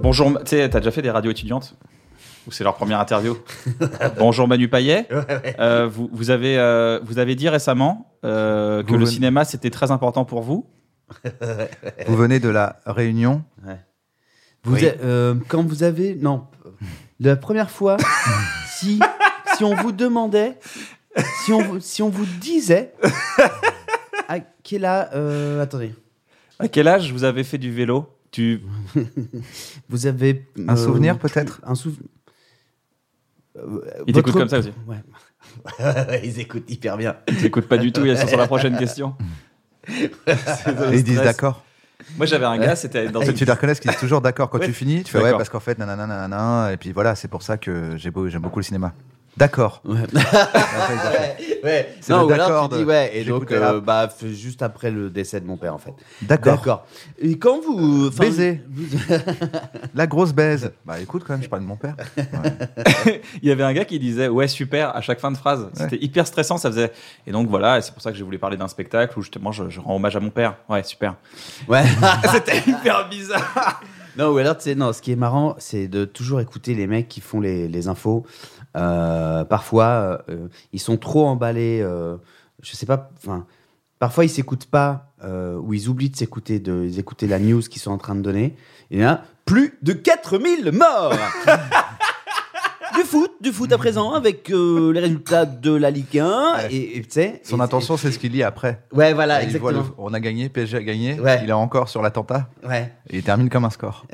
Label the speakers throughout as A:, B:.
A: Bonjour, tu sais, t'as déjà fait des radios étudiantes Ou c'est leur première interview Bonjour Manu Payet. Euh, vous, vous avez, euh, vous avez dit récemment euh, que
B: Vous
A: le
B: venez-
A: cinéma c'était très important pour vous.
B: Vous venez de la Réunion.
C: Vous
B: Oui.
C: a- euh, quand vous avez. Non. La première fois, si, si on vous demandait, si on, vous- si on vous disait. À quel âge. euh, attendez.
A: À quel âge vous avez fait du vélo Tu
C: Vous avez.
B: Un
C: euh,
B: souvenir peut-être
C: Un souvenir.
A: Il t'écoute comme ça aussi.
C: Ouais.
D: Ils écoutent hyper bien.
A: t'écoutes pas du tout, ils sont sur la prochaine question.
B: Et Ils disent d'accord.
A: Moi j'avais un gars, c'était dans
B: Et
A: une
B: tu les reconnais qu'ils disent toujours d'accord quand tu finis. Tu fais ouais
A: D'accord.
B: parce qu'en fait nanana nanana et puis voilà c'est pour ça que j'ai beau- j'aime beaucoup le cinéma. D'accord. Après, ils appellent.
D: Ouais.
B: C'est
C: Non,
B: le
C: ou alors
B: d'accord
C: tu
B: de-
C: dis ouais, et
B: j'écoute
C: donc
B: les
C: euh,
B: rap.
C: bah, f- juste après le décès de mon père en fait.
B: D'accord.
C: D'accord. Et quand vous enfin,
B: Baiser.
C: vous-
B: La grosse baise. Bah écoute quand même je parle de mon père. Ouais.
A: Il y avait un gars qui disait ouais super à chaque fin de phrase. C'était hyper stressant, ça faisait. Et donc voilà, et c'est pour ça que je voulais parler d'un spectacle où justement je, je rends hommage à mon père. Ouais super.
C: ouais.
A: C'était hyper bizarre.
C: non, ou alors tu sais non, ce qui est marrant, c'est de toujours écouter les mecs qui font les, les infos. Euh, parfois euh, ils sont trop emballés euh, je sais pas enfin parfois ils s'écoutent pas euh, ou ils oublient de s'écouter de ils écoutent la news qu'ils sont en train de donner. Il y en a plus de 4000 morts. Du foot, du foot à présent, avec euh, les résultats de la Ligue 1. Et, et, tu sais,
B: Son
C: et-
B: intention c'est ce qu'il lit après.
C: Ouais, voilà,
B: Il voit le-
C: Ah, exactement.
B: on a gagné PSG a gagné.
C: Ouais.
B: Il est encore sur l'attentat.
C: Ouais.
B: Et il termine comme un score.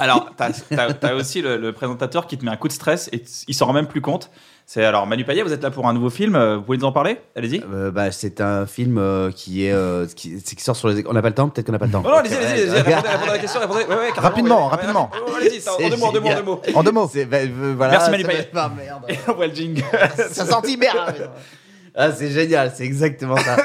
A: Alors t'as t'as- t'as aussi le, le présentateur qui te met un coup de stress et t- il s'en rend même plus compte. C'est alors Manu Payet, vous êtes là pour un nouveau film. euh, Vous pouvez nous en parler Allez-y.
C: Euh, bah, c'est un film euh, qui est euh, qui, c'est- qui sort sur les. éc- On n'a pas le temps, peut-être qu'on n'a pas le temps.
A: Non, non, Oh, allez-y, allez-y, allez-y,
C: Ouais,
A: répondez, répondez à la question, répondez. Ouais, ouais, carrément,
B: Rapidement,
A: ouais, ouais,
B: rapidement.
A: ouais, ouais, Allez-y, ça, en
C: C'est
A: deux mots, en deux mots, en
C: génial.
A: deux mots.
B: En deux mots.
C: C'est- bah, euh, voilà,
A: Merci, Manu
C: ça
A: Payet.
C: va être pas- merde.
A: Et on voit le jingle.
C: Ça sentit bien. Ah, c'est génial, c'est exactement ça.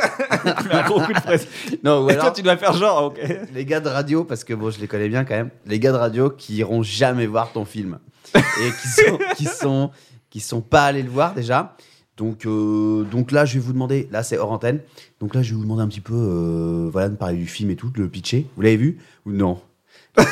A: Tu mets un gros coup de presse.
C: non, ou
A: Et toi,
C: alors,
A: tu dois faire genre, ok.
C: les gars de radio, parce que bon, je les connais bien quand même, les gars de radio qui iront jamais voir ton film et qui sont, qui sont, qui sont pas allés le voir déjà. Donc, euh, donc là, je vais vous demander, là c'est hors antenne, donc là je vais vous demander un petit peu, euh, voilà, de parler du film et tout, de le pitcher. Vous l'avez vu ou non
B: Non,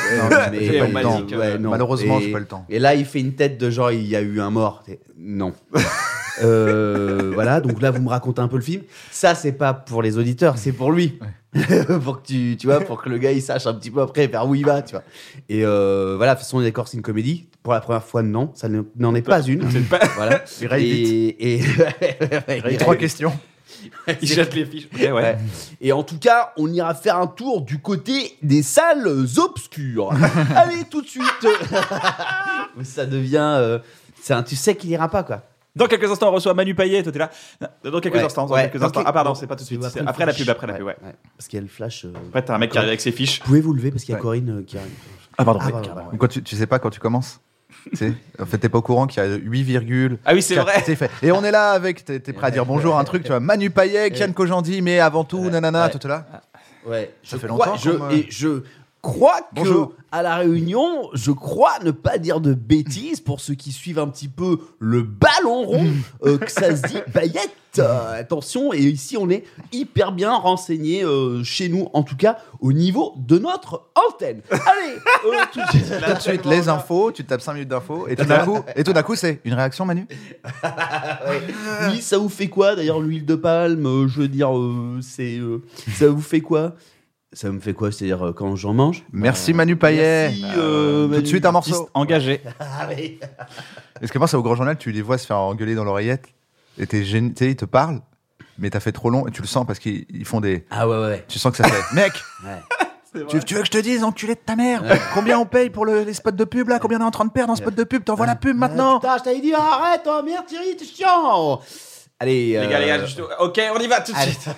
C: Mais-
B: j'ai pas
A: on
B: eu
A: m'a
B: le temps.
A: dit que-
C: ouais, non.
B: Malheureusement
C: Et-
B: j'ai pas le temps.
C: Et là, il fait une tête de genre, il y a eu un mort. Et- Non. Euh, voilà, donc là, vous me racontez un peu le film. Ça, c'est pas pour les auditeurs, c'est pour lui. pour que tu, tu vois, pour que le gars, il sache un petit peu après vers où il va, tu vois. Et euh, voilà, de toute façon, d'accord, c'est une comédie. Pour la première fois, non, ça ne- n'en est pas une.
A: C'est pas-
C: Voilà.
B: Il raille
C: et, et-
B: Et trois questions.
A: Il jette les fiches. Ok, ouais.
C: Ouais. Et en tout cas, on ira faire un tour du côté des salles obscures. Allez, tout de suite. ça devient. euh, c'est un, tu sais qu'il ira pas, quoi.
A: Dans quelques instants, on reçoit Manu Payet. Toi, t'es là. Dans quelques
C: Ouais,
A: instants. Dans
C: ouais.
A: quelques
C: Dans
A: instants.
C: quel-
A: Ah, pardon,
C: dans-
A: c'est pas tout de suite.
C: Après
A: c'est
C: le
A: Après la
C: flash.
A: pub, après la pub, ouais.
C: Parce qu'il y a le flash. euh,
A: Après, t'as un mec qui arrive avec ses fiches.
C: Pouvez-vous lever parce qu'il y a
B: Ouais.
C: Corinne euh, qui arrive.
A: Ah, pardon.
C: Ah, pardon, pardon.
B: Ou Quand tu, tu sais pas quand tu commences. Tu sais, en fait, t'es pas au courant qu'il y a 8, virgule
A: Ah oui, c'est
B: quatre-
A: vrai.
B: tu sais, fait- Et on est là avec, t'es t'es prêt à dire bonjour à un truc, tu vois, Manu Payet, Kian Kojandi, mais avant tout, nanana,
C: Ouais.
B: tout là.
C: Ouais,
B: Ça
C: je
B: fait
C: crois,
B: longtemps
C: je,
B: qu'on me-
C: et je crois que
B: Bonjour.
C: à la réunion, je crois ne pas dire de bêtises pour ceux qui suivent un petit peu le ballon rond euh, que ça se dit paillette. Euh, attention et ici on est hyper bien renseigné euh, chez nous en tout cas au niveau de notre antenne. Allez, euh, tout de suite.
B: Tout de suite, les infos, tu tapes 5 minutes d'infos, et tout d'un coup, et tout d'un coup, c'est une réaction, Manu
C: Oui, ça vous fait quoi d'ailleurs l'huile de palme euh, Je veux dire, euh, c'est euh, ça vous fait quoi Ça me fait quoi C'est-à-dire euh, quand j'en mange
B: Merci Manu Payet.
C: Merci, euh,
B: tout de
C: Manu.
B: suite, un
A: Artiste
B: morceau.
A: engagé.
B: Parce que moi, c'est au grand journal, tu les vois se faire engueuler dans l'oreillette, et t'es gêné, tu sais, ils te parlent. mais t'as fait trop long et tu le sens parce qu'ils ils font des.
C: Ah ouais, ouais,
B: Tu sens que ça fait. Mec,
C: ouais.
B: tu, tu veux que je te dise, enculé de ta mère, combien on paye pour le- les spots de pub là Combien on est en train de perdre en spot de pub T'envoies la pub maintenant
C: Ah, Putain, je t'avais dit, arrête, oh merde, Thierry, t'es chiant Allez,
A: Les gars, les
C: euh,
A: gars, je- ok, on y va tout de
C: allez.
A: suite.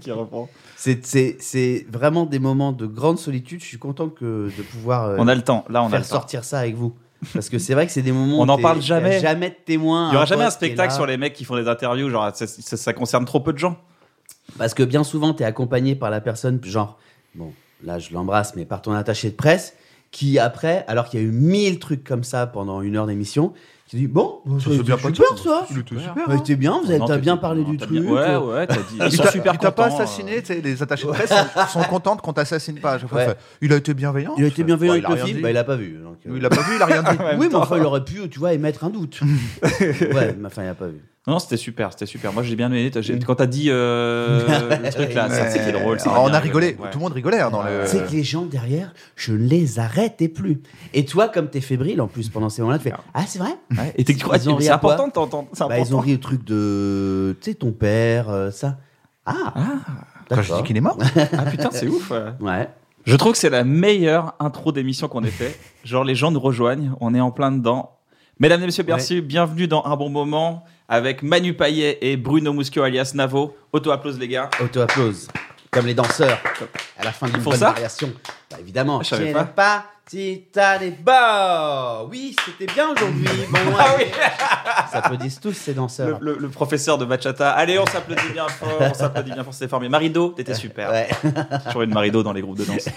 A: Qui reprend.
C: c'est- c'est c'est vraiment des moments de grande solitude. Je suis content que de pouvoir euh,
A: On a le temps. Là, on a
C: faire
A: le temps.
C: sortir ça avec vous. Parce que c'est vrai que c'est des moments
A: On
C: où
A: n'en
C: t'es-
A: parle
C: y a
A: jamais.
C: jamais de témoin.
A: Il y aura jamais un
C: pote qui est
A: spectacle
C: là.
A: sur les mecs qui font des interviews. Genre, ça, ça- ça concerne trop peu de gens.
C: Parce que bien souvent, t'es accompagné par la personne, genre, bon, là je l'embrasse, mais par ton attaché de presse, qui après, alors qu'il y a eu mille trucs comme ça pendant une heure d'émission, qui dit Bon,
B: s'est
C: ça
B: bien
C: super,
B: passé,
C: ça
B: hein.
C: Ouais, C'était Bah, bien, vous avez
A: Non,
C: t'as
A: t'es-
C: bien parlé
A: non,
C: du
A: t'as
C: truc.
A: bien- Ouais, ouais, t'as dit. Ils sont super
B: il t'a pas
A: contents, euh.
B: assassiné, tu sais, les attachés de presse sont, sont contentes qu'on t'assassine pas. à chaque fois.
C: Ouais.
B: Fait, Il a été bienveillant.
C: Il a été bienveillant
B: Ouais,
C: avec
B: il a
C: le
B: rien
C: film,
B: dit.
C: bah, il a pas vu. donc, euh,
B: Il l'a pas vu, il a rien dit.
C: Oui, mais enfin, il aurait pu, tu vois, émettre un doute. ouais, mais enfin, il a pas vu.
A: Non, c'était super, c'était super. Moi, j'ai bien aimé. T'as- j'ai- Quand t'as dit euh, le truc là, ça,
B: Ouais.
A: c'était drôle. ça
B: Alors, Ah, on
A: bien
B: a rigolé,
A: Ouais.
B: tout le monde rigolait hein, dans le.
C: C'est que les gens derrière, je ne les arrêtais plus. Et toi, comme t'es fébrile en plus pendant ces moments-là, tu fais Ah, c'est vrai
A: Ouais. Et t'es-
C: Ils ont ri
A: c'est
C: à quoi
A: important de t'entendre. C'est
C: Bah, ils ont
A: important.
C: ri au truc de. Tu sais, ton père, euh, ça. Ah,
B: Quand je dis
C: d'accord.
B: qu'il est mort,
A: Ah putain, c'est ouf. ouais.
C: Ouais.
A: Je trouve que c'est la meilleure intro d'émission qu'on ait fait. Genre, les gens nous rejoignent, on est en plein dedans. Mesdames et messieurs, merci, bienvenue dans Un Bon Moment avec Manu Paillet et Bruno Muschio alias Navo. Auto-applause, les gars.
C: Auto-applause. Comme les danseurs. À la fin d'une
A: Ils font
C: bonne
A: ça
C: variation. Bah, évidemment.
A: Je savais
C: Tiens,
A: pas.
C: Si t'as des bords. Oui, c'était bien aujourd'hui. Bon,
A: Ah oui
C: allez. Ça applaudisse tous ces
A: le,
C: danseurs.
A: le- le professeur de bachata. Allez, on s'applaudit bien fort, on s'applaudit bien fort, c'était formé. Marido, t'étais super.
C: Ouais.
A: Toujours une Marido dans les groupes de danse.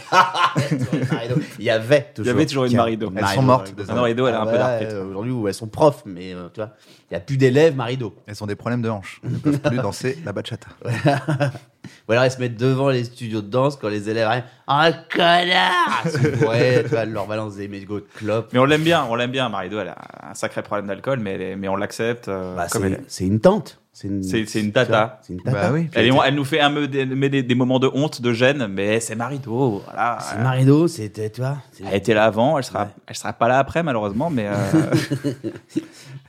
C: Il y avait
A: Il
C: toujours.
A: y avait toujours une Marido.
B: elles sont mortes.
A: Ah non,
B: désormais.
A: Edo, elle a un peu d'arthrite.
C: d'arthrite. Aujourd'hui, où elles sont profs, mais euh, tu vois, il n'y a plus d'élèves Marido.
B: Elles ont des problèmes de hanches. Elles ne peuvent plus danser la bachata.
C: Ou alors elles se mettent devant les studios de danse quand les élèves arrivent. Oh connard C'est bourré, tu vois, elles leur balance des mégots de clopes.
A: Mais on l'aime bien, on l'aime bien. Marido, elle a un sacré problème d'alcool, mais, elle est- mais on l'accepte euh,
C: Bah,
A: comme
C: c'est-
A: elle est.
C: c'est une tante. C'est
A: C'est- c'est une
C: tu vois,
A: tata.
C: C'est une tata.
B: Bah oui.
A: Elle, est- elle nous fait un peu des, mais des- des moments de honte, de gêne, mais c'est Marido. Voilà.
C: C'est Marido, c'était, tu vois, c'est
A: Elle était là avant, elle sera,
C: Ouais.
A: elle sera pas là après, malheureusement, mais euh,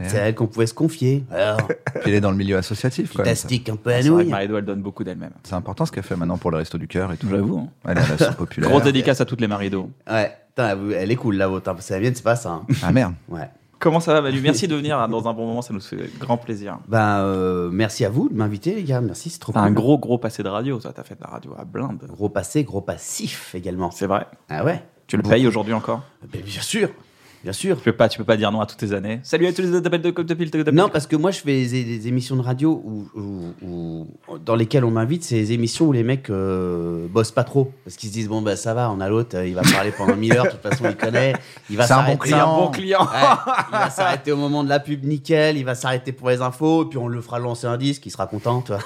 C: c'est à elle qu'on pouvait se confier. Alors,
B: Puis elle est dans le milieu associatif. quand même, ça.
C: fantastique un peu à
A: c'est
C: nous.
A: vrai que Marido, elle donne beaucoup d'elle-même.
B: C'est important ce qu'elle fait maintenant pour le resto du cœur et tout.
A: J'avoue. hein.
B: Elle est à la soupe populaire.
A: Grosse dédicace à toutes les Marido.
C: Ouais, putain, elle- elle est cool la vôtre, hein, parce que la mienne, c'est pas ça. hein.
B: Ah merde.
C: Ouais.
A: Comment ça va, Manu Merci de venir hein, dans un bon moment, ça nous fait grand plaisir.
C: Ben, euh, merci à vous de m'inviter, les gars. Merci, c'est trop
A: T'as
C: cool.
A: un gros, gros passé de radio, toi. T'as fait de la radio à blinde.
C: Gros passé, gros passif également.
A: C'est vrai.
C: Ah ouais
A: Tu le payes aujourd'hui encore
C: Ben, Bien sûr, bien sûr.
A: Tu peux pas, tu peux pas dire non à toutes tes années. Salut à tous les appels de Cop de Pile. de- de-
C: Non, parce que moi, je fais des, des émissions de radio où, où- où- dans lesquelles on m'invite. C'est des émissions où les mecs euh, bossent pas trop. Parce qu'ils se disent, bon, ben ça va, on a l'autre, euh, il va parler pendant 1000 heures, de toute façon, il connaît. Il va
B: C'est un bon
C: s'arrêter.
A: C'est un bon client.
C: Ouais, il va s'arrêter au moment de la pub, nickel. Il va s'arrêter pour les infos, puis on le fera lancer un disque, il sera content, toi.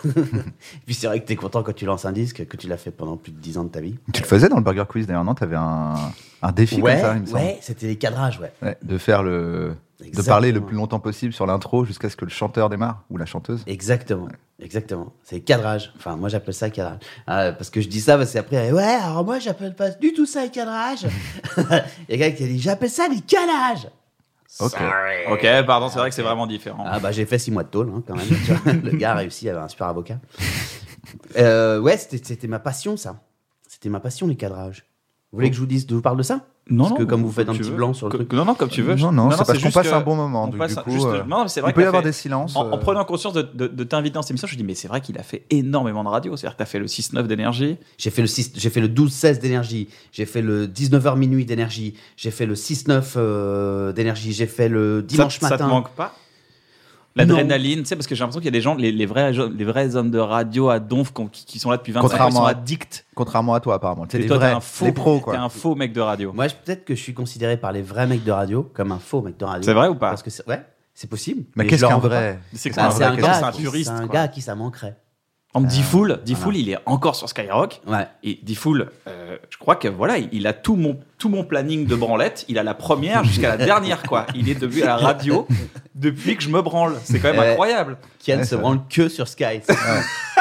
C: puis c'est vrai que t'es content quand tu lances un disque, que tu l'as fait pendant plus de 10 ans de ta vie.
B: Tu le faisais dans le Burger Quiz d'ailleurs, non T'avais un, un défi
C: ouais,
B: comme ça, il me semble.
C: ouais, c'était les cadrages, ouais.
B: Ouais, de faire le, de
C: Exactement.
B: parler le plus longtemps possible sur l'intro jusqu'à ce que le chanteur démarre ou la chanteuse.
C: Exactement. Exactement, c'est cadrage. Enfin, moi j'appelle ça cadrage. Ah, parce que je dis ça, parce qu'après, ouais, alors moi j'appelle pas du tout ça cadrage. Il y a quelqu'un qui a dit, j'appelle ça les calages.
B: Ok.
A: Ok, pardon, c'est vrai que c'est vraiment différent.
C: Ah bah j'ai fait six mois de tôle hein, quand même. tu vois. le gars a réussi, il avait un super avocat. Euh, ouais, c'était c'était ma passion ça. C'était ma passion les cadrages. Vous voulez que je vous dise, je vous parle de ça Parce que comme vous faites un
A: tu
C: petit
A: veux.
C: blanc sur le
A: Que-
C: truc.
A: Non, non, comme tu veux.
B: Non, non, c'est parce qu'on
A: juste
B: passe
A: que
B: un bon moment.
A: on
B: donc,
A: passe
B: du coup,
A: juste-
B: euh,
A: Non, mais c'est vrai
B: il peut y
A: qu'il a
B: avoir
A: fait-
B: des silences.
A: En, en
B: euh,
A: prenant conscience de, de- de t'inviter dans cette émission, je me dis, mais c'est vrai qu'il a fait énormément de radio. C'est-à-dire que t'as fait le 6-9 d'énergie.
C: J'ai fait le 6 j'ai fait le 12-16 d'énergie, j'ai fait le 19h minuit d'énergie, j'ai fait le 6-9 euh, d'énergie, j'ai fait le dimanche
A: ça,
C: matin.
A: Ça te manque pas
C: Non.
A: L'adrénaline, tu sais, parce que j'ai l'impression qu'il y a des gens, les, les vrais, jo- les vrais hommes de radio à Donf qu'on- qui, qui sont là depuis 25 ans, ils
B: Contrairement
A: sont
B: à-
A: addicts.
B: Contrairement à toi, apparemment. C'est
A: Et
B: les
A: toi, t'es
B: vrais,
A: un faux-
B: les pros, quoi.
A: T'es un faux mec de radio.
C: Moi, je- peut-être que je suis considéré par les vrais mecs de radio comme un faux mec de radio.
A: C'est vrai ou pas
C: Parce que c'est ouais, c'est possible.
B: Mais
C: je
B: qu'est-ce
C: leur
B: qu'un
C: en veux
B: vrai
A: C'est quoi
C: pas. Bah, C'est un,
A: vrai- c'est
C: gars,
A: un
C: qui-
A: puriste,
C: c'est un
A: quoi.
C: gars à qui ça manquerait.
A: On me dit Fool, dit
C: voilà.
A: Fool, il est encore sur Skyrock.
C: Ouais.
A: Et Diffoul, euh, je crois que voilà, il a tout mon, tout mon planning de branlette. Il a la première jusqu'à la dernière, quoi. Il est devenu à la radio depuis que je me branle. C'est quand même
C: Ouais.
A: incroyable.
C: Kian
B: Ouais,
C: se
B: ça va.
C: branle que sur Sky.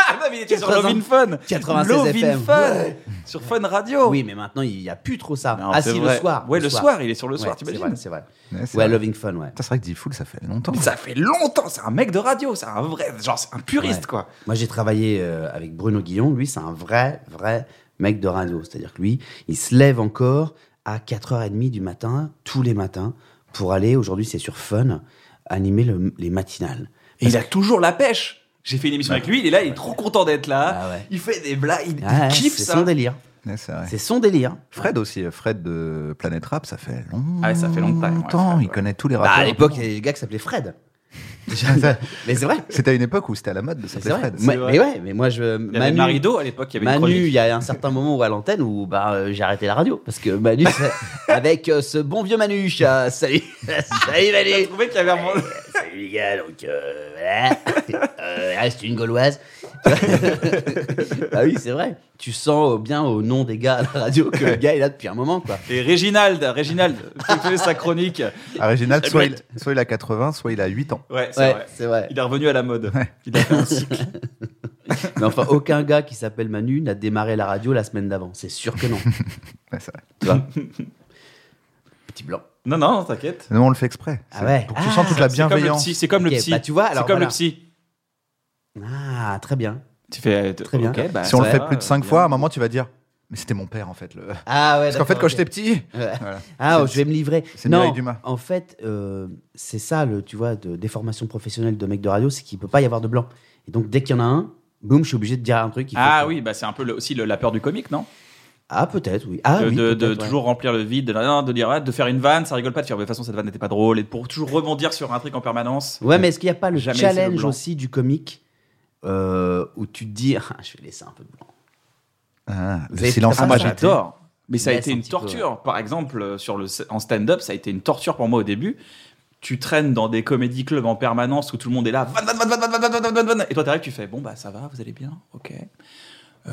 A: Ah non, mais il était sur
C: 80
A: Lovin Fun.
C: 96
A: Lovin
C: FM.
A: Fun.
C: Ouais.
A: sur Fun Radio.
C: Oui, mais maintenant, il n'y a plus trop ça.
A: Non,
C: ah,
A: c'est
C: si,
A: vrai.
C: le soir.
A: Ouais, le soir, il est sur le
C: Ouais,
A: soir,
C: c'est
A: t'imagines
C: vrai, c'est vrai.
B: Ouais, c'est
C: Ouais,
B: vrai.
C: Loving Fun, ouais.
B: Putain, c'est vrai que Diffoul, ça fait longtemps.
A: Mais Ça fait longtemps, c'est un mec de radio, c'est un vrai, genre c'est un puriste
C: Ouais.
A: quoi.
C: Moi, j'ai travaillé euh, avec Bruno Guillon. Lui, c'est un vrai, vrai mec de radio. C'est-à-dire que lui, il se lève encore à 4h30 du matin, tous les matins, pour aller, aujourd'hui, c'est sur Fun, animer le- les matinales.
A: Et il a toujours la pêche. J'ai fait une émission avec lui, il est là, il est trop content d'être là.
C: Ah ouais. Ah
A: Il fait des blagues, il, il
C: Ouais,
A: kiffe
C: c'est
A: ça.
C: son délire.
B: Ouais, c'est vrai.
C: C'est son délire.
B: Fred aussi, euh, Fred de Planète Rap, ça fait longtemps.
A: Ah ouais, ça fait longtemps, ouais, Fred,
B: il
A: ouais.
B: connaît tous les
C: Bah,
B: rappeurs.
C: à l'époque, il y avait des gars qui s'appelaient Fred. mais c'est vrai.
B: C'était à une époque où c'était à la mode de
C: C'est
B: s'appeler
C: vrai.
B: Fred.
C: Mais,
A: vrai.
C: mais ouais, mais moi, je.
A: Il y avait
C: Manu-
A: Marido à l'époque, il y avait une
C: Manu, il
A: chronique.
C: y a un certain moment où à l'antenne où bah, euh, j'ai arrêté la radio parce que Manu, c'est- avec euh, ce bon vieux Manu, euh, salut, salut
A: J'ai
C: Manu,
A: trouvé qu'il y avait un moment-
C: Euh, salut les gars, donc euh, voilà, Euh, reste une gauloise. ah oui, c'est vrai, tu sens euh, bien au nom des gars à la radio que le gars est là depuis un moment quoi.
A: Et Réginald, Réginald, qui fait sa chronique.
B: À Réginald, soit il,
A: Fred.
B: soit il a 80, soit il a 8 ans.
A: Ouais, c'est
C: Ouais,
A: vrai.
C: c'est vrai.
A: Il est revenu à la mode. Il a fait un cycle.
C: Mais enfin, aucun gars qui s'appelle Manu n'a démarré la radio la semaine d'avant, c'est sûr que non.
B: Ouais, c'est vrai.
C: Tu vois Petit blanc.
A: Non, non, t'inquiète.
B: Nous, on le fait exprès.
C: Ah
B: C'est
C: ouais.
B: Pour que tu
C: Ah,
B: sens toute la
A: C'est comme le
B: bienveillance.
A: psy. C'est comme le
C: Ok,
A: psy.
C: bah, tu vois,
A: C'est
C: alors,
A: comme le
C: voilà.
A: psy.
C: Ah, très bien.
A: Tu fais. euh,
C: Très bien.
A: ok, bah,
B: si on le
A: ça
B: fait
A: va,
B: plus de
A: euh,
B: 5
A: bien.
B: fois, à un moment, tu vas dire Mais c'était mon père, en fait. Le...
C: Ah ouais.
B: Parce qu'en fait,
C: d'accord,
B: quand
C: ok.
B: j'étais petit.
C: Ouais.
B: Voilà.
C: Ah,
B: C'est-
C: je vais me livrer.
B: c'est
C: non,
B: Mireille Dumas.
C: en fait, euh, c'est ça, le, tu vois, de déformation professionnelle de mec de radio, c'est qu'il peut pas y avoir de blanc. Et donc, dès qu'il y en a un, boum, je suis obligé de dire un truc. il faut
A: Ah
C: que-
A: oui, bah c'est un peu le- aussi le- la peur du comique, non
C: Ah, peut-être, oui. Ah,
A: de,
C: oui,
A: de- de
C: peut-être, ouais.
A: toujours remplir le vide, de, non, de dire ah, de faire une vanne, ça rigole pas, de faire de toute façon cette vanne n'était pas drôle, et pour toujours rebondir sur un truc en permanence.
C: Ouais, mais est-ce qu'il n'y a pas le
A: Jamais laisser le
C: challenge
A: blanc.
C: aussi du comique euh, où tu te dis, Ah, je vais laisser un peu de blanc.
B: Ah,
C: Vous
B: le
C: avez
B: silence.
C: tout à
A: Ah,
C: fait
A: moi
C: ça,
B: éclaté.
A: j'adore. Mais ça a
C: Laisse
A: été
C: Bah, un
A: une
C: petit peu,
A: torture. Par exemple, euh, sur le, en stand-up, ça a été une torture pour moi au début. Tu traînes dans des comédie clubs en permanence où tout le monde est là, vanne, vanne, vanne, vanne, vanne, vanne, vanne, vanne, vanne. et toi t'arrives, tu fais bon bah ça va, vous allez bien, ok. Euh,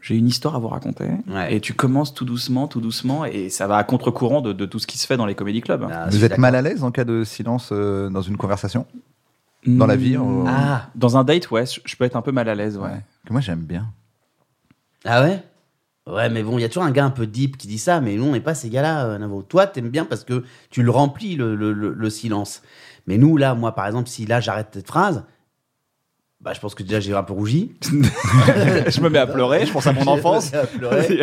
A: J'ai une histoire à vous raconter.
C: Ouais.
A: Et tu commences tout doucement, tout doucement, et ça va à contre-courant de, de tout ce qui se fait dans les comédie clubs.
C: Ah, je
B: Vous
C: suis
B: êtes
C: d'accord.
B: mal à l'aise en cas de silence euh, dans une conversation Dans la vie, on-
C: Ah,
A: Mmh. Dans un date, ouais, je je peux être un peu mal à l'aise, ouais.
B: Ouais. Que moi, j'aime bien.
C: Ah ouais Ouais, mais bon, il y a toujours un gars un peu deep qui dit ça, mais nous, on n'est pas ces gars-là, euh, Navo. Toi, t'aimes bien parce que tu le remplis, le, le- le- le silence. Mais nous, là, moi, par exemple, si là, j'arrête cette phrase, bah, je pense que déjà, j'ai un peu rougi.
A: je me mets à pleurer, je pense à mon enfance.
C: J'ai pleuré.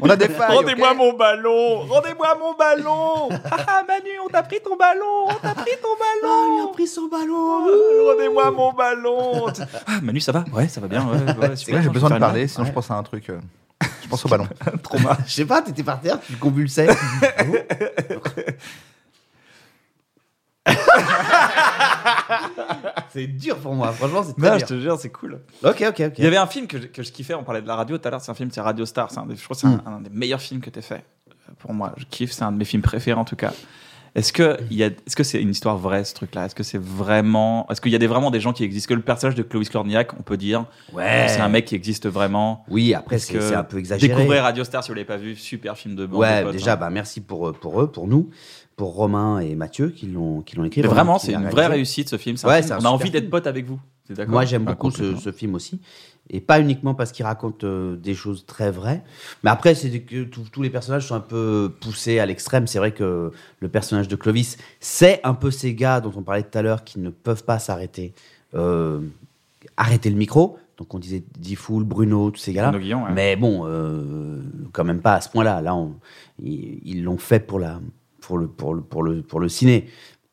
B: On a des failles. ok
A: Rendez-moi mon ballon Rendez-moi mon ballon Ah Manu, on t'a pris ton ballon On t'a pris ton
C: Ah, il a
A: ballon
C: pris son ballon
A: Ah, Rendez-moi mon ballon Ah Manu, ça va Ouais, ça va bien. Ouais, ouais,
B: C'est vrai, j'ai besoin de parler, sinon
C: Ouais.
B: je pense à un truc. euh, Je pense au ballon.
C: Trauma. Je sais pas, t'étais par terre, tu convulsais. Ah bon c'est dur pour moi, franchement, c'est
A: Non,
C: très
A: je
C: dur.
A: te jure, c'est cool.
C: Ok, ok, ok.
A: Il y avait un film que je, que je kiffais, on parlait de la radio tout à l'heure, c'est un film, c'est Radio Star, c'est un des, je crois que c'est
B: Hmm.
A: un, un des meilleurs films que t'aies fait. Euh, Pour moi, je kiffe, c'est un de mes films préférés en tout cas. Est-ce que il y a, est-ce que c'est une histoire vraie ce truc-là Est-ce que c'est vraiment, est-ce qu'il y a des, vraiment des gens qui existent Que le personnage de Clovis Cornillac, on peut dire,
B: Eh.
C: Ouais.
A: c'est un mec qui existe vraiment.
C: Oui, après,
A: Parce
C: c'est
A: que
C: c'est un peu exagéré.
A: Découvrez Radio Star si vous l'avez pas vu, super film de bande.
C: Ouais,
A: de potes,
C: déjà,
A: hein.
C: bah, merci pour, euh, pour eux, pour nous, pour Romain et Mathieu qui l'ont qui l'ont écrit.
A: Mais
C: Romain
A: vraiment,
C: qui
A: c'est
C: l'a
A: une
C: réalisé.
A: vraie réussite ce film. C'est un
C: Ouais,
A: film-
C: c'est un
A: on a
C: super
A: envie d'être
C: film.
A: pote avec vous. C'est d'accord
C: Moi, j'aime
A: Bah,
C: beaucoup ce,
A: complètement.
C: ce film aussi. Et pas uniquement parce qu'il raconte euh, des choses très vraies. Mais après, c'est que tous- tous les personnages sont un peu poussés à l'extrême. C'est vrai que le personnage de Clovis, c'est un peu ces gars dont on parlait tout à l'heure qui ne peuvent pas s'arrêter, euh, arrêter le micro. Donc, on disait Diffoul, Bruno, tous ces gars-là.
A: Bruno Guillon, ouais.
C: Mais bon, euh, quand même pas à ce point-là. Là, on- ils ils l'ont fait pour, la, pour, le, pour, le, pour, le, pour le ciné.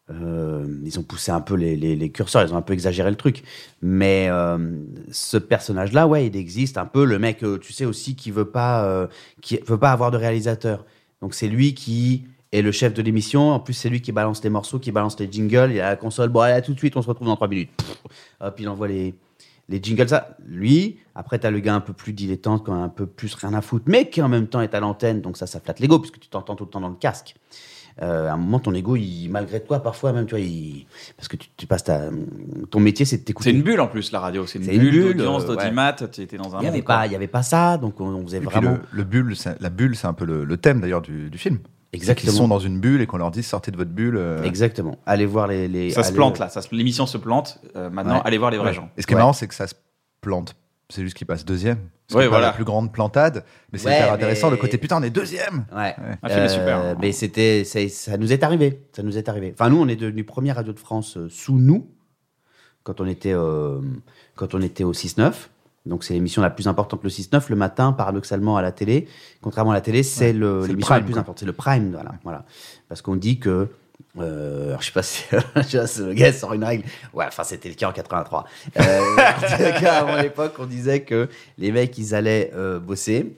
C: Euh, ils ont poussé un peu les, les- les curseurs, ils ont un peu exagéré le truc. Mais euh, ce personnage-là, ouais, il existe un peu. Le mec, euh, tu sais aussi, qui veut pas, euh, qui veut pas avoir de réalisateur. Donc c'est lui qui est le chef de l'émission. En plus, c'est lui qui balance les morceaux, qui balance les jingles. Il a la console. Bon, allez, à tout de suite, on se retrouve dans 3 minutes. Pff, hop, il envoie les, les jingles. Ça, lui. Après, t'as le gars un peu plus dilettante, quand même un peu plus rien à foutre, mais qui en même temps est à l'antenne. Donc ça, ça flatte l'ego, puisque tu t'entends tout le temps dans le casque. Euh, à un moment, ton ego, il, malgré toi, parfois même, tu vois, il- parce que tu, tu passes ta, ton métier, c'est de t'écouter.
A: C'est une bulle hein, en plus la radio, c'est une,
C: C'est une
A: bulle
C: bulle,
A: d'audience,
C: euh, ouais.
A: d'audimat. Tu étais dans un.
C: Il n'y avait,
A: monde, quoi.
C: pas- il y avait pas ça, donc on, on faisait
B: Et puis
C: vraiment.
B: le, le bulle, c'est- la bulle, c'est un peu le, le thème d'ailleurs du, du film. Ils
C: Exactement.
B: sont dans une bulle et qu'on leur dit sortez de votre bulle. euh,
C: Exactement. Allez voir les. les-
A: Ça se
C: allez-
A: plante là, ça se- l'émission se plante. Euh, maintenant,
C: Ouais.
A: allez voir les vrais
B: ouais.
A: gens.
B: Et ce qui est
C: Ouais.
B: marrant, c'est que ça se plante c'est juste qu'il passe deuxième. C'est
A: Ouais,
B: pas
A: voilà.
B: la plus grande plantade, mais c'est
C: Ouais,
B: hyper intéressant.
C: mais-
B: Le côté putain, on est deuxième.
C: Ouais.
A: Un film est super, hein.
C: Euh, Mais c'était, ça, ça nous est arrivé. Ça nous est arrivé. Enfin, nous, on est devenu première radio de France euh, sous nous quand on était, euh, quand on était au 6-9. Donc, c'est l'émission la plus importante le 6-9. Le matin, paradoxalement, à la télé. Contrairement à la télé, c'est le-
B: c'est le
C: l'émission la
B: prime,
C: plus
B: quoi.
C: importante. C'est le prime. Voilà. voilà. Parce qu'on dit que. euh, alors, je sais pas si je sais pas si le gars sort une règle. Ouais, enfin, c'était le cas en 83. Euh, en tout cas, avant l'époque, on disait que les mecs, ils allaient euh, bosser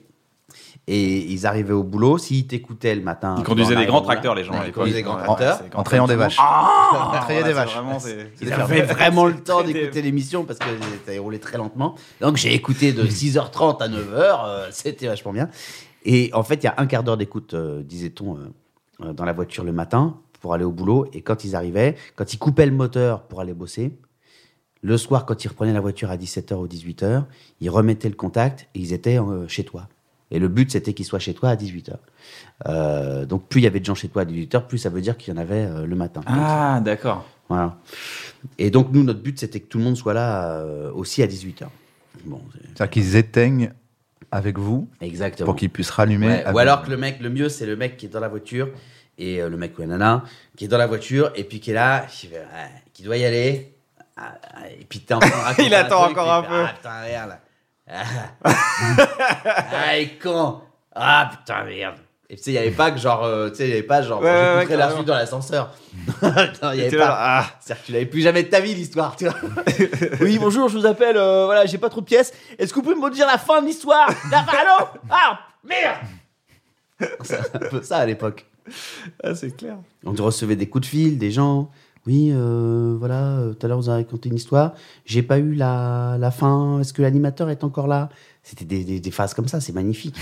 C: et ils arrivaient au boulot. S'ils t'écoutaient le matin.
A: Ils conduisaient des grands
C: Voilà.
A: tracteurs, les gens, à
C: Ils
A: l'époque.
C: conduisaient des grands
A: Ouais,
C: tracteurs.
A: c'est des grands
B: En trayant des vaches.
A: tracteurs.
B: en trayant
A: Voilà, c'est
B: des vaches.
A: vraiment, c'est-
C: Ils avaient vraiment le temps d'écouter l'émission parce que ça déroulait très lentement. Donc j'ai écouté de 6h30 à 9h, euh, c'était vachement bien. Et en fait, il y a un quart d'heure d'écoute, euh, disait-on, euh, euh, dans la voiture le matin pour aller au boulot. Et quand ils arrivaient, quand ils coupaient le moteur pour aller bosser, le soir, quand ils reprenaient la voiture à 17h ou 18h, ils remettaient le contact et ils étaient euh, chez toi. Et le but, c'était qu'ils soient chez toi à 18h. donc, plus il y avait de gens chez toi à 18h, plus ça veut dire qu'il y en avait euh, le matin.
A: Ah, d'accord.
C: Voilà. Et donc, nous, notre but, c'était que tout le monde soit là euh, aussi à 18h. Bon, c'est-
B: C'est-à-dire qu'ils éteignent avec vous
C: exactement.
B: pour qu'ils puissent rallumer.
C: Ouais,
B: avec-
C: Ou alors que le mec, le mieux, c'est le mec qui est dans la voiture, et euh, le mec ou la nana, qui est dans la voiture, et puis qui est là, qui, fait, Ah, qui doit y aller. Ah, ah, et puis t'es en train de raconter
A: Il attend
C: truc,
A: encore
C: puis
A: un
C: il fait, Ah, putain, regarde là. Ah, ah il est con. Ah, putain, merde. Et tu sais, il n'y avait pas que genre, euh, tu sais, il y avait pas genre,
A: Ouais, ouais,
C: j'écouterai
A: ouais,
C: la
A: carrément.
C: suite dans l'ascenseur. Non, il y avait pas. C'est-à-dire que tu l'avais plus jamais de ta vie, l'histoire, tu vois. oui, bonjour, je vous appelle, euh, voilà, j'ai pas trop de pièces. Est-ce que vous pouvez me dire la fin de l'histoire La fin, allô Ah, merde C'est un peu ça à l'époque.
A: Ah, c'est clair.
C: On recevait des coups de fil, des gens. Oui, euh, voilà, euh, tout à l'heure, vous avez raconté une histoire. J'ai pas eu la, la fin. Est-ce que l'animateur est encore là C'était des, des- des phases comme ça, c'est magnifique.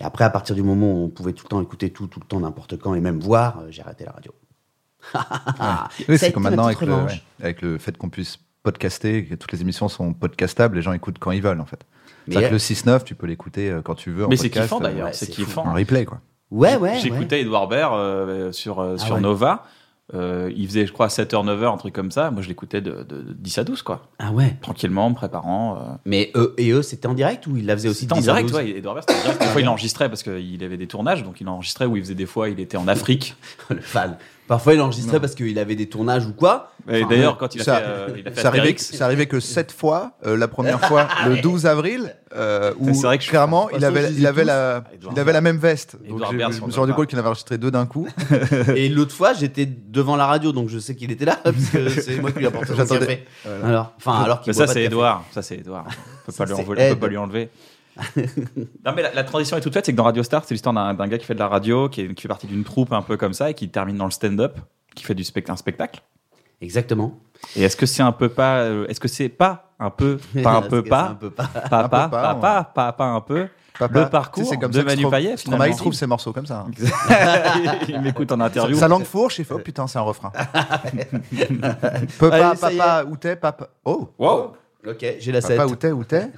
C: Et après, à partir du moment où on pouvait tout le temps écouter tout, tout le temps, n'importe quand, et même voir, euh, j'ai arrêté la radio.
B: Oui,
C: Ça a
B: c'est
C: été
B: comme
C: ma
B: maintenant
C: petite
B: avec le,
C: revanche.
B: ouais, avec le fait qu'on puisse podcaster, que toutes les émissions sont podcastables, les gens écoutent quand ils veulent en fait.
C: Mais- euh,
B: C'est-à-dire que le 6-9, tu peux l'écouter euh, quand tu veux. en
A: Mais c'est
B: podcast,
A: kiffant
B: euh,
A: d'ailleurs,
C: ouais,
A: c'est
C: c'est
A: kiffant.
B: En replay quoi.
C: Ouais, ouais. ouais.
A: J'écoutais Edouard Baird euh, sur, euh,
C: Ah
A: sur
C: ouais.
A: Nova. Euh, il faisait, je crois, 7h, 9h, un truc comme ça. Moi, je l'écoutais de, de- de 10 à 12, quoi.
C: Ah ouais.
A: Tranquillement, en me préparant. euh.
C: Mais eux, et eux, c'était en direct ou ils la faisaient aussi
A: C'était en
C: 10 à
A: direct,
C: 12?
A: ouais. Edouard Baird, c'était en direct. Des fois, il enregistrait parce qu'il avait des tournages, donc il enregistrait où il faisait des fois, il était en Afrique.
C: Le fan. Parfois, il enregistrait parce qu'il avait des tournages ou quoi.
A: Et
C: Enfin,
A: d'ailleurs, quand il a
B: ça-
A: fait, euh, il a fait
B: C'est arrivé,
A: Astérix,
B: c'est arrivé que 7 fois, euh, la première fois le 12 avril, euh, où
A: C'est vrai que je-
B: clairement
C: de toute
B: il avait,
C: façon, je les ai
B: il, avait
C: tous.
B: la,
A: Ah, Edouard
B: il avait la même veste. Donc
A: Edouard
B: j'ai-
A: Baird,
B: je
A: son
B: me suis rendu
A: copain.
B: compte qu'il en avait enregistré deux d'un coup.
C: Et l'autre fois, j'étais devant la radio, donc je sais qu'il était là, parce que c'est moi qui lui apportais son
B: J'attendais.
C: café. Alors, enfin, alors qu'il
A: Mais ça,
C: boit pas de
A: c'est
C: café.
A: Edouard. Ça, c'est Edouard. On peut pas lui
C: c'est
A: enlever- on peut
C: Ed.
A: pas lui enlever. non, mais la, la transition est toute faite. C'est que dans Radio Star, c'est l'histoire d'un d'un gars qui fait de la radio, qui, est- qui fait partie d'une troupe un peu comme ça et qui termine dans le stand-up, qui fait du spect- un spectacle.
C: Exactement.
A: Et est-ce que c'est un peu pas. euh, Est-ce que c'est pas un peu. Pas un
C: Parce
A: peu
C: que c'est un
A: pas.
C: peu pas.
A: Pas
B: Un
A: pas.
B: peu pas,
A: Pas
B: ouais.
A: pas. Pas pas un peu.
B: Papa,
A: Le parcours
B: tu sais, c'est comme
A: de
B: ça que
A: Manu
B: Stro-
A: Payet,
B: Stromae, il
A: finalement.
B: trouve ses morceaux comme ça. hein.
A: Il m'écoute en interview.
B: Sa langue fourche, il fait oh putain, c'est un refrain. Peu
C: Allez,
B: pas,
C: ça y est.
B: papa, où t'es, papa. Oh,
A: Wow.
C: Ok, j'ai la 7.
B: papa, où t'es, où t'es.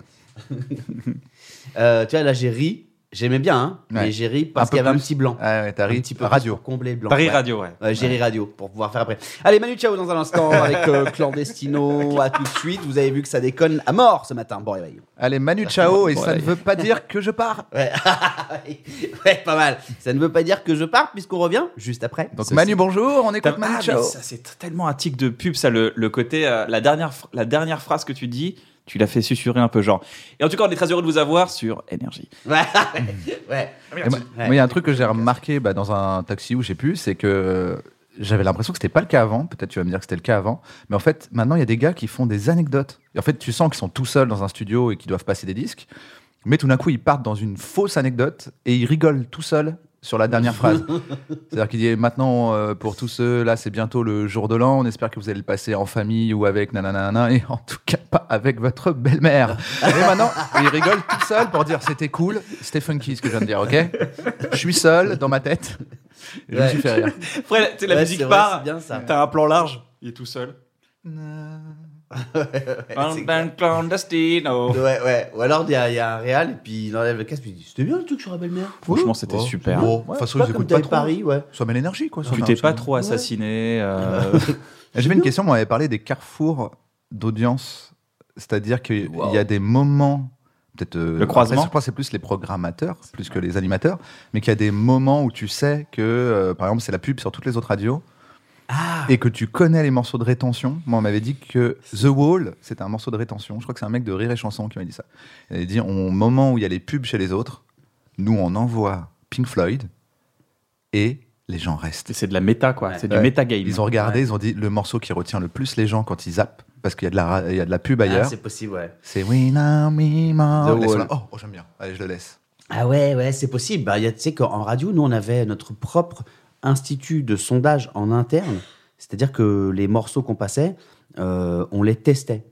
C: Euh, tu vois, là, j'ai ri. J'aimais bien, hein.
B: Ouais.
C: Mais j'ai ri parce
B: Un peu
C: qu'il y avait un
B: plus.
C: petit blanc.
B: Ah ouais, t'as
C: Un
B: ri.
C: petit peu plus
B: Radio.
C: pour combler le blanc.
A: Euh, Paris
C: Ouais.
A: Radio, ouais.
C: Euh, Géry Radio pour pouvoir faire après. Allez, Manu Ciao dans un instant avec euh, Clandestino. à tout de suite. Vous avez vu que ça déconne à mort ce matin. Bon réveil.
B: Allez, Manu, ciao, et
C: Bon,
B: ça ne
C: allez.
B: veut pas dire que je pars.
C: Ouais. ouais, pas mal. Ça ne veut pas dire que je pars puisqu'on revient juste après.
B: Donc
C: Ceci.
B: Manu, bonjour, on écoute
A: T'as-
B: Manu,
A: ah,
B: ciao.
A: mais ça, c'est t- tellement un tic de pub, ça, le, le côté. euh, la, dernière, phr- la dernière phrase que tu dis, tu l'as fait susurrer un peu, genre. Et en tout cas, on est très heureux de vous avoir sur Énergie.
C: Ouais. ouais.
B: Et moi, moi, il y a un truc que j'ai remarqué bah, dans un taxi où j'ai pu, c'est que euh, j'avais l'impression que c'était pas le cas avant. Peut-être tu vas me dire que c'était le cas avant, mais en fait maintenant il y a des gars qui font des anecdotes. Et en fait tu sens qu'ils sont tout seuls dans un studio et qu'ils doivent passer des disques, mais tout d'un coup ils partent dans une fausse anecdote et ils rigolent tout seuls sur la dernière phrase. C'est-à-dire qu'il dit maintenant euh, pour tous ceux là c'est bientôt le jour de l'an, on espère que vous allez le passer en famille ou avec nanana et en tout cas pas avec votre belle-mère. Et maintenant ils rigolent tout seuls pour dire c'était cool, c'était funky ce que je viens de dire, ok je suis seul dans ma tête. Et Je me
C: Ouais.
B: suis fait rire.
A: Après, tu sais, la
C: Ouais,
A: musique
C: c'est vrai,
A: part,
C: c'est bien, ça.
A: t'as un plan large, il est tout seul.
C: Eh,
A: Un band clandestino.
C: Ouais, ouais. Ou alors il y, a- il y a un réal et puis il enlève le casque puis il dit C'était bien le truc sur la belle-mère.
A: Franchement, c'était
B: Ouais.
A: super.
B: Bon,
C: Ouais,
B: de toute façon,
C: pas
B: ils
C: comme
B: écoutent pas
C: Dave
B: trop.
C: Paris, ouais.
B: Ça met l'énergie, quoi. ça
A: Tu
B: met
A: t'es
B: un
A: pas
B: petit-
A: trop assassiné. euh,
B: Ah, J'avais une question, moi, on avait parlé des carrefours d'audience. C'est-à-dire qu'il
A: Wow.
B: y a des moments, peut-être. euh,
A: Le croisement.
B: après, Je crois que c'est plus les programmateurs, plus que les animateurs, mais qu'il y a des moments où tu sais que, euh, par exemple, c'est la pub sur toutes les autres radios.
A: Ah.
B: Et que tu connais les morceaux de rétention. Moi, on m'avait dit que The Wall, c'était un morceau de rétention. Je crois que c'est un mec de Rire et Chanson qui m'a dit ça. Il avait dit au moment où il y a les pubs chez les autres, nous, on envoie Pink Floyd et les gens restent.
A: C'est de la méta, quoi. C'est du
B: Ouais.
A: métagame.
B: Ils ont regardé, ils ont dit le morceau qui retient le plus les gens quand ils zappent, parce qu'il y, a de la ra- il y a de la pub
C: Ah,
B: ailleurs.
C: c'est possible, ouais.
B: C'est We Now Me More.
C: The
B: Laisse-la.
C: Wall.
B: Oh, oh, j'aime bien. Allez, je le laisse.
C: Ah ouais, ouais, c'est possible. Bah, il y a- tu sais qu'en radio, nous, on avait notre propre institut de sondage en interne. C'est-à-dire que les morceaux qu'on passait, euh, on les testait.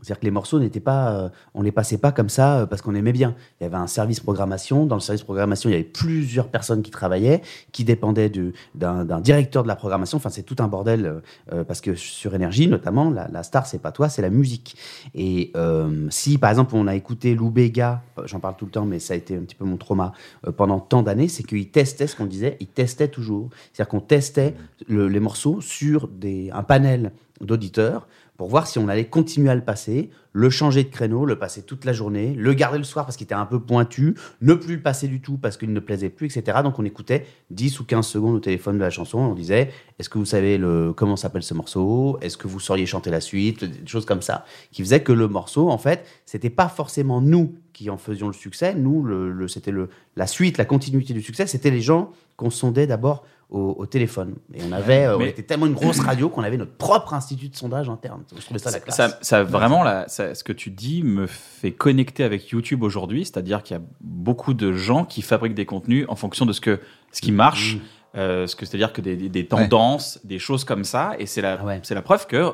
C: C'est-à-dire que les morceaux n'étaient pas, euh, on les passait pas comme ça euh, parce qu'on aimait bien. Il y avait un service programmation. Dans le service programmation, il y avait plusieurs personnes qui travaillaient, qui dépendaient du- d'un d'un directeur de la programmation. Enfin, c'est tout un bordel euh, euh, parce que sur énergie, notamment, la, la star, c'est pas toi, c'est la musique. Et euh, si, par exemple, on a écouté Lou Béga, euh, j'en parle tout le temps, mais ça a été un petit peu mon trauma euh, pendant tant d'années, c'est qu'il testait ce qu'on disait, il testait toujours. C'est-à-dire qu'on testait le- les morceaux sur des, un panel d'auditeurs pour voir si on allait continuer à le passer, le changer de créneau, le passer toute la journée, le garder le soir parce qu'il était un peu pointu, ne plus le passer du tout parce qu'il ne plaisait plus, etc. Donc on écoutait 10 ou 15 secondes au téléphone de la chanson, on disait est-ce que vous savez le, comment s'appelle ce morceau Est-ce que vous sauriez chanter la suite Des choses comme ça, qui faisaient que le morceau, en fait, c'était pas forcément nous qui en faisions le succès, nous, le, le- c'était le, la suite, la continuité du succès, c'était les gens qu'on sondait d'abord au, au téléphone. Et on avait, euh, on
A: Mais-
C: était tellement une grosse radio qu'on avait notre propre institut de sondage interne. Je trouvais ça la
A: Ça,
C: classe.
A: ça- ça, vraiment, là, ça- ce que tu dis me fait connecter avec YouTube aujourd'hui, c'est-à-dire qu'il y a beaucoup de gens qui fabriquent des contenus en fonction de ce, que, ce qui marche,
C: Mm.
A: euh, ce que c'est-à-dire que des, des- des tendances, des choses comme ça, et c'est la,
C: Ah ouais.
A: c'est la preuve que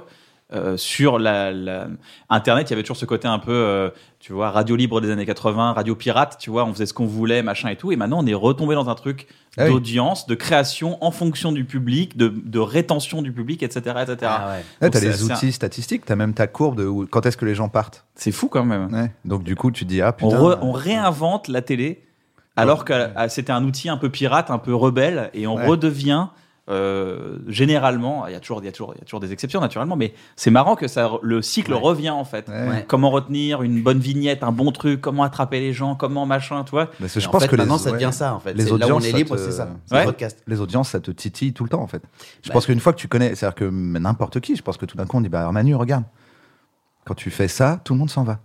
A: euh, sur la, la- Internet, il y avait toujours ce côté un peu, euh, tu vois, radio libre des années 80, radio pirate, tu vois, on faisait ce qu'on voulait, machin et tout, et maintenant on est retombé dans un truc
B: Ah oui.
A: d'audience, de création en fonction du public, de, de rétention du public, etc. etc.
C: Ah ouais.
B: Là,
A: Donc,
B: t'as
A: c'est-
B: les
A: c'est un-
B: outils statistiques, t'as même ta courbe de où- quand est-ce que les gens partent.
A: C'est fou quand même.
B: Ouais. Donc, du coup, tu dis, ah
A: On,
B: putain.
A: re- on réinvente la télé alors que ah, c'était un outil un peu pirate, un peu rebelle, et on
B: Ouais. redevient,
A: redevient euh, généralement, il y, a toujours, il, y a toujours, il y a toujours des exceptions naturellement, mais c'est marrant que ça, re- le cycle
C: Ouais.
A: revient en fait.
B: Ouais.
C: Ouais.
A: Comment retenir une bonne vignette, un bon truc, comment attraper les gens, comment machin, tu vois.
B: Parce que
C: Et
B: je
C: en
B: pense
C: fait,
B: que les-
C: maintenant, ça
B: ouais.
C: devient ça, en fait.
B: Les
C: C'est là où on
B: audiences,
C: est
B: ça
C: libre,
B: te-
C: c'est ça.
A: Ouais.
C: C'est le podcast.
B: les audiences, ça te titille tout le temps, en fait. Je
C: Bah.
B: pense qu'une fois que tu connais, c'est-à-dire que n'importe qui, je pense que tout d'un coup, on dit, bah, Manu, regarde, quand tu fais ça, tout le monde s'en va.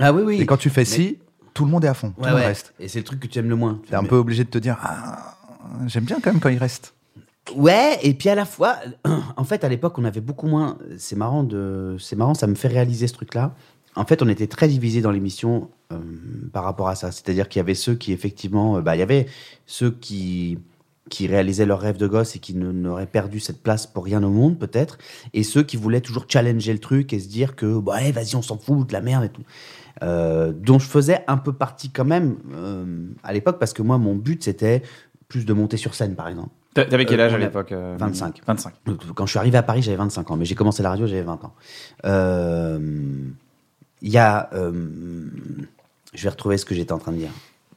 C: Ah oui, oui.
B: Et quand tu fais
C: Mais-
B: ci, tout le monde est à fond, tout
C: Ouais,
B: le monde
C: ouais.
B: reste.
C: Et c'est le truc que tu aimes le moins.
B: T'es un
C: Mais-
B: peu obligé de te dire, ah, j'aime bien quand même quand il reste.
C: Ouais, et puis à la fois, en fait, à l'époque, on avait beaucoup moins. C'est marrant, de... c'est marrant, ça me fait réaliser ce truc-là. En fait, on était très divisé dans l'émission euh, par rapport à ça. C'est-à-dire qu'il y avait ceux qui, effectivement, euh, bah, il y avait ceux qui qui réalisaient leurs rêves de gosse et qui ne- n'auraient perdu cette place pour rien au monde, peut-être, et ceux qui voulaient toujours challenger le truc et se dire que, bah, allez, vas-y, on s'en fout de la merde et tout. Euh, dont je faisais un peu partie quand même euh, à l'époque, parce que moi, mon but, c'était plus de monter sur scène, par exemple.
A: T'a- T'avais quel
C: Euh,
A: âge
C: on
A: à
C: a-
A: l'époque euh,
C: 25.
A: 25.
C: Quand je suis arrivé à Paris, j'avais 25 ans, mais j'ai commencé la radio, j'avais 20 ans. Euh, Il y a. euh, je vais retrouver ce que j'étais en train de dire.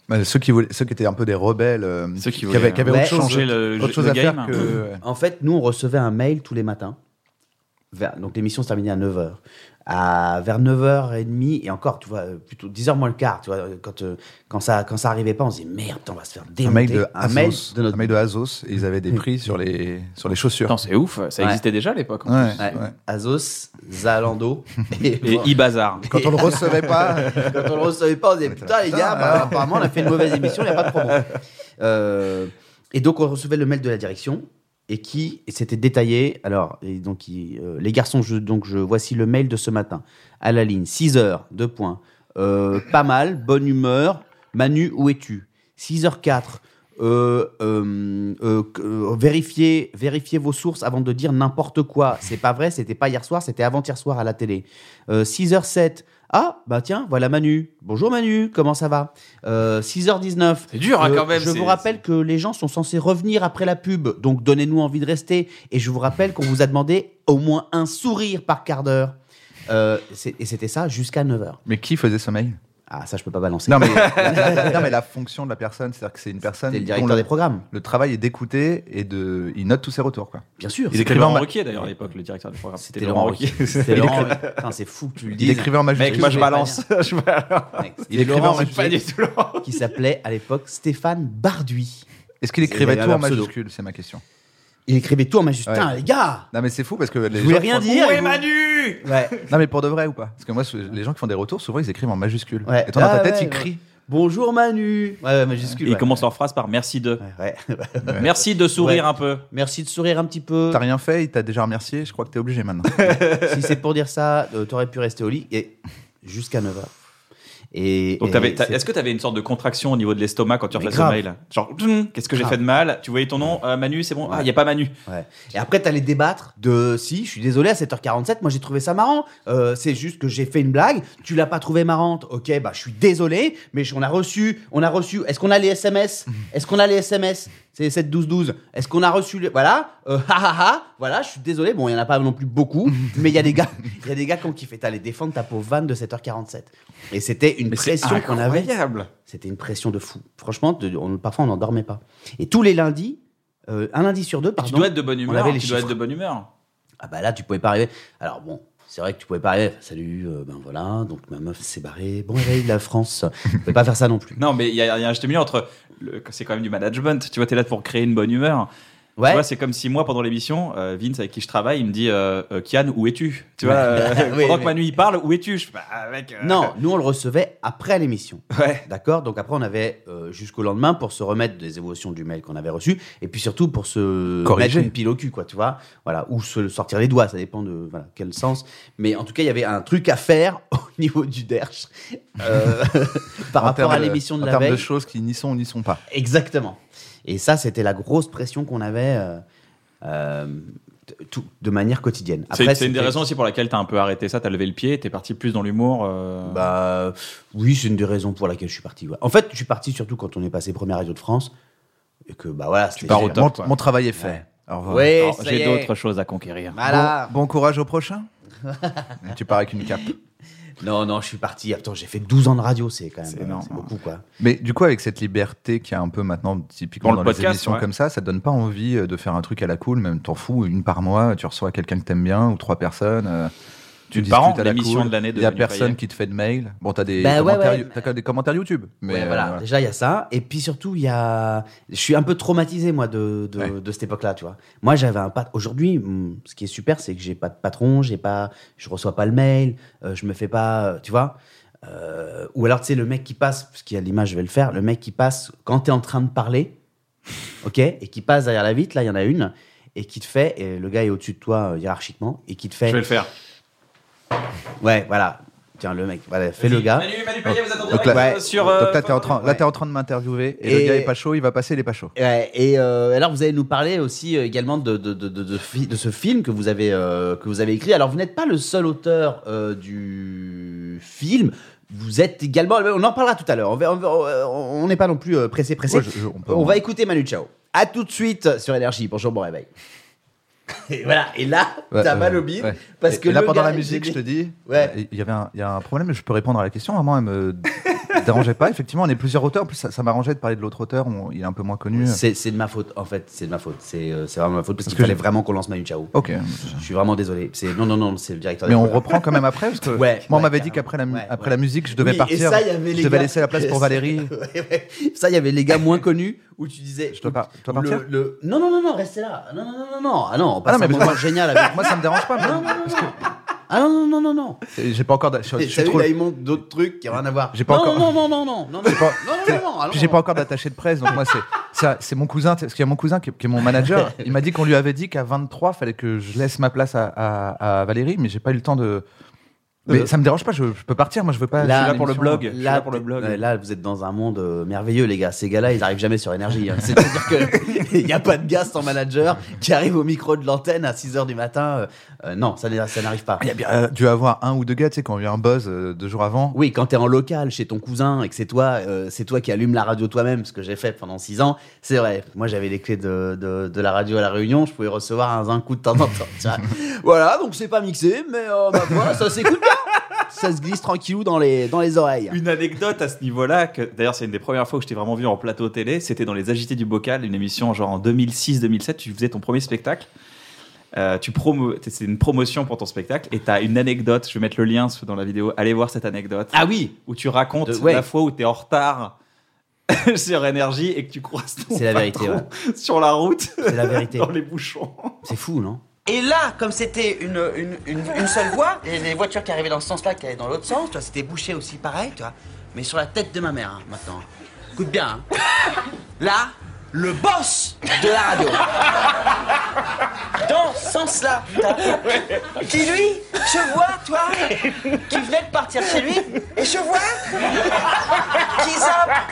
B: Bah, ceux, qui voulaient, ceux qui étaient un peu des rebelles, euh,
A: Ceux qui
B: avaient,
A: voulaient,
B: qui avaient
C: ouais,
B: autre chose,
A: changer le-
B: autre
A: le
B: chose à
A: game.
B: faire que.
C: En fait, nous, on recevait un mail tous les matins. Vers- donc l'émission se terminait à 9h. À, vers 9h30, et encore, tu vois, euh, plutôt 10h moins le quart, tu vois, euh, quand, euh, quand, ça, quand ça arrivait pas, on se disait merde, on va se faire démonter.
B: un mail de
C: Un mail
B: Azos,
C: de notre Mm.
B: un mail de Azos, et ils avaient des prix sur les sur les chaussures.
A: Attends, c'est ouf, ça
C: Ouais.
A: existait déjà à l'époque. en
B: Ouais,
A: plus.
C: Ouais.
B: ouais.
C: Azos, Zalando, et,
A: Et e-bazar.
B: Quand on le recevait pas,
C: Quand on le recevait pas, on disait putain les gars, bah, apparemment on a fait une mauvaise émission, il n'y a pas de promo. Euh, et donc on recevait le mail de la direction et qui et c'était détaillé. Alors, et donc il- euh, les garçons, je, donc je voici le mail de ce matin à la ligne 6 h deux points. Euh, pas mal, bonne humeur. Manu, où es-tu 6h04. Euh, euh, euh, que- euh, vérifiez, vérifiez vos sources avant de dire n'importe quoi. C'est pas vrai, c'était pas hier soir, c'était avant-hier soir à la télé. Euh, 6h07. Ah, bah tiens, voilà Manu. Bonjour Manu, comment ça va Euh, 6h19.
A: C'est dur hein,
C: Euh,
A: quand même.
C: Je
A: c'est-
C: vous rappelle que les gens sont censés revenir après la pub, donc donnez-nous envie de rester. Et je vous rappelle qu'on vous a demandé au moins un sourire par quart d'heure. Euh, c'est- et c'était ça jusqu'à 9h.
B: mais qui faisait ce mail
C: Ah, ça, je peux pas balancer.
B: Non mais, la, non, mais la fonction de la personne, c'est-à-dire que c'est une personne
C: T'es le
B: dont
C: directeur
B: le,
C: des programmes.
B: le travail est d'écouter et de, il note tous ses retours. Quoi.
C: Bien sûr.
B: Il
A: C'était
B: écrivait en
A: Laurent
B: ma-
A: Ruquier d'ailleurs à l'époque, le directeur du programme. C'était
C: C'était
A: Laurent
C: Laurent
A: Ruquier.
C: C'était Laurent. Putain, c'est fou que tu le
B: Il
C: dises.
B: écrivait en
A: Mec,
B: majuscule.
A: moi je
C: Ruquier.
A: balance. Je balance.
C: Mec, c'était
B: Il écrivait
C: Laurent
B: en
C: Ruquier,
A: Pas du tout Laurent.
C: qui s'appelait à l'époque Stéphane Barduit.
B: Est-ce qu'il écrivait
C: Il avait
B: tout en
C: un pseudo.
B: majuscule C'est ma question.
C: Il écrivait tout en majuscule.
B: Ouais.
C: Putain, les gars
B: Non mais c'est fou parce que les
C: Je voulais
B: gens
C: rien
B: font-
C: dire.
A: Où
C: et
A: est
C: vous-
A: Manu
C: Ouais.
B: Non mais pour de vrai ou pas Parce que moi, les gens qui font des retours, souvent ils écrivent en majuscule.
C: Ouais.
B: Et toi dans
C: Ah
B: ta tête,
C: ouais,
B: ils
C: ouais.
B: crient.
C: Bonjour Manu. Ouais, ouais,
A: Et
C: majuscule.
A: ils
C: ouais.
A: commencent leur phrase par merci de.
C: Ouais, ouais.
A: Merci de sourire
C: Ouais.
A: un peu.
C: Merci de sourire un petit peu.
B: T'as rien fait, il t'a déjà remercié. Je crois que t'es obligé maintenant.
C: si c'est pour dire ça, euh, t'aurais pu rester au lit et jusqu'à 9h. Et,
A: Donc
C: et
A: t'avais- t'as-
C: c'est-
A: est-ce que tu avais une sorte de contraction au niveau de l'estomac quand tu
C: Mais
A: refaisais
C: grave.
A: ce mail Genre, Hum, qu'est-ce que j'ai
C: Grave.
A: fait de mal Tu voyais ton nom, euh, Manu, c'est bon. Ah, il
C: Ouais.
A: n'y a pas Manu.
C: Ouais. Et après, t'allais débattre de si, je suis désolé, à 7h47, moi j'ai trouvé ça marrant. Euh, c'est juste que j'ai fait une blague, tu l'as pas trouvé marrante. Ok, bah je suis désolé, mais on a reçu, on a reçu. Est-ce qu'on a les SMS Est-ce qu'on a les SMS C'est 7-12-12. Est-ce qu'on a reçu les. Voilà, euh, ha ha ha, voilà, je suis désolé. Bon, il y en a pas non plus beaucoup, mais il y a des gars, il y a des gars qui ont kiffé. T'allais défendre ta pauvre vanne de 7h47. Et c'était une pression Ah, qu'on avait.
A: Incroyable.
C: C'était une pression de fou. Franchement, de- on- parfois on n'en dormait pas. Et tous les lundis, euh, un lundi sur deux,
A: Et Tu
C: pardon.
A: dois être de bonne humeur.
C: avait les
A: Tu dois être
C: chiffres.
A: de bonne humeur.
C: Ah bah là, tu pouvais pas arriver. Alors bon, c'est vrai que tu pouvais pas arriver. Salut, euh, ben voilà, donc ma meuf s'est barrée. Bon réveil de la France. Tu pouvais pas faire ça non plus.
A: Non, mais il y, a il y a un juste milieu entre. le- C'est quand même du management. Tu vois, tu es là pour créer une bonne humeur. Tu
C: Ouais.
A: vois, c'est comme si moi, pendant l'émission, euh, Vince, avec qui je travaille, il me dit euh, euh, Kian, où es-tu Tu vois, euh,
C: Oui,
A: pendant
C: oui.
A: que Manu il parle, où es-tu Je fais, bah, mec, euh,
C: Non, nous on le recevait après l'émission.
A: Ouais.
C: D'accord Donc après on avait euh, jusqu'au lendemain pour se remettre des émotions du mail qu'on avait reçu et puis surtout pour se
B: Corriger.
C: mettre une pile au cul quoi, tu vois. Voilà, ou se sortir les doigts, ça dépend de voilà, quel sens. Mais en tout cas, il y avait un truc à faire au niveau du derche euh, par
B: En
C: rapport
B: termes
C: à
B: de-
C: l'émission de
B: en
C: la
B: termes
C: veille.
B: de choses qui n'y sont ou n'y sont pas.
C: Exactement. Et ça, c'était la grosse pression qu'on avait euh, euh, t- tout- de manière quotidienne.
A: C'est
C: Après,
A: c'est une des
C: c'était-
A: raisons aussi pour laquelle tu as un peu arrêté ça. Tu as levé le pied, tu es parti plus dans l'humour. euh,
C: Bah, oui, c'est une des raisons pour laquelle je suis parti. ouais. En fait, je suis parti surtout quand on est passé première radio de France et que bah voilà, c'était
A: pars au top.
B: Mon,
A: quoi.
B: mon travail est fait. Au revoir.
C: Ouais,
A: alors,
C: ça y
A: J'ai
C: est.
A: d'autres choses à conquérir.
B: Bah,
C: Voilà.
B: Bon, bon courage au prochain. Et tu pars avec une cape.
C: Non, non, je suis parti. Attends, j'ai fait 12 ans de radio, c'est quand même
A: C'est
C: euh,
A: énorme.
C: c'est beaucoup quoi.
B: Mais du coup, avec cette liberté qu'il y a un peu maintenant, typiquement
A: Dans le
B: dans, les
A: podcast,
B: émissions
A: ouais.
B: comme ça, ça te donne pas envie euh, de faire un truc à la cool, même t'en fous, une par mois, tu reçois quelqu'un que t'aimes bien ou trois personnes. euh, tu
A: Une par an,
B: discutes à la
A: l'émission
B: cool.
A: de l'année de
B: Il y a
A: Manu
B: personne
A: Payet.
B: qui te fait de mail. Bon, t'as des,
C: Bah ouais,
B: commentaires,
C: ouais,
B: you-
C: mais-
B: t'as quand même des commentaires YouTube. Mais
C: Ouais,
B: euh,
C: voilà.
B: voilà.
C: Déjà, il y a ça. Et puis surtout, il y a. Je suis un peu traumatisé, moi, de, de,
B: Ouais.
C: de cette époque-là, tu vois. Moi, j'avais un patron. Aujourd'hui, hum, ce qui est super, c'est que j'ai pas de patron, j'ai pas... je reçois pas le mail, euh, je me fais pas. euh, Tu vois Euh, Ou alors, tu sais, le mec qui passe, parce qu'il y a l'image, je vais le faire, le mec qui passe quand t'es en train de parler, ok, et qui passe derrière la vitre, là, il y en a une, et qui te fait. Et le gars est au-dessus de toi euh, hiérarchiquement, et qui
B: eh.
C: te fait.
A: Je vais le faire.
C: Ouais, voilà. Tiens, le mec, voilà, fais le gars.
A: Manu, Manu Payet, vous êtes en
B: Donc
A: direct,
B: là-
A: euh, sur.
B: Donc là,
A: euh,
B: t'es en train, là,
C: ouais.
B: t'es en train de m'interviewer et, le
C: Et-
B: gars est pas chaud, il va passer, il est pas chaud.
C: Ouais, et euh, alors vous allez nous parler aussi euh, également de, de, de, de, de fi- de ce film que vous avez euh, que vous avez écrit. Alors vous n'êtes pas le seul auteur euh, du film. Vous êtes également. On en parlera tout à l'heure. On va- on va- on n'est pas non plus euh, pressé pressé.
B: Ouais, je- je- on peut-
C: on va écouter Manu Chao. À tout de suite sur Énergie. Bonjour, bon réveil. et voilà. Et là,
B: Ouais,
C: t'as
B: euh,
C: mal au bide
B: ouais.
C: parce
B: Et-
C: que
B: et là,
C: le
B: pendant
C: gars
B: la
C: est
B: musique, je
C: gêné.
B: te dis,
C: Ouais.
B: euh, il y avait un, il y a un problème, je peux répondre à la question. Vraiment, elle me dérangeait pas. Effectivement, on est plusieurs auteurs. En plus, ça, ça m'arrangeait de parler de l'autre auteur. on- il est un peu moins connu.
C: C'est c'est de ma faute. En fait, c'est de ma faute. C'est euh, c'est vraiment ma faute parce,
B: Parce
C: qu'il
B: que
C: fallait
B: j'ai-
C: vraiment qu'on lance Manu Chao.
B: Ok.
C: Je suis vraiment désolé. C'est non non non. C'est le directeur.
B: euh, Mais
C: des
B: on
C: programmes.
B: reprend quand même après parce que
C: Ouais,
B: moi on
C: ouais,
B: m'avait dit
C: carrément.
B: qu'après la, mu-
C: Ouais,
B: après la
C: ouais.
B: musique je devais
C: Oui,
B: partir.
C: Et ça, il y avait les
B: je devais
C: gars-
B: laisser la place pour Valérie.
C: Ouais, ouais. ça, il y avait les gars moins connus où tu disais.
B: Je dois, par- je dois
C: le-
B: partir.
C: le- Non, non, non, non, restez là. Non, non, non, non, non. Ah non, on passe
B: non, mais
C: un
B: parce
C: moment
B: que-
C: génial avec.
B: Moi ça me dérange pas. mais-
C: non, non, non, non. Ah non, non, non, non, non.
B: J'ai pas encore. d'a- Je, je
C: Et
B: suis
C: t'as vu,
B: trop-
C: là, il montre d'autres trucs qui n'ont rien à voir.
B: J'ai pas
C: non,
B: encore-
C: non, non, non, non, non, non, non, non,
B: pas-
C: non, non, non,
B: Puis
C: non,
B: j'ai
C: non.
B: pas encore d'attaché de presse, donc moi c'est ça, c'est mon cousin, parce qu'il y a mon cousin qui, est- qui est mon manager. Il m'a dit qu'on lui avait dit qu'à 23 fallait que je laisse ma place à, à- à Valérie, mais j'ai pas eu le temps de. Mais
C: Euh.
B: ça me dérange pas, je, je peux partir, moi je veux pas.
C: Là, euh,
B: je suis
A: pour le
B: l'émission.
A: blog. Je suis là pour le
C: t'es-
A: blog.
C: ouais, Là, vous êtes dans un monde euh, merveilleux, les gars. Ces gars-là, ils arrivent jamais sur énergie. hein. C'est-à-dire que il n'y a pas de gars sans manager qui arrive au micro de l'antenne à 6 h du matin. Euh, euh, non, ça n'est- ça n'arrive pas.
B: Il y a bien euh, dû avoir un ou deux gars, tu sais, qui ont eu un buzz euh, deux jours avant.
C: Oui, quand t'es en local chez ton cousin et que c'est toi, euh, c'est toi qui allume la radio toi-même, ce que j'ai fait pendant six ans, c'est vrai. Moi, j'avais les clés de, de, de la radio à la Réunion, je pouvais recevoir un, un coup de temps en temps. tu vois. voilà, donc c'est pas mixé, mais euh, ma foi, ça bah, s'écoute bien. ça se glisse tranquillou dans les, dans les oreilles.
A: Une anecdote à ce niveau-là, que d'ailleurs c'est une des premières fois que je t'ai vraiment vu en plateau télé, c'était dans Les Agités du Bocal, une émission genre en 2006-2007, tu faisais ton premier spectacle. Euh, tu promo... C'est une promotion pour ton spectacle et tu as une anecdote, je vais mettre le lien dans la vidéo, allez voir cette anecdote,
C: Ah oui,
A: où tu racontes
C: De- ouais.
A: la fois où tu es en retard sur énergie et que tu croises ton
C: C'est la vérité,
A: patron sur la route,
C: c'est la vérité.
A: dans les bouchons.
C: C'est fou, non
E: Et là, comme c'était une, une, une, une seule voie, et les voitures qui arrivaient dans ce sens-là, qui allaient dans l'autre sens, tu vois, c'était bouché aussi pareil, tu vois. Mais sur la tête de ma mère, hein, maintenant. Écoute bien. hein. Là, le boss de la radio. Dans ce sens-là, putain. Qui lui, je vois, toi, qui venait de partir chez lui, et je vois qui zappe.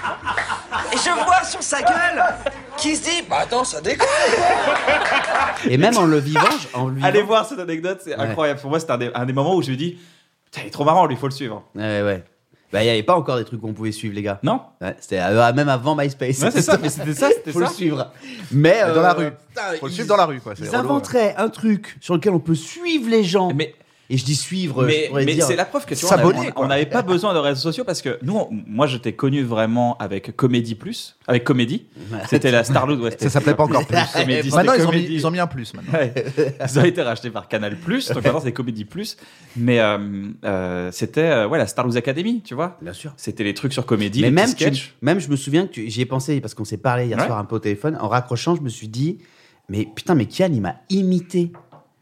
E: Et je vois sur sa gueule qui se dit, bah attends, ça déconne.
C: Et même en le vivant, je- en le vivant-
A: Allez voir cette anecdote, c'est incroyable. Pour moi, c'est un des, un des moments où je me dis, putain, il est trop marrant, lui, il faut le suivre.
C: Ouais, ouais. Bah, il n'y avait pas encore des trucs qu'on pouvait suivre, les gars.
A: Non
C: Ouais, c'était euh, même avant MySpace.
A: Ouais, c'est ça, mais c'était ça, c'était
C: Faut le
A: ça.
C: suivre. Mais
B: Dans la
C: euh,
B: rue.
C: putain,
B: Faut le
C: ils-
B: suivre dans la rue, quoi. C'est
C: Ils
B: relou, hein.
C: inventeraient un truc sur lequel on peut suivre les gens.
A: Mais,
C: Et je dis suivre, je
A: mais,
C: pourrais
A: mais
C: dire.
A: c'est la preuve que tu vois, on a-
B: S'abonner,
A: on- on n'avait pas besoin de réseaux sociaux parce que nous, on- moi, je t'ai connu vraiment avec Comédie Plus, avec Comédie. C'était la Starloot. Ouais,
B: Ça s'appelait pas encore plus.
A: Comédie,
B: Maintenant,
A: c'était
B: ils ont, mis,
A: comédie.
B: ils ont mis un plus. Maintenant.
A: Ouais. Ils ont été rachetés par Canal Plus, donc maintenant c'est Comédie Plus. Mais euh, euh, c'était euh, ouais, la Star Wars Academy, tu vois.
C: Bien sûr.
A: C'était les trucs sur Comédie,
C: Mais
A: les
C: même,
A: petits sketchs.
C: tu- même, je me souviens que tu- j'y ai pensé parce qu'on s'est parlé hier
A: Ouais.
C: soir un peu au téléphone. En raccrochant, je me suis dit, mais putain, mais Kian, il m'a imité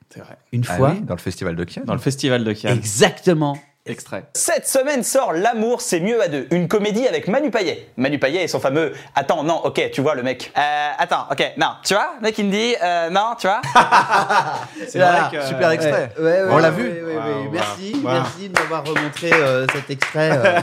A: C'est vrai.
C: une
B: Ah
C: fois.
B: oui, dans le festival de Kiel.
A: Dans le festival de Cannes.
C: Exactement.
A: Extrait.
F: Cette semaine sort L'amour, c'est mieux à deux, une comédie avec Manu Payet. Manu Payet et son fameux Attends, non, ok, tu vois le mec.
C: Ah,
F: Euh, attends, ok, non, tu vois, le mec il me dit euh, Non, tu vois.
A: C'est
B: Ah,
A: vrai que, euh,
B: Super extrait.
C: Ouais, ouais,
B: On
C: ouais,
B: l'a
C: ouais,
B: vu.
C: ouais, ouais,
A: Waouh,
C: ouais. Merci,
A: waouh.
C: merci de m'avoir remontré euh, cet extrait. euh,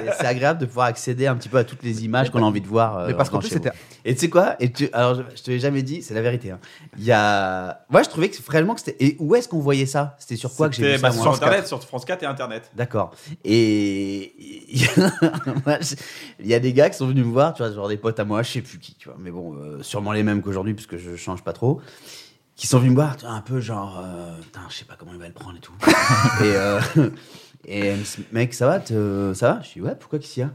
C: et c'est agréable de pouvoir accéder un petit peu à toutes les images qu'on a envie de voir. euh,
B: Mais parce qu'en
C: dans
B: plus,
C: chez vous.
B: c'était-
C: Et tu sais quoi Et tu, alors, je, je te l'ai jamais dit, c'est la vérité. hein. Il y a. Moi, je trouvais que vraiment que c'était. Et où est-ce qu'on voyait ça C'était sur quoi que j'ai
A: c'était,
C: vu ça
A: bah,
C: moi
A: sur Internet, sur France 4 et Internet.
C: D'accord. Et il y a- moi, je- il y a des gars qui sont venus me voir, tu vois, genre des potes à moi, je sais plus qui, tu vois, mais bon, euh, sûrement les mêmes qu'aujourd'hui, parce que je change pas trop, qui sont venus me voir, tu vois, un peu genre, euh, putain, je sais pas comment il va le prendre et tout. et, euh, et elle me dit, mec, ça va, te- ça va Je dis, ouais, pourquoi qu'est-ce qu'il y a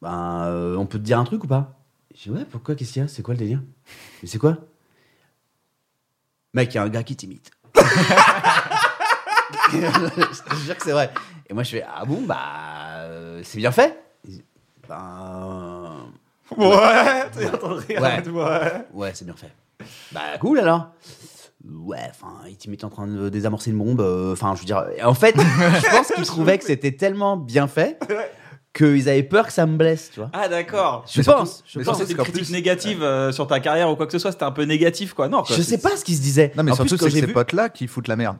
C: Ben, euh, on peut te dire un truc ou pas Je dis, ouais, pourquoi qu'est-ce qu'il y a C'est quoi le délire Mais c'est quoi Mec, il y a un gars qui t'imite. je te jure que c'est vrai. Et moi, je fais Ah bon, bah, euh, c'est bien fait Ils- Ben.
A: Ouais, t'es en train de rire,
C: Ouais.
A: toi.
C: Ouais, c'est bien fait. Bah, cool alors Ouais, enfin, il t'imite en train de désamorcer une bombe. euh, Enfin, je veux dire. En fait, je pense qu'ils trouvaient que c'était tellement bien fait qu'ils avaient peur que ça me blesse, tu vois.
A: Ah, d'accord.
C: Je
B: Mais surtout-
C: pense, je
B: mais
A: Je
C: pense.
A: pensais que
B: surtout,
A: c'était une critique
B: qu'en plus-
A: négative euh, sur ta carrière ou quoi que ce soit, c'était un peu négatif quoi. Non, quoi.
C: Je sais pas ce qu'ils se disaient.
B: Non, mais
C: En
B: surtout,
C: plus, quand
B: c'est
C: j'ai
B: ces
C: vu-
B: potes-là qui foutent la merde.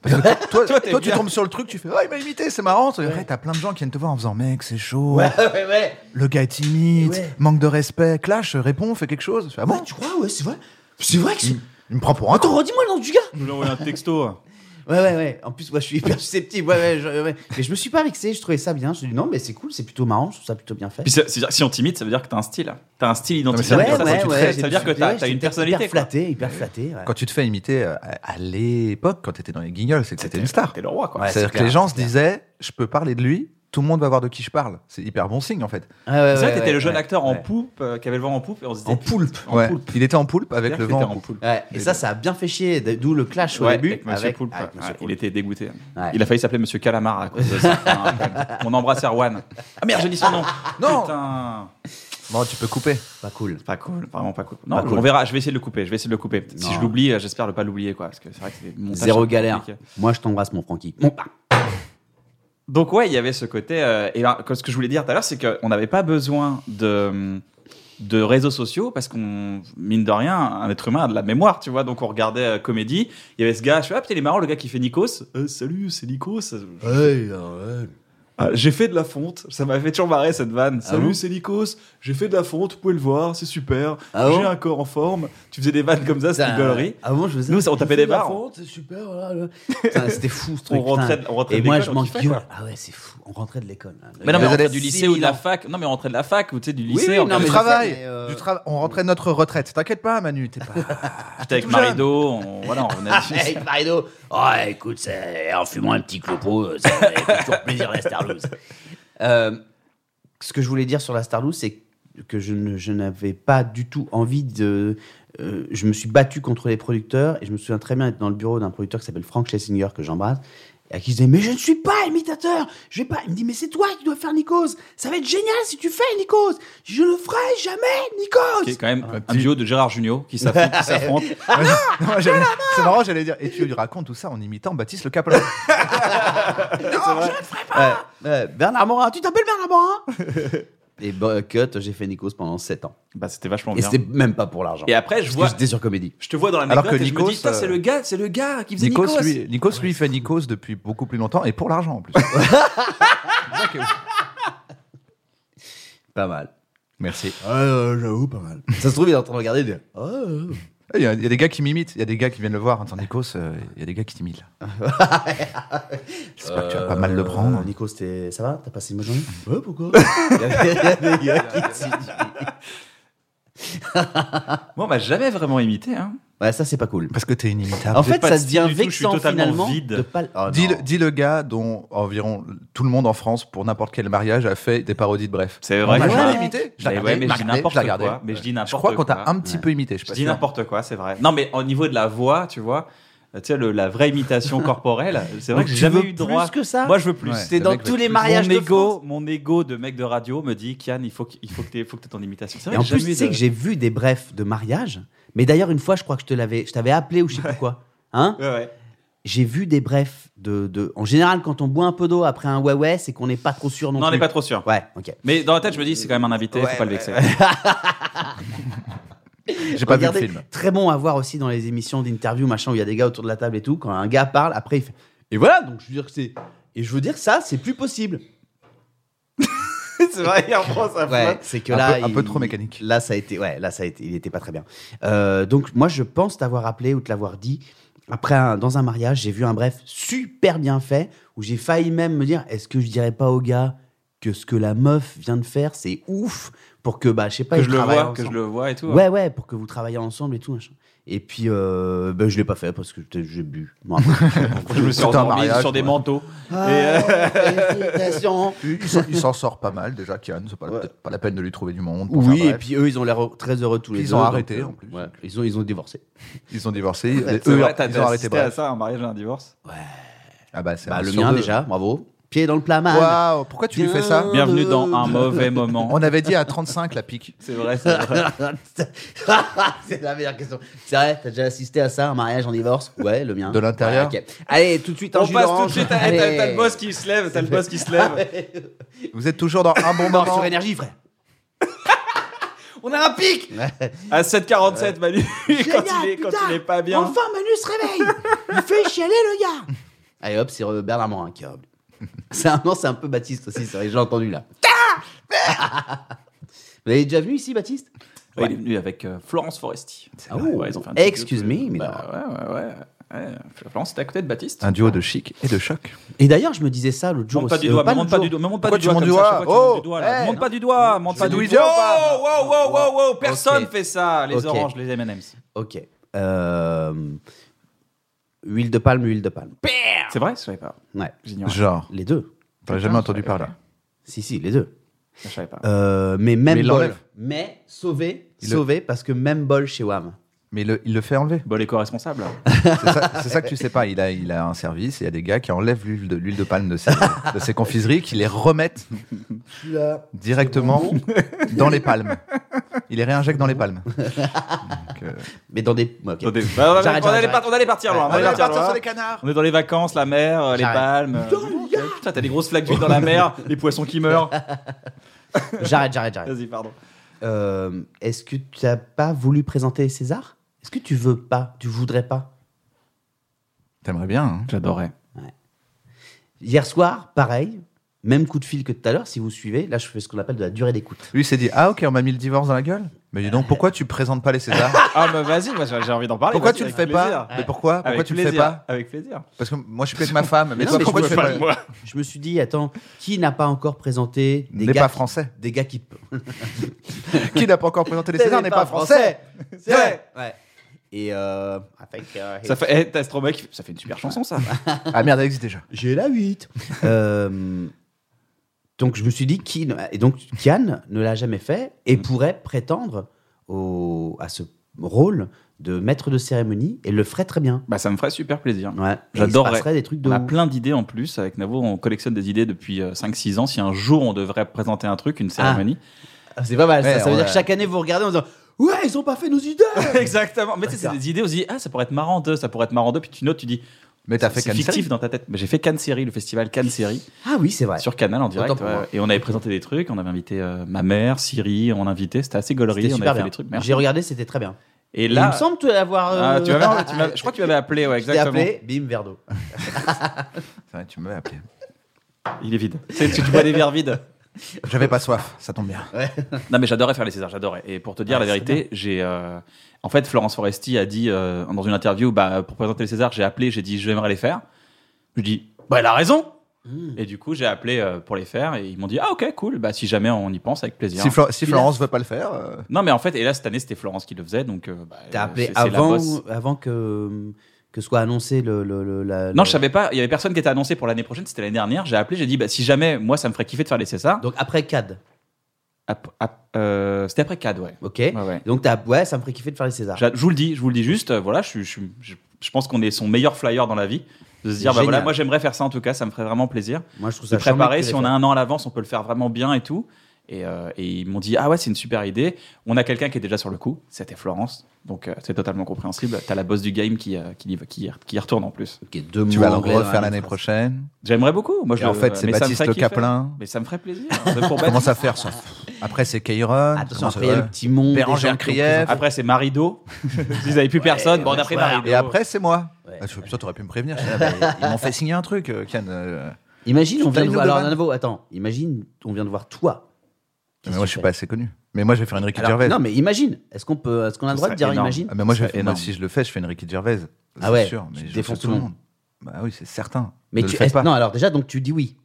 B: Parce que toi, toi,
A: t'es
B: toi, tu
A: bien.
B: tombes sur le truc, tu fais Ah, il m'a imité, c'est marrant. Tu T'as plein de gens qui viennent te voir en faisant Mec, c'est chaud.
C: Ouais, ouais.
B: Le gars est timide,
C: Ouais.
B: manque de respect. Clash, réponds, fais quelque chose. Je fais, Ah bon
C: Ouais, tu crois, ouais, c'est vrai. C'est vrai que. c'est-
B: il, il me prend pour un con.
C: Attends, redis-moi le nom du gars
A: Je lui ai envoyé un texto.
C: Ouais, ouais, ouais. En plus, moi, je suis hyper susceptible. Ouais, ouais, je- ouais. Mais je me suis pas vexé, je trouvais ça bien. Je me suis dit, non, mais c'est cool, c'est plutôt marrant, je trouve ça plutôt bien fait.
A: Puis c'est- c'est- si on t'imite, ça veut dire que t'as un style. T'as un style identifié.
B: ça,
A: Ça,
B: Ouais,
A: ça,
B: ouais,
A: tu te
B: ouais,
A: crées.
C: j'ai-
A: Ça veut dire que
C: ouais,
A: t'as
C: j'étais
A: t'as une
C: Hyper
A: personnalité. quoi.
C: flatté, hyper flatté. ouais.
B: Quand tu te fais imiter euh, à, à l'époque, quand t'étais dans les guignols, c'est que t'étais une star.
A: T'es le roi quoi.
C: Ouais,
B: C'est-à-dire
C: c'est
B: que
C: clair,
B: les gens
C: c'est
B: se
C: clair.
B: disaient Je peux parler de lui, tout le monde va voir de qui je parle. C'est hyper bon signe en fait.
C: Ouais, ouais,
A: C'est vrai
C: ouais,
A: que t'étais
C: ouais,
A: le jeune
C: ouais.
A: acteur en
C: Ouais.
A: poupe, euh, qui avait le vent en poupe, et on se disait.
C: En poulpe.
A: En
B: Ouais.
A: poulpe.
B: Il était en poulpe avec
A: C'est-à-dire
B: le
A: qu'il était
B: vent.
A: en poulpe.
C: Ouais, et ça, ça a bien fait chier. d- D'où le clash au
A: Ouais,
C: début.
A: avec Monsieur Poulpe.
C: avec Ah,
A: ouais.
C: Monsieur
A: Ouais,
C: Poulpe.
A: Il était dégoûté.
C: Ouais.
A: Il a failli s'appeler Monsieur Calamar à cause de ça. Enfin, On embrasse Erwan. Ah merde, j'ai dit son nom.
B: Non.
A: Putain.
B: Bon, tu peux couper.
C: Pas cool.
A: Pas cool, vraiment pas cool. Non,
C: Pas cool.
A: on verra. Je vais essayer de le couper. Je vais essayer de le couper. Si
C: Non.
A: je l'oublie, euh, j'espère ne pas l'oublier quoi, parce que c'est vrai que c'est montage un
C: Zéro
A: peu
C: galère.
A: compliqué.
C: Moi, je t'embrasse, mon Francky. Bon, bah,
A: Donc ouais, il y avait ce côté. euh, et là, ce que je voulais dire tout à l'heure, c'est qu'on n'avait pas besoin de de réseaux sociaux parce qu'on mine de rien un être humain a de la mémoire tu vois donc on regardait euh, comédie il y avait ce gars je fais ah putain il est marrant le gars qui fait Nikos Euh, salut c'est Nikos Ah, j'ai fait de la fonte, ça m'a fait toujours marrer cette vanne. Salut, c'est Lycos, j'ai fait de la fonte, vous pouvez le voir, c'est super.
C: Ah
A: j'ai
C: bon
A: un corps en forme. Tu faisais des vannes comme ça, c'était une galerie.
C: Avant, ah je faisais.
A: Nous, on tapait
C: J'ai fait
A: des
C: de la
A: barres.
C: fonte, C'est super. voilà, là. Putain, C'était fou ce truc.
A: On rentrait,
C: putain.
A: on rentrait
C: Et
A: de
C: moi, je
A: l'école, on kiffait, quoi.
C: m'engueule. Ah ouais, c'est fou. On rentrait de l'école. hein. là. Le
A: Mais non, mais
C: gars,
A: on rentrait
C: avait
A: du lycée ou de la
C: 6000 ans.
A: fac. Non, mais on rentrait de la fac ou tu sais, du
C: Oui,
A: lycée.
C: oui,
A: on
C: non,
A: regardait
C: mais
B: du
C: je
A: ça.
B: travail.
C: sais, mais, euh,
B: du travail. on rentrait de notre retraite. T'inquiète pas, Manu. T'es pas.
A: J'étais avec
B: tout jeune.
A: Marido, on, voilà, on a
D: Hey, Marido Oh, écoute, c'est- en fumant un petit clopo, euh, ça fait toujours plaisir la Starlouse.
C: Euh, ce que je voulais dire sur la Starlouse, c'est que je ne- je n'avais pas du tout envie de. euh, je me suis battu contre les producteurs et je me souviens très bien être dans le bureau d'un producteur qui s'appelle Frank Schlesinger, que j'embrasse, et à qui je disais Mais je ne suis pas imitateur Je vais pas. Il me dit Mais c'est toi qui dois faire Nikos Ça va être génial si tu fais Nikos Je ne ferai jamais Nikos
A: qui est quand même un duo de Gérard Junior qui s'affronte- qui s'affronte.
B: Non, j'allais- C'est marrant, j'allais dire. Et tu lui racontes tout ça en imitant Baptiste Le Caplan.
C: Ouais, ouais, Bernard Morin, tu t'appelles Bernard Morin Et bah, cut, j'ai fait Nikos pendant 7 ans.
A: Bah, c'était vachement
C: Et
A: bien.
C: c'était même pas pour l'argent.
A: Et après, je
C: Parce
A: vois,
C: que j'étais sur comédie.
A: je te vois dans la
B: Alors que
A: et je me
B: Nikos,
A: dis, putain, c'est
B: euh,
A: le gars, c'est le gars qui faisait Nikos.
B: Nikos, lui, Nikos, lui, il fait Nikos depuis beaucoup plus longtemps et pour l'argent en plus.
C: Pas mal.
B: Merci.
C: j'avoue, pas mal. Ça se trouve, il est en train de regarder et de dire Oh, euh,
B: Il y, a, il y a des gars qui m'imitent, il y a des gars qui viennent le voir en disant Nikos, euh, il y a des gars qui t'imitent là. J'espère que tu vas pas mal le prendre.
C: euh, Nico, c'était- ça va T'as passé une bonne journée Ouais, pourquoi Il y a- il y a des gars qui t'imitent.
A: Moi, on m'a jamais vraiment imité. Hein.
C: Ouais, ça, c'est pas cool.
B: Parce que t'es inimitable.
C: En
A: j'ai
C: fait,
A: Ah, pas de
C: ça devient
A: style du tout, je suis
C: vexant
A: totalement
C: finalement
A: vide.
C: de pas. Oh,
B: Dis le,
C: non.
B: dis le gars dont environ tout le monde en France, pour n'importe quel mariage, a fait des parodies de bref.
A: C'est vrai.
B: On
A: que
B: m'a
A: je-
B: jamais imité. Je la
A: Mais
B: regardais,
A: ouais, mais
B: je la
A: je dis
B: regardais,
A: n'importe
B: je la regardais.
A: quoi, mais je dis
B: Je
A: n'importe
B: crois qu'on t'a
A: quoi.
B: un petit peu imité. Je, sais
A: Je
B: pas
A: dis
B: si-
A: n'importe quoi, c'est vrai. Non, mais au niveau de la voix, tu vois, euh, tu sais, le- la vraie imitation corporelle, c'est vrai
C: Donc,
A: que j'ai
C: tu
A: jamais
C: veux
A: eu droit.
C: Plus que ça
A: Moi, je veux plus.
B: Ouais.
C: T'es
B: Le
C: dans
B: mec
C: tous
B: veut
C: les
B: plus.
C: mariages
A: Mon
C: de
A: ego,
C: France.
A: mon ego de mec de radio me dit, Kian, il faut, qu- il faut que t'aies faut que t'aies ton imitation. C'est vrai
C: Et en
A: que j'ai
C: plus,
A: jamais eu
C: tu sais
A: de-
C: que j'ai vu des brefs de mariage. Mais d'ailleurs, une fois, je crois que je te l'avais, je t'avais appelé ou je sais plus quoi. Hein
A: Ouais, ouais.
C: J'ai vu des brefs de, de. En général, quand on boit un peu d'eau après un ouais ouais, c'est qu'on n'est pas trop sûr non,
A: Non, on
C: plus.
A: n'est pas trop sûr.
C: Ouais, ok.
A: Mais dans la tête, je me dis, c'est quand même un invité, faut pas le vexer.
B: J'ai pas vu le
C: Regardez,
B: film.
C: Très bon à voir aussi dans les émissions d'interview, machin, où il y a des gars autour de la table et tout. Quand un gars parle, après il fait. Et voilà, donc je veux dire que c'est. Et je veux dire ça, c'est plus possible.
A: c'est vrai, il reprend sa
C: Ouais, c'est que
B: Un
C: là,
B: peu- un peu
C: il-
B: trop mécanique.
C: Là, ça a été, ouais, là, ça a été, il était pas très bien. Euh, donc, moi, je pense t'avoir appelé ou te l'avoir dit. Après, un- dans un mariage, j'ai vu un bref super bien fait où j'ai failli même me dire, est-ce que je dirais pas au gars que ce que la meuf vient de faire, c'est ouf pour que, bah, je sais pas,
A: Que
C: ils
A: je le
C: travaillent
A: vois, que je
C: ensemble.
A: le vois et tout.
C: Ouais, ouais, pour que vous travaillez ensemble et tout. machin. Et puis, euh, ben, je l'ai pas fait parce que peut-être j'ai bu. Bon, après.
A: Je me suis
B: Tout un
A: endormi
B: mariage,
A: sur des
B: ouais.
A: manteaux.
C: Ah, félicitations.
B: Il, il s'en- il s'en sort pas mal déjà, Kian. C'est pas, la- peut-être pas la peine de lui trouver du monde. pour
C: Oui,
B: faire
C: et
B: bref.
C: puis eux, ils ont l'air très heureux tous les
B: Ils
C: deux.
B: ont
C: donc,
B: arrêté,
C: euh,
B: en plus.
C: ouais, ils, ont, ils ont divorcé.
B: Ils ont divorcé. et
A: C'est
B: eux,
A: vrai, t'as
B: ils ont arrêté
A: assisté à
B: bref.
A: ça, un mariage et un divorce.
B: Ah bah, c'est
C: Bah,
B: un
C: le
B: sur
C: mien
B: deux.
C: déjà, bravo. Pied dans le plat, man.
B: Waouh, pourquoi tu lui fais ça
A: Bienvenue dans un mauvais moment.
B: On avait dit à 35 la pique.
A: C'est vrai, c'est vrai.
C: c'est la meilleure question. C'est vrai, t'as déjà assisté à ça, un mariage en divorce Ouais, le mien.
B: De l'intérieur.
C: Ouais, ok. Allez, tout de suite, un
A: On
C: jus
A: passe tout de
C: d'orange.
A: suite à. t'as-
C: Allez.
A: T'as le boss qui se lève, t'as le boss qui se lève.
B: Vous êtes toujours dans un bon
C: Mort sur
B: moment.
C: énergie, frère.
A: On a un pic À 7,47, Manu, quand, il est,
C: Génial,
A: quand
C: putain.
A: il est pas bien.
C: Enfin, Manu se réveille. Il fait chialer le gars. Allez, hop, c'est euh, Bernard Morin qui hop. C'est un non, c'est un peu Baptiste aussi, c'est vrai, j'ai entendu là. Vous avez déjà venu ici, Baptiste
A: Ouais, Il est venu avec euh, Florence Foresti.
C: Ah
A: Ouais,
C: bon
A: ouais, ils ont fait un petit
C: Excuse
A: duo.
C: me, mais
A: Bah, ouais, ouais, ouais. ouais. Florence, c'était à côté de Baptiste.
B: Un duo de chic et de choc.
C: Et d'ailleurs, je me disais ça l'autre jour
A: Monte pas
C: aussi,
A: du
C: euh,
A: doigt, mais
C: l'autre
A: monte pas du
C: jour.
A: doigt, mais monte pas
B: Pourquoi
A: du
B: tu
A: doigt.
B: montes
A: comme
B: du
A: ça, à chaque fois,
B: doigt
A: tu montes
B: Oh,
A: du doigt, là.
B: hey,
A: Monte pas du doigt, monte
B: Je
A: pas
B: sais d'où
A: du
B: il vient ou
A: doigt.
B: pas
A: Wow, wow, wow, wow, wow, personne
C: Ok.
A: fait ça. Les
C: Ok.
A: oranges, les M&M's.
C: Ok. Euh, Huile de palme, huile de palme.
A: C'est vrai, je savais pas.
C: Ouais.
A: J'ignorais.
B: Genre,
C: Les deux.
B: j'aurais jamais entendu parler.
C: Si, si, les deux.
A: Je savais pas.
C: Euh, mais même
B: Mais il
C: bol.
B: l'enlève.
C: Mais sauvé,
B: Il le-
C: sauvé, parce que même bol chez WAM.
B: Mais le- il le fait enlever.
A: Bon, les co-responsables.
B: C'est ça, c'est ça que tu sais pas. Il a, il a un service. Il y a des gars qui enlèvent l'huile de, l'huile de palme de ses, de ses confiseries, qui les remettent directement dans les palmes. Il les réinjecte dans les palmes. Donc, euh,
C: Mais dans des. ouais, ok.
A: Attendez, bah, ouais,
C: J'arrête,
A: on, allait
C: j'arrête,
A: part- on allait partir loin. On allait partir loin.
B: canards.
A: On est dans les vacances, la mer, euh, les
C: J'arrête.
A: palmes. euh, Putain, t'as des grosses flaques d'huile dans la mer, les poissons qui meurent.
C: J'arrête, j'arrête, j'arrête.
A: Vas-y, pardon.
C: Euh, Est-ce que tu n'as pas voulu présenter César Est-ce que tu veux pas Tu voudrais pas
B: T'aimerais bien. hein.
A: J'adorais.
C: Hier soir, pareil. même coup de fil que tout à l'heure, si vous suivez, là je fais ce qu'on appelle de la durée d'écoute.
B: Lui il s'est dit Ah, ok, on m'a mis le divorce dans la gueule. Mais dis donc, pourquoi tu présentes pas les Césars
A: Ah, bah vas-y, moi, j'ai j'ai envie d'en parler.
B: Pourquoi
A: vas-y,
B: tu le
A: avec
B: fais pas
A: plaisir.
B: Mais pourquoi Pourquoi
A: Avec
B: tu le fais
A: plaisir,
B: pas
A: Avec plaisir.
B: Parce que moi, je suis avec ma femme. Mais
C: non,
B: toi,
C: mais
B: pourquoi
C: je
B: tu
C: me
B: le fais pas
A: moi.
C: Je me suis dit, attends, qui n'a pas encore présenté des
B: N'est
C: gars
B: pas
C: qui-
B: français.
C: Des gars qui.
B: Qui n'a pas encore présenté les Césars n'est pas français
C: C'est vrai Ouais. Et euh, I think, uh, he-
A: Ça fait, eh, t'as Stromae qui- ça fait une super chanson, ça.
B: Ah merde, elle existe déjà.
C: J'ai la 8. Euh, donc je me suis dit, qui ne- et donc Kian ne l'a jamais fait et pourrait prétendre au, à ce rôle de maître de cérémonie et le ferait très bien.
A: bah, ça me ferait super plaisir.
C: Ouais. Et
A: J'adorerais.
C: Il se passerait des trucs de
A: On a
C: ouf.
A: plein d'idées en plus. Avec Navo, on collectionne des idées depuis euh, 5-6 ans. Si un jour on devrait présenter un truc, une cérémonie.
C: Ah, C'est pas mal. ça,
B: Ouais,
C: ça veut
B: on
C: dire
B: a-
C: que chaque année vous regardez en disant ouais ils ont pas fait nos idées.
A: Ah. Exactement. Mais tu sais, c'est
C: D'accord.
A: des idées, on se dit, ah, ça pourrait être marrant d'eux, ça pourrait être marrant d'eux. Puis tu notes, tu dis,
B: Mais t'as fait
A: c'est
B: Cannes
A: fictif
B: Série.
A: dans ta tête. Mais j'ai fait Cannes Série, le festival Cannes Série,
C: ah oui c'est vrai.
A: sur Canal en direct.
C: Autant pour
A: ouais.
C: moi.
A: Et on avait présenté des trucs, on avait invité euh, ma mère, Siri, on l'invitait, c'était assez
C: C'était
A: gaulerie, on avait
C: super
A: fait
C: bien.
A: des trucs. merci.
C: J'ai regardé c'était très bien.
A: Et
C: il
A: là,
C: me semble tu l'avoir.
A: ah, tu
C: euh,
A: m'avais- tu m'avais- je crois que tu m'avais appelé, ouais,
C: je t'ai
A: exactement.
C: appelé bim verre d'eau.
B: C'est vrai, Tu m'avais appelé.
A: Il est vide. Tu sais, tu tu bois des verres vides.
B: J'avais pas soif, ça tombe bien.
A: Non, mais j'adorais faire les Césars, j'adorais. Et pour te
C: Ah,
A: dire la vérité, j'ai. euh, En fait, Florence Foresti a dit euh, dans une interview bah, pour présenter les Césars, j'ai appelé, j'ai dit j'aimerais les faire. Je dis bah, elle a raison Et du coup, j'ai appelé euh, pour les faire et ils m'ont dit ah, ok, cool, bah, si jamais on y pense, avec plaisir.
B: Si, Flo- si Florence veut pas le faire, euh,
A: non, mais en fait, et là, cette année, c'était Florence qui le faisait, donc. euh, bah,
C: T'as
A: euh,
C: appelé
A: c'est- c'est la
C: avant
A: bosse.
C: avant que que soit annoncé le, le- le- la.
A: Non,
C: le-
A: je savais pas, il y avait personne qui était annoncé pour l'année prochaine, c'était l'année dernière. J'ai appelé, j'ai dit bah, si jamais, moi, ça me ferait kiffer de faire les Césars.
C: Donc après CAD,
A: Ap- ap- euh, c'était après CAD, ouais.
C: ok.
A: Ouais, ouais.
C: Donc t'as ouais ça me ferait kiffer de faire les Césars.
A: Ah. J'a- Je vous le dis, je vous le dis juste, euh, voilà, je, suis- je, suis- je- je pense qu'on est son meilleur flyer dans la vie. De se dire, bah
C: Génial.
A: voilà, moi j'aimerais faire ça en tout cas, ça me ferait vraiment plaisir.
C: Moi je trouve
A: De
C: ça. charmant
A: préparer,
C: que tu
A: si
C: l'aies
A: on a
C: fait.
A: un an à l'avance, on peut le faire vraiment bien et tout. Et, euh, et ils m'ont dit, ah ouais, c'est une super idée. On a quelqu'un qui est déjà sur le coup, c'était Florence. Donc euh, c'est totalement compréhensible. T'as la boss du game qui, euh, qui, y va- qui, y- qui y retourne en plus.
C: Ok, deux
B: tu
C: mots
B: vas le
C: en anglais dans
B: refaire
C: la
B: l'année
C: même phrase.
B: prochaine.
A: J'aimerais beaucoup. Moi, je
B: Et en
A: le-
B: fait, c'est
A: mais ça me
B: Baptiste
A: ferait kiffer.
B: Caplin.
A: Mais ça me ferait plaisir. hein, de pour
B: Comment
A: Baptiste.
B: ça faire ça Après, c'est Kairon.
C: Attention, après il y a le petit monde.
B: Bérangère Krief.
A: Après, c'est Marido. Ils n'avaient plus personne. Bon, on a pris Marido.
B: Et après, c'est moi.
C: Oh. Ouais.
B: Ah, tu- putain, t'aurais pu me prévenir. Je dis, ah, bah, ils m'ont fait signer un truc, euh, Ken. euh.
C: Imagine, on
B: T'as
C: vient de
B: une
C: voir.
B: nouvelle
C: Alors,
B: vanne
C: à nouveau, attends, imagine, on vient de voir toi.
B: Mais
C: Qu'est-ce
B: moi,
C: que
B: je
C: tu
B: suis
C: fais
B: pas assez connu. Mais moi, je vais faire une Ricky
C: Alors,
B: Gervais.
C: Non, mais imagine, est-ce qu'on peut, est-ce qu'on a
A: Ce
C: le droit de
A: serait
C: dire
A: énorme.
C: imagine
B: Ah, mais moi, je
A: Ça
B: vais
A: serait
B: faire- moi,
A: énorme.
B: si je le fais, je fais une Ricky Gervais.
C: Ah ouais,
B: C'est sûr, mais
C: tu
B: je
C: défonces
B: fais tout le monde. Bah oui, c'est certain.
C: Mais
B: ne
C: tu,
B: le fais
C: est-ce-
B: pas.
C: non, alors déjà, donc tu dis oui.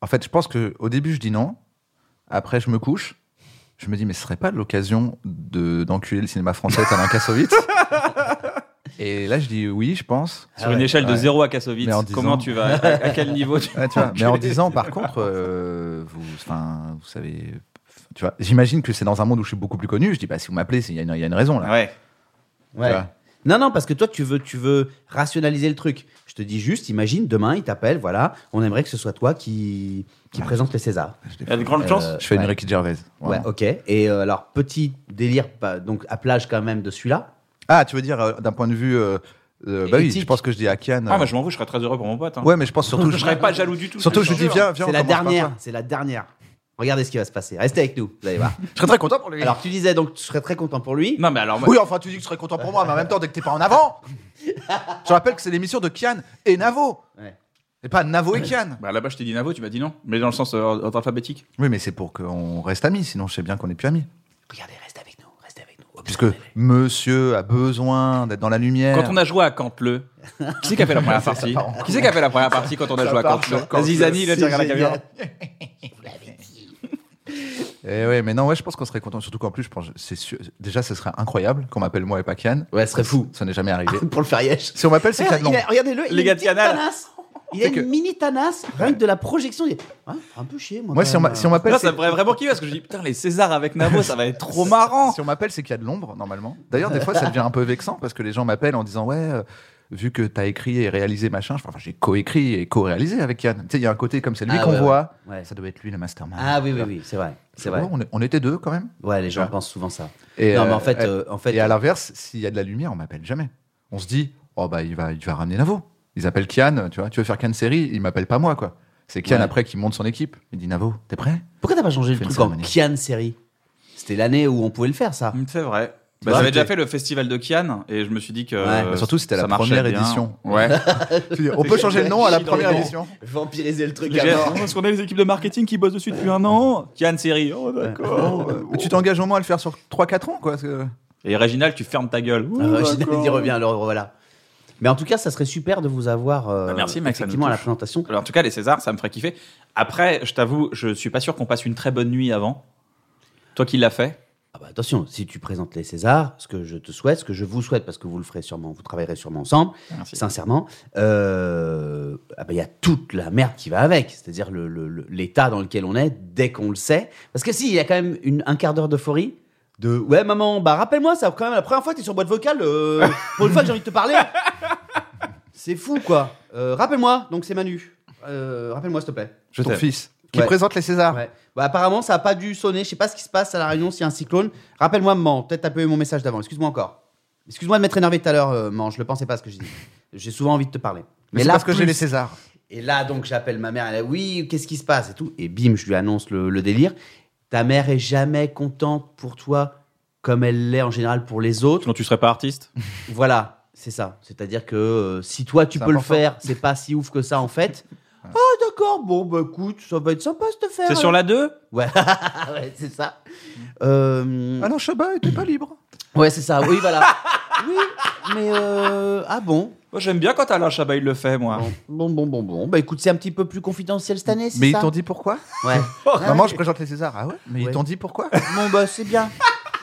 B: En fait, je pense que au début, je dis non. Après, je me couche. Je me dis, mais ce serait pas l'occasion de d'enculer le cinéma français à Alain Kassovitz Et là, je dis oui, je pense.
A: Ah, Sur une échelle de
B: Ouais.
A: 0 à Kassovitz,
B: Mais en disant-
A: comment tu vas à, à quel niveau tu
B: Ouais, tu vois. Mais en disant, par contre, euh, vous, enfin, vous savez, tu vois, j'imagine que c'est dans un monde où je suis beaucoup plus connu. Je dis, bah, si vous m'appelez, c'est- il y, a une- il y a une raison là.
A: Ouais.
C: Ouais.
B: Ouais.
C: Non, non, parce que toi, tu veux, tu veux rationaliser le truc. Je te dis juste, imagine, demain, il t'appelle, voilà, on aimerait que ce soit toi qui, qui présente les Césars.
A: Il y a de grandes chances.
C: Euh,
B: Je fais une
C: ouais.
B: Ricky Gervais.
C: Ouais,
B: vraiment.
C: ok. Et euh, alors, petit délire, pas- donc appelage quand même de celui-là.
B: Ah, tu veux dire euh, d'un point de vue, euh, euh, bah oui,
C: Éthique.
B: je pense que je dis à Kian.
A: Ah,
B: euh,
A: moi je m'en fous, je serais très heureux pour mon pote. hein.
B: ouais, mais je pense surtout,
A: Je
B: je,
A: serais pas jaloux du tout.
B: surtout,
A: je
B: je
A: suis
B: dis
A: sûr.
B: viens, Ah, viens.
C: C'est
B: on
C: la
B: commence par
C: dernière,
B: toi.
C: c'est la dernière. Regardez ce qui va se passer. Restez avec nous, vous allez voir.
B: Je serais très content pour lui.
C: Alors, tu disais donc, tu serais très content pour lui.
A: Non, mais alors, moi-
B: Oui, enfin, tu dis que tu serais content pour moi, mais en même temps, dès que t'es pas en avant. Je rappelle que c'est l'émission de Kian et Navo.
C: Ouais.
B: Et pas Navo et Kian.
A: Bah, là-bas, je t'ai dit Navo, tu m'as dit non. Mais dans le sens euh, ordre alphabétique.
B: Oui, mais c'est pour qu'on reste amis, sinon je sais bien qu'on n'est plus amis.
C: Regardez, restez avec nous, restez avec nous.
B: Puisque monsieur a besoin d'être dans la lumière.
A: Quand on a joué à Cantleux, qui c'est qui a fait la première partie
B: part en couille.
A: Qui c'est qui a fait la première partie quand on a joué à
B: part
A: Cantleux
B: sur
A: Vas-y,
B: Cantleux,
A: Zani, là, tu
C: c'est
A: regardes la
C: génial.
A: caméra.
B: Eh ouais, mais non, ouais, je pense qu'on serait content. Surtout qu'en plus, je pense, c'est sûr- déjà, ce serait incroyable qu'on m'appelle moi et pas Kian.
C: Ouais, ce serait fou.
B: Ça n'est jamais arrivé.
C: pour le faire yesh.
B: si on m'appelle, c'est Kian
C: Regarde,
B: Long.
C: il a- Regardez-le, il
A: Les
C: a
A: gars
C: une
A: de
C: petite
A: Canal.
C: tanasse. Il a
B: C'est
C: une
B: que-
C: mini tanasse, rien que de la projection. Il est Hein, un peu chier, moi.
B: Moi,
C: quand
B: si on
C: même,
B: m'a- si on
C: euh.
B: m'appelle,
A: Là,
B: c'est-
A: ça me ferait vraiment kiffer parce que je dis putain, les Césars avec Navo, ça va être trop
C: Oh.
A: marrant.
B: Si on m'appelle, c'est qu'il y a de l'ombre, normalement. D'ailleurs, des fois, ça devient un peu vexant parce que les gens m'appellent en disant Ouais, euh, vu que t'as écrit et réalisé machin, enfin, j'ai coécrit et co-réalisé avec Yann. Tu sais, il y a un côté comme c'est lui
C: Ah,
B: qu'on
C: ouais,
B: voit.
C: ouais. Ouais.
B: Ça devait être lui le mastermind.
C: Ah oui, oui, oui, c'est vrai. C'est vrai.
B: Ouais, on, est- on était deux quand même.
C: Ouais, les gens
B: Ouais.
C: pensent souvent ça.
B: Et,
C: non, mais
B: euh,
C: en fait,
B: et-
C: euh, en fait
B: Et à l'inverse, s'il y a de la lumière, on m'appelle jamais. On se dit Oh, bah, il va, il va ramener Navo. Ils appellent Kian, tu vois, tu veux faire Kian série, il m'appelle pas moi, quoi. C'est Kian
C: Ouais.
B: après qui monte son équipe. Il dit Navo, t'es prêt
C: pourquoi t'as pas changé le
B: Fais une
C: truc en
B: cérémonie.
C: Kian série C'était l'année où on pouvait le faire, ça.
A: C'est vrai. Bah, J'avais
B: c'était-
A: déjà fait le festival de Cannes et je me suis dit que.
C: Ouais,
A: euh,
B: Mais surtout, c'était la
A: ça marchait
B: première
A: bien.
B: édition.
A: Ouais.
B: On peut changer le nom à la première édition.
C: Vampiriser le truc
A: J'ai-
C: avant.
A: Parce qu'on a les équipes de marketing qui bossent dessus depuis un an. Cannes série. Oh, d'accord.
B: Mais Euh, tu t'engages au moins à le faire sur 3-4 ans, quoi. parce que-
A: Et Réginal, tu fermes ta gueule. Ouh,
C: Euh, Ginette
A: d'accord.
C: y revient, alors voilà. Mais en tout cas, ça serait super de vous avoir euh,
A: Bah, merci, Max, ça nous
C: effectivement à la
A: touche.
C: présentation.
A: Alors, en tout cas, les Césars, ça me ferait kiffer. Après, je t'avoue, je suis pas sûr qu'on passe une très bonne nuit avant. Toi qui l'as fait.
C: Ah bah, attention, si tu présentes les Césars, ce que je te souhaite, ce que je vous souhaite, parce que vous le ferez sûrement, vous travaillerez sûrement ensemble,
A: Merci.
C: sincèrement, euh, ah bah, il y a toute la merde qui va avec, c'est-à-dire le- le- le- l'état dans lequel on est dès qu'on le sait. Parce que si, il y a quand même une, un quart d'heure d'euphorie. De ouais maman bah rappelle-moi ça quand même la première fois que t'es sur boîte vocale euh, pour une fois que j'ai envie de te parler c'est fou quoi Euh, rappelle-moi donc c'est Manu Euh, rappelle-moi s'il te plaît
B: Ton
A: t'aime.
B: fils. Qui
C: Ouais.
B: présente les Césars.
C: Ouais. Bah, apparemment, ça n'a pas dû sonner. Je sais pas ce qui se passe à La Réunion s'il y a un cyclone. Rappelle-moi, maman. Peut-être t'as pas eu mon message d'avant. Excuse-moi encore. Excuse-moi de m'être énervé tout à l'heure, euh, maman. Je le pensais pas à ce que j'ai dit. J'ai souvent envie de te parler.
B: Mais c'est parce que j'ai
C: plus. Mm.
B: les Césars.
C: Et là, donc, j'appelle ma mère. Elle est oui, qu'est-ce qui se passe et tout. Et bim, je lui annonce le, le délire. Ta mère est jamais contente pour toi comme elle l'est en général pour les autres.
A: Sinon, tu serais pas artiste.
C: Voilà, c'est ça. C'est-à-dire que euh, si toi tu
B: C'est
C: peux
B: important.
C: le faire, c'est pas si ouf que ça en fait. Ah d'accord, bon bah écoute, ça va être sympa cette affaire.
A: C'est sur la 2
C: Ouais, ouais c'est ça. Euh,
B: Ah non, Chabat était pas libre.
C: ouais, c'est ça. Oui, voilà. oui, mais euh, ah bon.
A: Moi, j'aime bien quand Alain Chabat, il le fait, moi.
C: Bon, bon, bon, bon. Bah écoute, c'est un petit peu plus confidentiel cette année, c'est
B: Mais ils
C: ça
B: t'ont dit pourquoi
C: Ouais.
B: Maman, je présente les Césars. Ah ouais Mais ils
C: Ouais.
B: t'ont dit pourquoi
C: Bon bah c'est bien.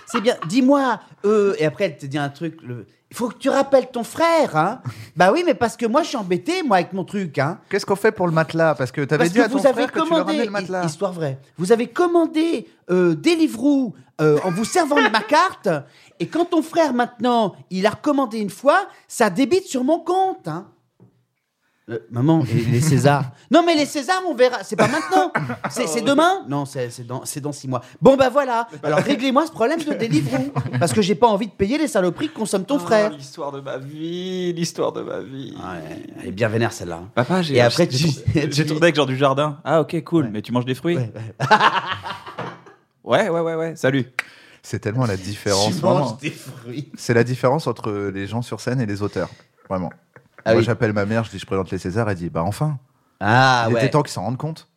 C: C'est bien. Dis-moi. euh, et après, elle te dit un truc. le- Il faut que tu rappelles ton frère, hein. Bah oui, mais parce que moi, je suis embêté, moi, avec mon truc, hein.
B: Qu'est-ce qu'on fait pour le matelas Parce que t'avais
C: Parce
B: dit à
C: que
B: ton
C: vous avez
B: frère que tu leur ramenais
C: commandé,
B: le
C: hi-
B: matelas.
C: histoire vraie, vous avez commandé euh, Deliveroo euh, en vous servant de ma carte, et quand ton frère maintenant, il a recommandé une fois, ça débite sur mon compte. hein. Euh, maman, et les Césars. non mais les Césars, on verra, c'est pas maintenant, c'est c'est demain Non, c'est c'est dans, c'est dans six mois. Bon bah voilà, alors réglez-moi ce problème de Deliveroo, parce que j'ai pas envie de payer les saloperies que consomme
E: Ah.
C: ton frère.
A: L'histoire de ma vie, l'histoire de ma vie.
C: Ouais, elle est bien vénère celle-là. hein.
A: Papa, j'ai
C: Et après, tu-
A: j'ai- j'ai tourné avec genre du jardin. Ah, ok, cool. Mais tu manges des fruits
C: Ouais,
A: ouais, ouais, ouais, ouais. Salut.
B: C'est tellement la différence.
C: Tu
B: vraiment.
C: manges des fruits.
B: C'est la différence entre les gens sur scène et les auteurs. Vraiment.
C: Ah
B: Moi,
C: oui.
B: j'appelle ma mère, je dis je présente les Césars. Elle dit bah enfin.
C: Ah
B: Il
C: ouais.
B: était temps qu'ils s'en rendent compte.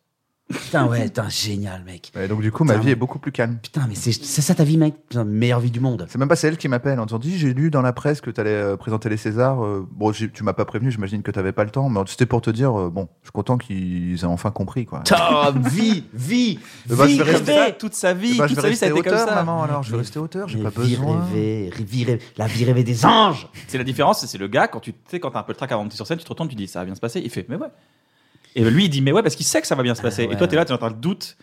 C: Putain ouais, putain génial mec.
B: Et donc du coup, ma
C: Putain.
B: vie est beaucoup plus calme.
C: Putain, mais c'est c'est ça ta vie, mec Putain, meilleure vie du monde.
B: C'est même pas c'est elle qui m'appelle. On te dit j'ai lu dans la presse que t'allais euh, présenter les Césars. Euh, bon, j'ai- tu m'as pas prévenu. J'imagine que t'avais pas le temps. Mais c'était pour te dire euh, bon, je suis content qu'ils aient enfin compris quoi.
C: Putain, vie, vie,
B: Eh ben,
C: vie,
B: je vais rester
C: rêver.
A: toute sa vie,
B: Eh ben, je
A: toute sa
B: vais
A: vie, ça a
B: rester
A: été comme
B: auteur,
A: ça.
B: maman. Alors je vais rester auteur. J'ai
C: Mais
B: pas
C: vie
B: besoin.
C: rêvée, ré- vie rêvée, la vie rêvée des anges.
A: C'est la différence, c'est le gars, quand tu tu sais, quand t'as un peu le trac avant de monter sur scène, tu te retournes, tu dis ça va bien se passer. Il fait, mais ouais. Et lui, il dit, mais ouais, parce qu'il sait que ça va bien se passer.
C: ouais,
A: Et toi, t'es là, t'es dans le doute.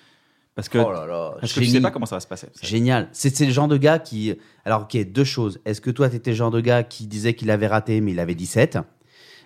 A: Parce que,
C: Oh là là,
A: parce que tu
C: génie.
A: sais pas comment ça va se passer.
C: Génial. C'est c'est le genre de gars qui. Alors, ok, deux choses. Est-ce que toi, t'étais le genre de gars qui disait qu'il avait raté, mais il avait 17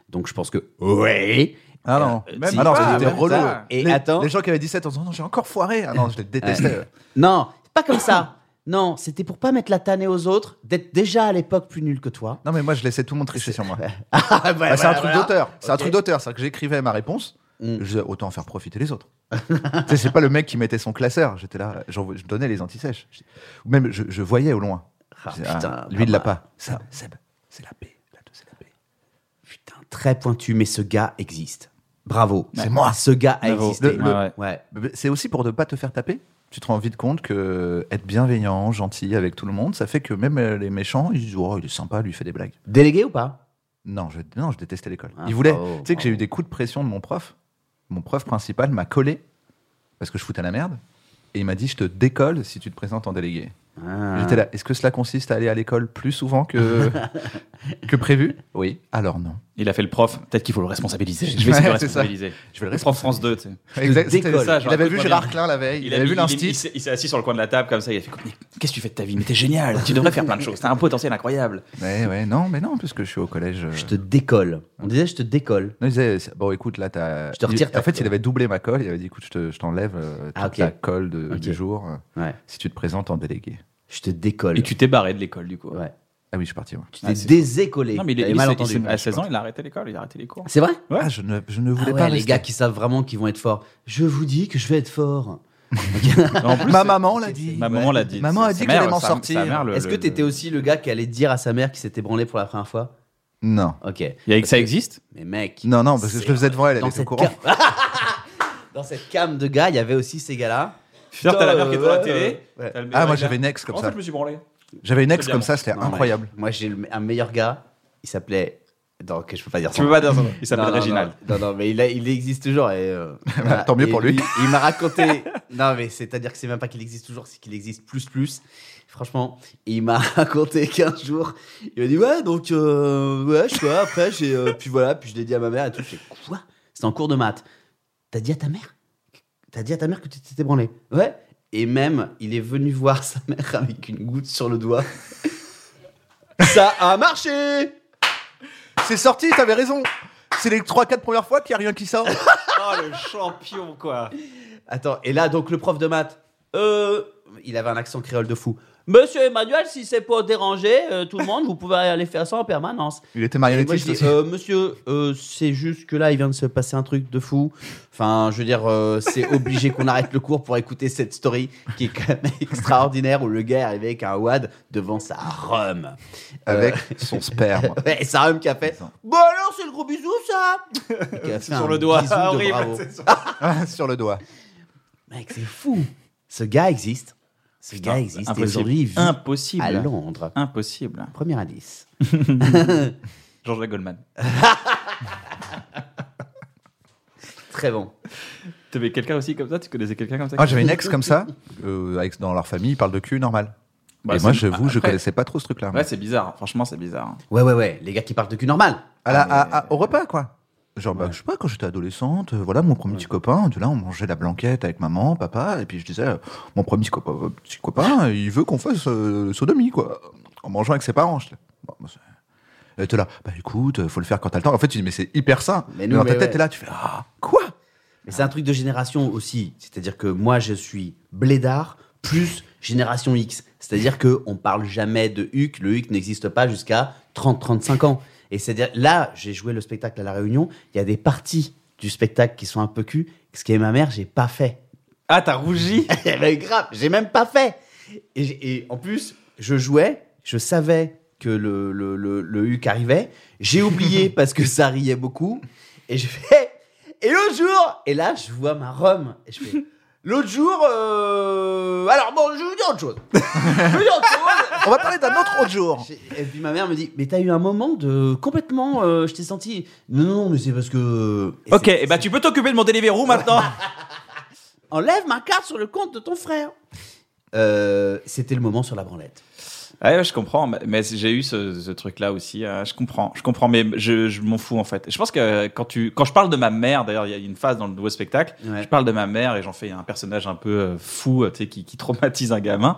C: Donc, je pense que. Ouais.
B: Ah non,
A: Euh,
B: même
A: si,
B: ah non,
A: pas,
B: c'était
A: même
B: relou.
A: ça.
C: Et
B: les,
C: attends.
B: les gens qui avaient 17 en disant non, j'ai encore foiré. Ah non, je les détestais.
C: Non, c'est pas comme ça. Non, c'était pour pas mettre la tannée aux autres, d'être déjà à l'époque plus nul que toi.
B: non, mais moi, je laissais tout le monde tricher sur moi.
C: Ah, bah,
B: Ah, c'est un
C: voilà,
B: truc
C: voilà.
B: d'auteur. C'est un
C: Ok.
B: truc d'auteur. C'est que j'écrivais ma réponse.
C: Mm.
B: je disais, autant en faire profiter les autres. tu sais, c'est pas le mec qui mettait son classeur. J'étais là, j'en- je donnais les antisèches. Je- Ou même, je, je voyais au loin.
C: Ah,
B: Je disais, ah,
C: putain,
B: lui, il l'a
C: bah,
B: pas. Ça, Seb, c'est la paix. La deux, c'est la paix.
C: Putain, très pointu, mais ce gars existe. Bravo.
B: C'est moi.
C: Ce gars a
A: Bravo.
C: existé.
B: Le- le-
A: Ouais, ouais.
C: Ouais.
B: Mais C'est aussi pour ne pas te faire taper. Tu te rends vite compte que euh, être bienveillant, gentil avec tout le monde, ça fait que même euh, les méchants, ils disent Oh, il est sympa, lui il fait des blagues.
C: Délégué ou pas
B: Non, je, non, je détestais l'école.
C: Ah,
B: il voulait.
C: bravo,
B: tu sais que j'ai
C: bravo.
B: eu des coups de pression de mon prof. Mon prof principal m'a collé parce que je foutais la merde. Et il m'a dit Je te décolle si tu te présentes en délégué.
C: Ah.
B: J'étais là. Est-ce que cela consiste à aller à l'école plus souvent que, que prévu Oui. Alors non.
A: Il a fait le prof, peut-être qu'il faut le responsabiliser. Je vais essayer de
B: Ouais,
A: le
B: c'est ça.
A: responsabiliser.
B: Je vais le
A: Le prof France 2, tu sais.
B: Exact, c'était
C: décolle.
B: ça.
A: Je
B: Il avait
A: raconte
B: vu
A: moi
B: Gérard
A: bien.
B: Klein la veille. Il,
A: a
B: avait
A: mis-
B: vu
A: il
B: l'instit.
A: s'est il s'est assis sur le coin de la table comme ça, il a fait comme, Mais Qu'est-ce que tu fais de ta vie Mais t'es génial, tu devrais faire plein de choses, t'as un potentiel incroyable.
B: Mais ouais, non, mais non, puisque je suis au collège. euh,
C: Je te décolle. On disait je te décolle.
B: Non, il disait, c'est- bon, écoute, là, t'as.
C: Je te
B: il-
C: retire ta
B: En fait,
C: colle.
B: il avait doublé ma colle. Il avait dit, écoute, je te- je t'enlève euh, toute
C: Ah, ok.
B: la colle de-
C: Ok.
B: du jour euh,
C: Ouais.
B: si tu te présentes en délégué.
C: Je te décolle.
A: Et tu t'es barré de l'école, du coup.
C: Ouais.
B: Ah oui, je suis parti. moi.
C: Tu t'es
A: Ah, c'est-
C: désécollé.
A: Non, mais il, est-
C: T'avais
A: il
C: mal
A: s'est-
C: entendu.
A: il s'est- à 16 ans, il a arrêté l'école, il a arrêté les cours.
C: C'est vrai
A: Ouais.
B: Ah, je ne, je ne voulais
C: Ah ouais,
B: pas
C: les
B: rester.
C: gars qui savent vraiment qu'ils vont être forts. Je vous dis que je vais être fort.
A: En plus,
B: Ma maman l'a dit.
A: Ma maman l'a dit.
B: Maman a
A: Sa
B: dit
A: mère,
B: qu'elle allait m'en
A: sa-
B: sortir.
A: sa mère le-
C: Est-ce que
A: le-
C: t'étais aussi le gars qui allait dire à sa mère qu'il s'était branlé pour la première fois
B: Non.
C: Ok.
A: Il y a- Ça existe
C: Mais mec.
B: Non, non, parce que je le faisais devant elle, elle
C: dans
B: était au
C: cette,
B: courant.
C: cam... dans cette cam de gars, il y avait aussi ces gars-là.
A: Putain, t'as la mère qui est devant la
C: ouais,
A: télé.
C: ouais.
A: t'as le mec
B: Ah,
A: dans
B: moi
A: la
B: j'avais
A: mère.
B: une ex comme
A: En
B: ça.
A: fait, je me suis branlé.
B: J'avais une ex
A: C'est
B: comme
A: bien.
B: ça, c'était
C: Non,
B: incroyable.
C: moi, Moi, j'ai le- un meilleur gars. Il s'appelait. Non, ok, je peux pas dire ça.
A: Tu peux pas dire ça. Il s'appelle
C: Non, non,
A: Réginald.
C: Non, non, non, mais il, a- il existe toujours. Et, euh, voilà.
B: Tant mieux
C: Et
B: pour lui.
C: Il, il m'a raconté. non, mais c'est-à-dire que c'est même pas qu'il existe toujours, c'est qu'il existe plus plus. Franchement, il m'a raconté qu'un jour, il m'a dit ouais, donc euh, ouais, je sais pas, après j'ai euh, puis voilà, puis je l'ai dit à ma mère et tout. J'ai dit, quoi C'était en cours de maths. T'as dit à ta mère T'as dit à ta mère que tu t'étais branlé Ouais. Et même, il est venu voir sa mère avec une goutte sur le doigt. Ça a marché
B: C'est sorti, t'avais raison. C'est les 3-4 premières fois qu'il n'y a rien qui sort.
A: Oh, le champion, quoi.
C: Attends, et là, donc, le prof de maths, euh, il avait un accent créole de fou. Monsieur Emmanuel, si c'est pas déranger euh, tout le monde, vous pouvez aller faire ça en permanence.
B: Ah, Il était
C: Et moi, je
B: marionnettiste
C: dis,
B: aussi.
C: euh, monsieur, euh, c'est juste que là, il vient de se passer un truc de fou. Enfin, je veux dire, euh, c'est obligé qu'on arrête le cours pour écouter cette story qui est quand même extraordinaire où le gars est arrivé avec un wad devant sa rhum.
B: Avec son sperme.
C: euh, Ouais, sa rhum qui a fait
B: Disons.
C: Bon alors, c'est le gros bisou, ça Et qui a fait
A: Sur
C: un
A: le doigt.
C: bisou de
A: horrible.
C: bravo.
A: C'est sur-
B: Ah, Sur le doigt.
C: Mec, c'est fou. Ce gars existe. Ce gars existe. Et aujourd'hui, il vit
A: Impossible. Impossible.
C: à Londres.
A: Impossible.
C: Premier indice.
A: Georges Goldman.
C: Très bon.
A: T'avais quelqu'un aussi comme ça Tu connaissais quelqu'un comme ça
B: Ah, j'avais une ex comme ça, euh, avec- dans leur famille, ils parlent de cul, normal.
A: Bah,
B: et moi,
A: c'est-
B: j'avoue, je
A: après-
B: connaissais pas trop ce truc-là.
A: Ouais, c'est bizarre. Franchement, c'est bizarre.
C: Ouais, ouais, ouais. Les gars qui partent de cul normal.
B: À la-
C: Ah,
B: à- à- au repas, quoi. Genre, bah, je sais pas, quand j'étais adolescente, euh, voilà, mon premier petit copain, de là, on mangeait la blanquette avec maman, papa, et puis je disais, euh, mon premier petit copain, euh, petit copain, euh, il veut qu'on fasse euh, sodomie, quoi, en mangeant avec ses parents. J'étais, bon, bah, c'est- Elle était là, bah écoute, euh, faut le faire quand t'as le temps. En fait, tu dis, mais c'est hyper sain. Mais,
C: Mais nous,
B: dans ta
C: mais
B: tête,
C: ouais.
B: t'es là, tu fais, ah, quoi
C: Mais c'est un truc de génération aussi. C'est-à-dire que moi, je suis blédard plus génération X. C'est-à-dire qu'on parle jamais de HUC. Le HUC n'existe pas jusqu'à 30-35 ans. Et c'est-à-dire, là, j'ai joué le spectacle à La Réunion. Il y a des parties du spectacle qui sont un peu cul. Ce qui est ma mère, j'ai pas fait.
A: Ah, t'as rougi
C: Eh ben, grave, j'ai même pas fait. Et, j'ai- et en plus, je jouais, je savais que le, le, le, le HUC arrivait. J'ai oublié parce que ça riait beaucoup. Et je fais, et l'autre jour, et là, je vois ma Rome. Et je fais, l'autre jour, euh, alors bon, je vais vous dire autre chose. Je vais vous dire autre chose.
B: On va parler d'un autre autre jour.
C: J'ai- Et puis ma mère me dit, mais t'as eu un moment de complètement, euh, je t'ai senti. Non, non, mais c'est parce que. Et
A: Ok,
C: c'est-
A: et bah tu peux t'occuper de mon Deliveroo maintenant
C: Enlève ma carte sur le compte de ton frère. Euh, C'était le moment sur la branlette.
A: Ah Ouais, ouais, je comprends, mais- mais j'ai eu ce, ce truc-là aussi. euh, je comprends, je comprends, mais je, je m'en fous en fait. Je pense que euh, quand tu, quand je parle de ma mère, d'ailleurs, il y a une phase dans le nouveau spectacle,
C: Ouais.
A: je parle de ma mère et j'en fais un personnage un peu euh, fou, euh, tu sais, qui, qui traumatise un gamin.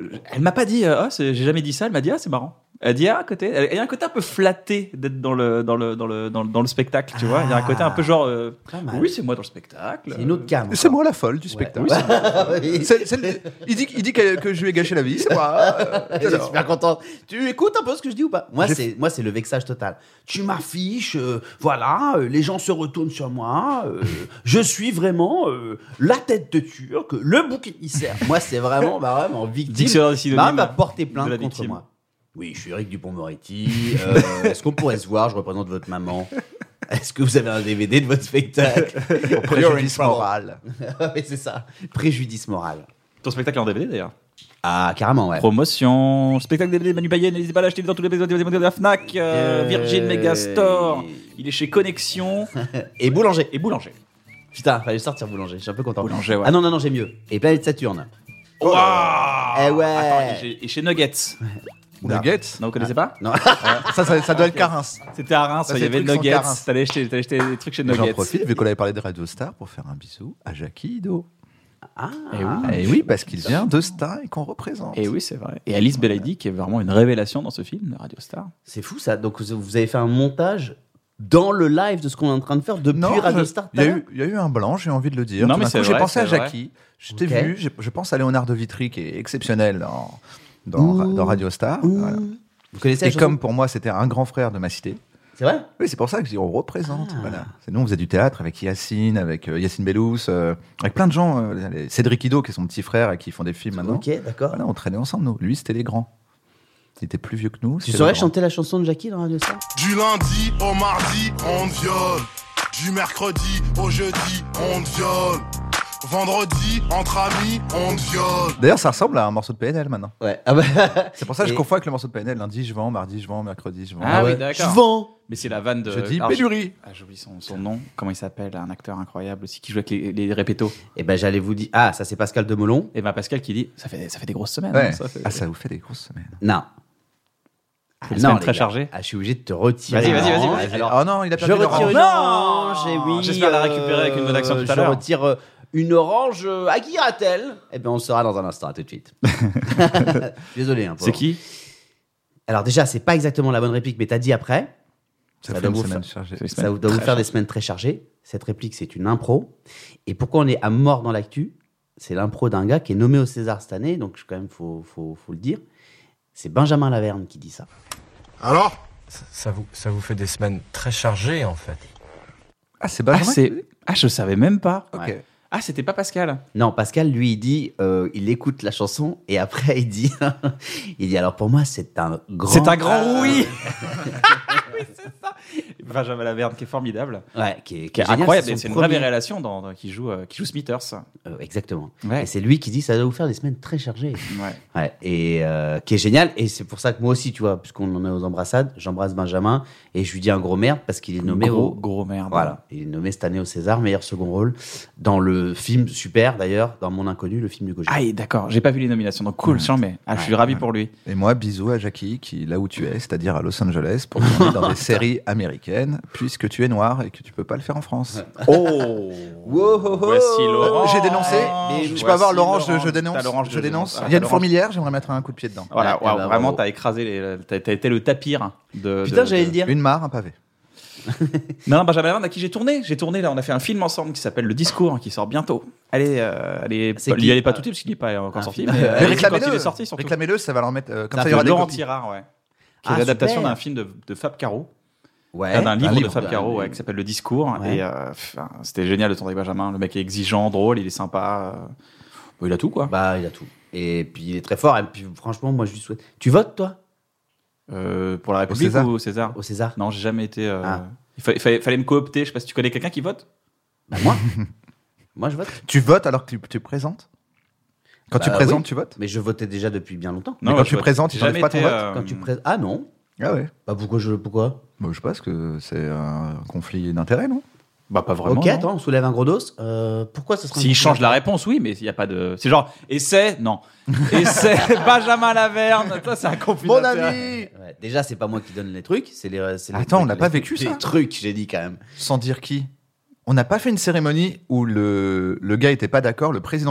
A: Euh, Elle m'a pas dit, euh, oh, c'est- j'ai jamais dit ça. Elle m'a dit, ah, c'est marrant. Elle dit, ah, à côté, elle- il y a un côté un peu flatté d'être dans le, dans le, dans le, dans le, dans le spectacle, tu vois. Il y a un côté un peu genre, euh,
C: Ah. Pas mal.
A: oui, c'est moi dans le spectacle.
C: C'est une autre cam.
B: C'est
C: encore.
B: moi la folle du
C: Ouais.
B: spectacle.
C: Oui, c'est moi. Oui.
B: C'est- c'est le- il dit, il dit que, que je lui ai gâché la vie, c'est moi. Euh,
C: Je suis
B: alors.
C: super content. Tu écoutes un peu ce que je dis ou pas Moi,
B: J'ai-
C: c'est moi, c'est le vexage total. Tu m'affiches, euh, voilà, euh, les gens se retournent sur moi. euh, je suis vraiment euh, la tête de Turc, le bouc émissaire. moi, c'est vraiment, bah, vraiment victime.
A: Dictionnaire des synonymes.
C: Marie m'a porté
A: de la
C: plainte contre
A: victime.
C: moi. Oui, je suis Eric Dupont-Moretti. euh, Est-ce qu'on pourrait se voir Je représente votre maman. Est-ce que vous avez un DVD de votre spectacle
B: Préjudice moral.
C: Oui, c'est ça. Préjudice moral.
A: Ton spectacle est en DVD d'ailleurs.
C: Ah, carrément, ouais.
A: Promotion, spectacle DVD Manu Payet, n'hésitez pas à l'acheter dans tous les magasins de la Fnac, euh,
C: Euh,
A: Virgin Megastore, il est chez Connexion
C: Et boulanger.
A: et Boulanger.
C: Putain, fallait sortir boulanger, je suis un peu content.
A: Boulanger, ouais.
C: Ah non, non, non, j'ai mieux. Et Planète Saturne. Oh. Eh ouais.
A: Attends, et chez- et chez Nuggets.
B: Ou Nuggets.
A: Non, vous connaissez pas Bah,
C: Non.
B: Ça, ça, ça doit être Carins.
A: C'était à Reims,
B: Ça,
A: il y
B: c'est
A: avait
B: le truc sans
A: Nuggets,
B: carin.
A: t'allais acheter, t'allais acheter des trucs chez
B: Et J'en
A: Nuggets.
B: profite, vu qu'on avait parlé de Radio Star, pour faire un bisou à Jackie Ido.
C: Ah,
B: Et oui, parce qu'il vient de Star et qu'on représente.
A: Et Eh oui, c'est vrai. Et Alice Belaïdi, qui est vraiment une révélation dans ce film, de Radio Star.
C: c'est fou ça. Donc vous vous avez fait un montage dans le live de ce qu'on est en train de faire depuis
B: Non,
C: Radio
B: je-
C: Star.
B: il y, a
C: tout à
B: eu- il y a eu un blanc, j'ai envie de le dire.
A: Non,
B: Tout
A: mais
B: d'un
A: c'est
B: coup,
A: vrai,
B: J'ai pensé à
A: c'est vrai.
B: Jackie, je t'ai
C: Ok.
B: vu, j'ai- je pense à Léonard de Vitry, qui est exceptionnel dans, dans,
C: Ouh.
B: dans Radio Star.
C: l'heure.
B: Voilà.
C: Vous connaissez la
B: Et
C: chanson
B: comme pour moi, c'était un grand frère de ma cité,
C: C'est vrai
B: Oui, c'est pour ça que je dis on représente.
C: Ah.
B: Voilà. C'est nous, on faisait du théâtre avec Yacine, avec euh, Yacine Bellous, euh, avec plein de gens. euh, les- Cédric Ido, qui est son petit frère et qui font des films maintenant.
C: Ok, d'accord.
B: Voilà, Ah, on traînait ensemble, nous. Lui, c'était les grands. Il était plus vieux que nous.
C: Tu
B: c'était les
C: saurais
B: grands.
C: chanter la chanson de Jackie dans Radio Star
G: Du lundi au mardi, on te viole. Du mercredi au jeudi, on te viole. Vendredi, entre amis, on te viole.
B: D'ailleurs, ça ressemble à un morceau de PNL maintenant.
C: Ouais. Ah bah,
B: C'est pour ça que je
C: Et-
B: confonds avec le morceau de PNL. Lundi, je vends, mardi, je vends, mercredi, je vends.
A: Ah, oui,
C: ouais.
A: d'accord.
C: Je vends
A: Mais c'est la vanne de.
B: Je dis
A: Alors,
B: pénurie.
A: Ah, J'oublie son, son nom. Comment il s'appelle Un acteur incroyable aussi qui joue avec les, les répétos.
C: Et ben j'allais vous dire. Ah, ça c'est Pascal de Molon
A: Emma Pascal qui dit Ça fait, ça fait des grosses semaines.
B: Ouais.
A: hein, ça fait-
B: Ah, ça vous fait des grosses semaines.
C: Non. Ah,
A: semaine
C: les
A: très
C: gars.
A: chargé.
C: Ah, je suis obligé de te retirer.
A: Vas-y, vas-y,
C: une
A: vas-y,
C: orange.
A: vas-y.
C: Alors,
B: Oh non, il a
C: je
B: perdu
C: retire
B: l'orange.
C: une orange. Et oui.
A: J'espère la
C: euh,
A: récupérer avec une bonne action tout à l'heure.
C: Je retire euh, une orange. euh, à qui ira-t-elle Eh bien, on le saura dans un instant. À tout de suite. Désolé. hein, pour-
A: C'est qui
C: Alors, déjà, c'est pas exactement la bonne réplique, mais t'as dit après.
B: Ça
C: Ça
B: fait une
C: doit vous
B: semaine
C: faire-
B: chargée.
A: C'est- Des
C: Ça
A: semaines
C: vous doit vous
A: très
C: faire des semaines très chargées. Cette réplique, c'est une impro. Et pourquoi on est à mort dans l'actu C'est l'impro d'un gars qui est nommé au César cette année, donc quand même, faut, faut, faut le dire. C'est Benjamin Laverne qui dit ça.
G: Alors
H: Ça, ça vous, ça vous fait des semaines très chargées en fait.
B: Ah, c'est
A: Ah,
B: Benjamin
A: c'est. Ah, je savais même pas.
B: Ok.
C: Ouais.
A: Ah, c'était pas Pascal.
C: Non, Pascal, lui, il dit, euh, il écoute la chanson et après, il dit, il dit, alors pour moi, c'est un grand.
A: C'est un grand oui Benjamin Laverne qui est formidable.
C: Ouais, qui est, qui
A: Qui
C: est
A: est
C: génial,
A: incroyable.
C: c'est son
A: C'est une vraie
C: premier-
A: révélation dans, dans- qui, joue, euh, qui joue Smithers.
C: Euh, exactement.
A: Ouais.
C: Et c'est lui qui dit, ça doit vous faire des semaines très chargées.
A: Ouais.
C: Ouais, et euh, qui est génial. Et c'est pour ça que moi aussi, tu vois, puisqu'on en est aux embrassades, j'embrasse Benjamin et je lui dis un gros merde parce qu'il est nommé
A: gros,
C: au.
A: gros merde.
C: Voilà, il est nommé cette année au César, meilleur second rôle, dans le film super d'ailleurs, dans Mon Inconnu, le film du Gojira.
A: Ah, et d'accord, j'ai pas vu les nominations, donc cool, j'en mets. Ah, je suis ravi pour lui.
B: Et moi, bisous à Jackie, qui est là où tu es, c'est-à-dire à Los Angeles, pour tourner dans des séries américaines, puisque tu es noir et que tu peux pas le faire en France. Euh,
A: Oh
C: Wow, oh, oh.
A: Voici l'orange.
B: J'ai dénoncé.
A: Mais
B: je
A: voici
B: peux avoir l'orange, de- je
A: T'as
B: dénonce.
A: l'orange
B: je
A: de
B: dénonce.
A: Ah,
B: Il
A: t'as
B: y a une
A: l'orange.
B: fourmilière, j'aimerais mettre un coup de pied dedans.
A: Voilà,
C: Ah,
A: waouh,
C: bah,
A: vraiment,
C: bravo.
A: t'as écrasé, les- t'as t'as été le tapir de.
C: Putain,
A: de-
C: j'allais
A: de-
C: le dire.
B: Une mare, un pavé.
A: Non, non, Benjamin Laverne, à qui j'ai tourné. J'ai tourné, là, on a fait un film ensemble qui s'appelle Le Discours, hein, qui sort bientôt. Allez, euh, allez,
C: C'est
A: il
C: qui
A: y allait pas tout de suite,
C: Ah.
A: parce qu'il n'est pas encore
C: Ah,
A: sorti.
C: film.
A: Mais,
C: Mais
A: allez-y Euh, quand
B: réclamez-le.
A: il est sorti, surtout.
B: Réclamez-le, ça va leur mettre. euh, comme
A: Ça,
B: ça, il y aura des
A: Laurent
B: copies.
A: Tirard, ouais. Qui
C: Ah,
A: est l'adaptation
C: super.
A: d'un film de, de Fab Caro,
C: Ouais.
A: d'un Ah, livre,
B: livre.
A: de Fab Caro ouais, qui s'appelle Le Discours.
C: Ouais.
A: Et euh, pff, c'était génial de tourner avec Benjamin. Le mec est exigeant, drôle, il est sympa. euh, bon, il a tout, quoi.
C: Bah, il a tout. Et puis il est très fort. Et puis franchement, moi je lui souhaite. Tu votes toi
A: Euh, pour la République
B: César.
A: ou au César
C: au César
A: Non, j'ai jamais été. euh,
C: Ah.
A: Il fallait, fallait- fallait me coopter. Je sais pas si tu connais quelqu'un qui vote.
C: Bah, moi. moi je vote.
B: Tu votes alors que tu, tu présentes Quand tu
C: Bah
B: présentes,
C: oui.
B: tu votes
C: Mais je votais déjà depuis bien longtemps.
B: Mais quand
A: moi,
B: tu
A: je vote.
B: présentes, ils
A: J'ai jamais
B: enlèvent pas ton
A: été,
B: vote
A: euh,
C: Quand tu pré- Ah non
B: Ah ouais.
C: Bah pourquoi je. Pourquoi
B: Bon, je pense que c'est un conflit d'intérêts, non
A: Bah, pas vraiment.
C: Ok,
A: non.
C: attends, on soulève un gros dos. Euh, pourquoi ça sera. un
A: S'il
C: gros
A: change
C: dos
A: la réponse, oui, mais il n'y a pas de. C'est genre, essai Non. Essai Benjamin Laverne. Toi, c'est un conflit
B: Mon
A: d'intérêts.
B: ami
C: Ouais, déjà, c'est pas moi qui donne les trucs, c'est les. c'est les
B: Attends,
C: trucs,
B: on n'a
C: les-
B: pas vécu ça
C: Les trucs, j'ai dit quand même.
B: Sans dire qui On n'a pas fait une cérémonie où le, le gars était pas d'accord, le président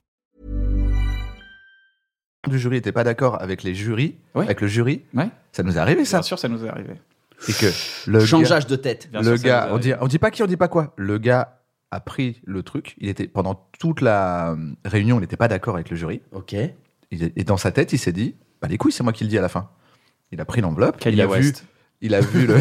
B: du jury était pas d'accord avec les jurys,
A: Ouais.
B: avec le jury.
A: Ouais.
B: Ça nous est arrivé, ça.
A: Bien sûr, ça nous est arrivé.
B: C'est que le gars,
C: Changeage de tête.
A: Bien
B: le
A: sûr, ça
B: gars
A: nous
B: on, dit,
A: arrive.
B: on dit pas qui, on dit pas quoi. Le gars a pris le truc. Il était pendant toute la euh, réunion, il n'était pas d'accord avec le jury.
C: Ok.
B: Il est- et dans sa tête, il s'est dit, bah les couilles, c'est moi qui le dis à la fin. Il a pris l'enveloppe.
A: Kanye
B: il a vu,
A: West.
B: il a vu le,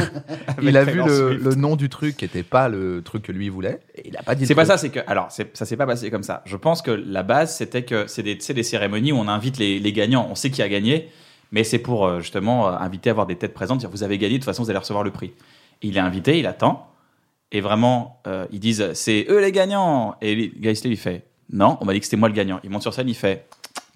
B: il a vu
A: Taylor
B: le,
A: Swift.
B: le nom du truc qui était pas le truc que lui voulait. Et il a pas dit. le
A: C'est pas
B: truc.
A: ça, c'est que. Alors, c'est- ça s'est pas passé comme ça. Je pense que la base, c'était que c'est des, tu sais, des cérémonies où on invite les, les gagnants. On sait qui a gagné, mais c'est pour euh, justement euh, inviter à avoir des têtes présentes. Dire, vous avez gagné, de toute façon, vous allez recevoir le prix. Il est invité, il attend. Et vraiment, euh, ils disent, c'est eux les gagnants. Et lui- Geisler, il fait, non, on m'a dit que c'était moi le gagnant. Il monte sur scène, il fait,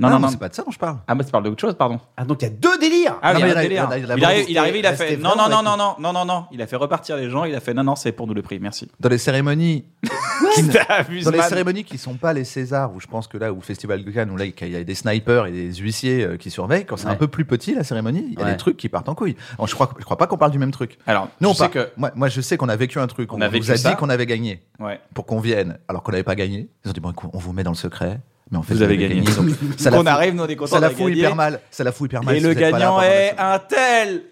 A: Non, non, non.
B: Ah c'est pas de ça dont je parle.
A: Ah, bah, tu parles de autre chose, pardon.
C: Ah, donc il y a deux délires
A: Ah,
B: Non,
A: oui,
B: mais
A: il y
B: il
A: a un
B: a-
A: délire.
B: il a- il a
A: Il arrive-
B: vraiment-
A: il arrive, il a
C: c'était
A: fait non,
C: vraiment
A: non, non,
C: avec
A: non, non, non, non, non. Il a fait repartir les gens, il a fait non, non, c'est pour nous le prix, merci.
B: Dans les cérémonies. qui ne-
A: T'as abusé,
B: Dans les
A: man.
B: cérémonies qui sont pas les Césars, où je pense que là, ou le Festival de Cannes, où là, il y a des snipers et des huissiers euh, qui surveillent, quand c'est un
C: Ouais.
B: peu plus petit, la cérémonie, il y a
C: Ouais.
B: des trucs qui partent en couille. Alors, je crois, je crois pas qu'on parle du même truc.
A: Alors,
B: Non,
A: je sais
B: pas-
A: que.
B: moi, moi, je sais qu'on a vécu un truc.
A: On
B: On,
A: a
B: vous
A: vécu
B: a
A: ça.
B: dit qu'on avait gagné
A: Ouais.
B: pour qu'on vienne, alors qu'on n'avait pas gagné. Ils ont dit, bon, écoute, on vous met dans le secret. Mais en fait,
A: Vous avez gagné.
B: donc, ça la
A: Qu'on
B: fout-
A: arrive, nous on est contents
B: Ça la
A: d'avoir
B: fout
A: gagné.
B: hyper mal. Ça la fout hyper mal.
A: Et
B: si
A: le
B: vous êtes pas là
A: gagnant
B: pendant la
A: est
B: soirée.
A: un tel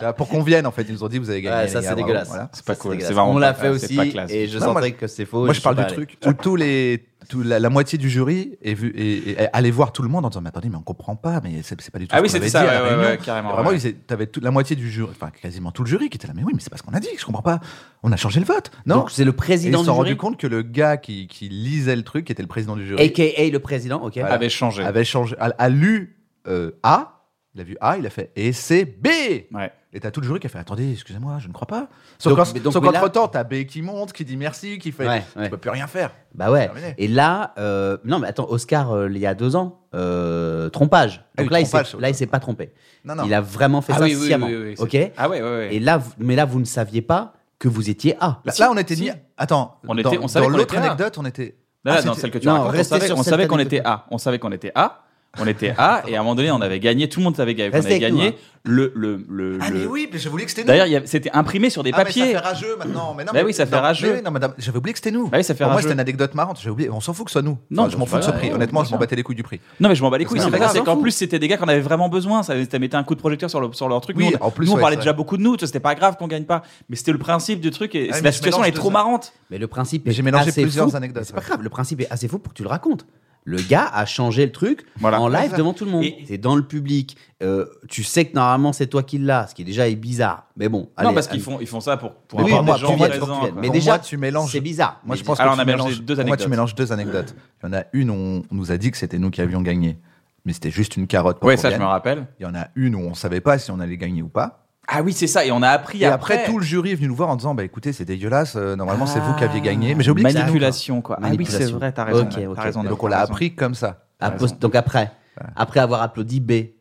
B: Là, Pour qu'on vienne, en fait, ils nous ont dit, vous avez gagné.
C: Ouais,
B: les gars,
C: ça c'est
B: bravo,
C: dégueulasse.
B: voilà.
A: C'est pas
C: Ça,
A: cool,
C: dégueulasse.
A: c'est vraiment
C: On
A: pas
C: l'a
A: classe,
C: fait
A: c'est
C: aussi
A: pas classe.
C: et je
B: Non, moi,
C: sentais que c'est faux.
B: Moi,
C: et
B: je parle
C: suis
B: du
C: pas allé.
B: truc où tous les, tout la, la moitié du jury est vu et, et- et allait voir tout le monde en disant mais attendez mais on comprend pas mais c'est c'est pas du tout
A: Ah
B: ce
A: oui,
B: qu'on
A: c'était
B: avait
A: ça,
B: dit à la
A: ouais, ouais,
B: réunion.
A: ouais, carrément,
B: Et vraiment
A: ouais.
B: ils étaient- t'avais toute la moitié du jury enfin quasiment tout le jury qui était là mais oui mais c'est pas ce qu'on a dit je comprends pas on a changé le vote non
C: Donc c'est le
B: Et ils
C: président
B: se
C: du
B: sont
C: jury.
B: rendus compte que le gars qui, qui lisait le truc qui était le président du jury
C: AKA le président, ok.
A: avait changé.
B: avait changé a, a lu euh, A il a vu A il a fait et c'est B
A: Ouais.
B: et t'as tout le jury qui a fait attendez excusez-moi je ne crois pas sauf
C: Donc-
B: qu'en-
C: mais donc,
B: sauf
C: mais là-
B: qu'entre temps t'as B qui monte qui dit merci qui fait
C: Ouais, ouais.
B: tu peux plus rien faire
C: Bah ouais.
B: Terminé.
C: Et là, euh, non mais attends, Oscar, euh, il y a deux ans, euh, trompage.
B: Ah
C: Donc
B: oui,
C: là, il
B: trompage,
C: s'est-
B: ça,
C: là, il
B: ça.
C: s'est pas trompé.
B: non non
C: Il a vraiment fait
A: Ah
C: ça
A: oui, oui,
C: sciemment.
A: oui, oui, oui,
C: ok. Et
A: Ah ouais, ouais, ouais.
C: là, vous- mais là, vous ne saviez pas que vous étiez A.
B: Là, là, on était
A: si.
B: dit. Attends,
A: On
B: dans,
A: était- on savait
B: dans
A: qu'on
B: l'autre
A: était là.
B: anecdote, on était.
A: Non,
B: Ah,
A: non,
B: c'était-
A: celle que tu
C: non,
A: racontes, on
C: restez
A: savait,
C: sur
A: on
C: cette
A: savait qu'on
C: anecdote.
A: était A. On savait qu'on était A. On était A et à un moment donné, on avait gagné. Tout le monde savait qu'on
C: Restez
A: avait
C: avec nous,
A: gagné.
C: hein.
A: Le, le, le,
B: Ah,
A: le-
B: mais oui, mais j'avais oublié que c'était nous.
A: D'ailleurs, il y avait- c'était imprimé sur des
B: Ah, mais
A: papiers.
B: ça fait rageux maintenant. Mais non,
A: Bah
B: mais-
A: oui, ça fait
B: non,
A: rageux.
B: mais oui, non, madame, j'avais oublié que c'était nous.
A: Bah oui, ça fait
B: Pour moi,
A: rageux.
B: c'était une anecdote marrante. J'ai oublié. On s'en fout que ce soit nous.
A: Non,
B: Enfin, je m'en
A: bah,
B: fous de ce
A: ouais,
B: prix.
A: ouais,
B: Honnêtement, je
A: bien
B: m'en battais les couilles du prix.
A: Non, mais je m'en bats les couilles.
B: Non,
A: C'est
B: mais
A: pas grave,
B: grave,
A: c'est qu'en
B: on
A: plus, c'était des gars qu'on avait vraiment besoin. Ça, ça mettait un coup de projecteur sur, le- sur leur truc.
B: Oui,
A: nous, on,
B: en plus,
A: nous, on
B: ouais,
A: parlait
B: c'est
A: déjà
B: vrai.
A: beaucoup de nous. tu vois, C'était pas grave qu'on gagne pas. Mais c'était le principe du truc. Et
B: Ah,
A: c'est-
B: mais
A: la
B: je
A: situation,
B: mélange
A: elle est
B: deux
A: trop
B: ça.
A: marrante.
C: Mais le principe
B: Mais
C: est
B: j'ai mélangé
C: assez
B: plusieurs
C: fou.
B: anecdotes,
C: C'est pas
B: ouais.
C: grave, le principe est assez fou pour que tu le racontes. Le gars a changé le truc
A: Voilà.
C: en live
B: Exact.
C: devant tout le monde.
A: Et-
C: T'es dans le public. euh, tu sais que normalement c'est toi qui l'as, ce qui déjà est bizarre. Mais bon,
A: Non,
C: allez,
A: parce qu'ils
C: allez.
A: font, ils font ça pour, pour
B: Mais oui,
A: avoir
B: moi,
A: des gens
B: pour moi, tu-
A: présents.
B: tu-
A: quoi.
C: Mais
B: Pour
C: déjà,
B: moi, tu mélanges-
C: C'est bizarre.
B: Moi, je
C: Mais
B: pense
A: Alors,
B: que
A: on a
B: tu
A: mélangé
B: mélanges-
A: deux
B: pour Moi,
A: anecdotes.
B: tu mélanges deux anecdotes. Il y en a une où on on nous a dit que c'était nous qui avions gagné, mais c'était juste une carotte. pour
A: Ouais,
B: qu'on
A: ça, je me
B: gagne.
A: rappelle.
B: Il y en a une où on savait pas si on allait gagner ou pas.
A: Ah oui, c'est ça. Et on a appris
B: Et après, tout le jury est venu nous voir en disant bah écoutez, c'est dégueulasse, euh, normalement c'est vous qui aviez
A: Ah,
B: gagné, mais j'ai oublié que c'était nous.
A: Manipulation, quoi. Ah oui, c'est
C: Manipulation.
A: vrai, t'as raison.
C: Ok,
A: t'as
C: ok.
A: raison,
B: Et donc
A: t'as
B: on l'a
A: raison.
B: appris comme ça.
C: Ah, post- donc après, après avoir applaudi B. Ouais.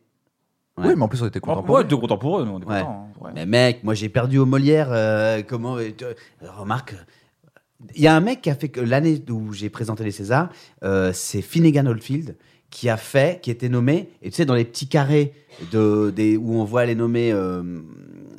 B: Oui, mais en plus on était contents pour
A: Oh, Ouais,
B: lui.
A: de contemporains, nous, on est
C: Ouais.
A: contents, hein. Ouais.
C: Mais mec, moi j'ai perdu au Molière. euh, comment euh, tu- euh, Remarque, il y a un mec qui a fait que l'année où j'ai présenté les Césars, euh, c'est Finnegan Oldfield qui a fait, qui était nommé. Et tu sais, dans les petits carrés de, des, où on voit les nommés euh,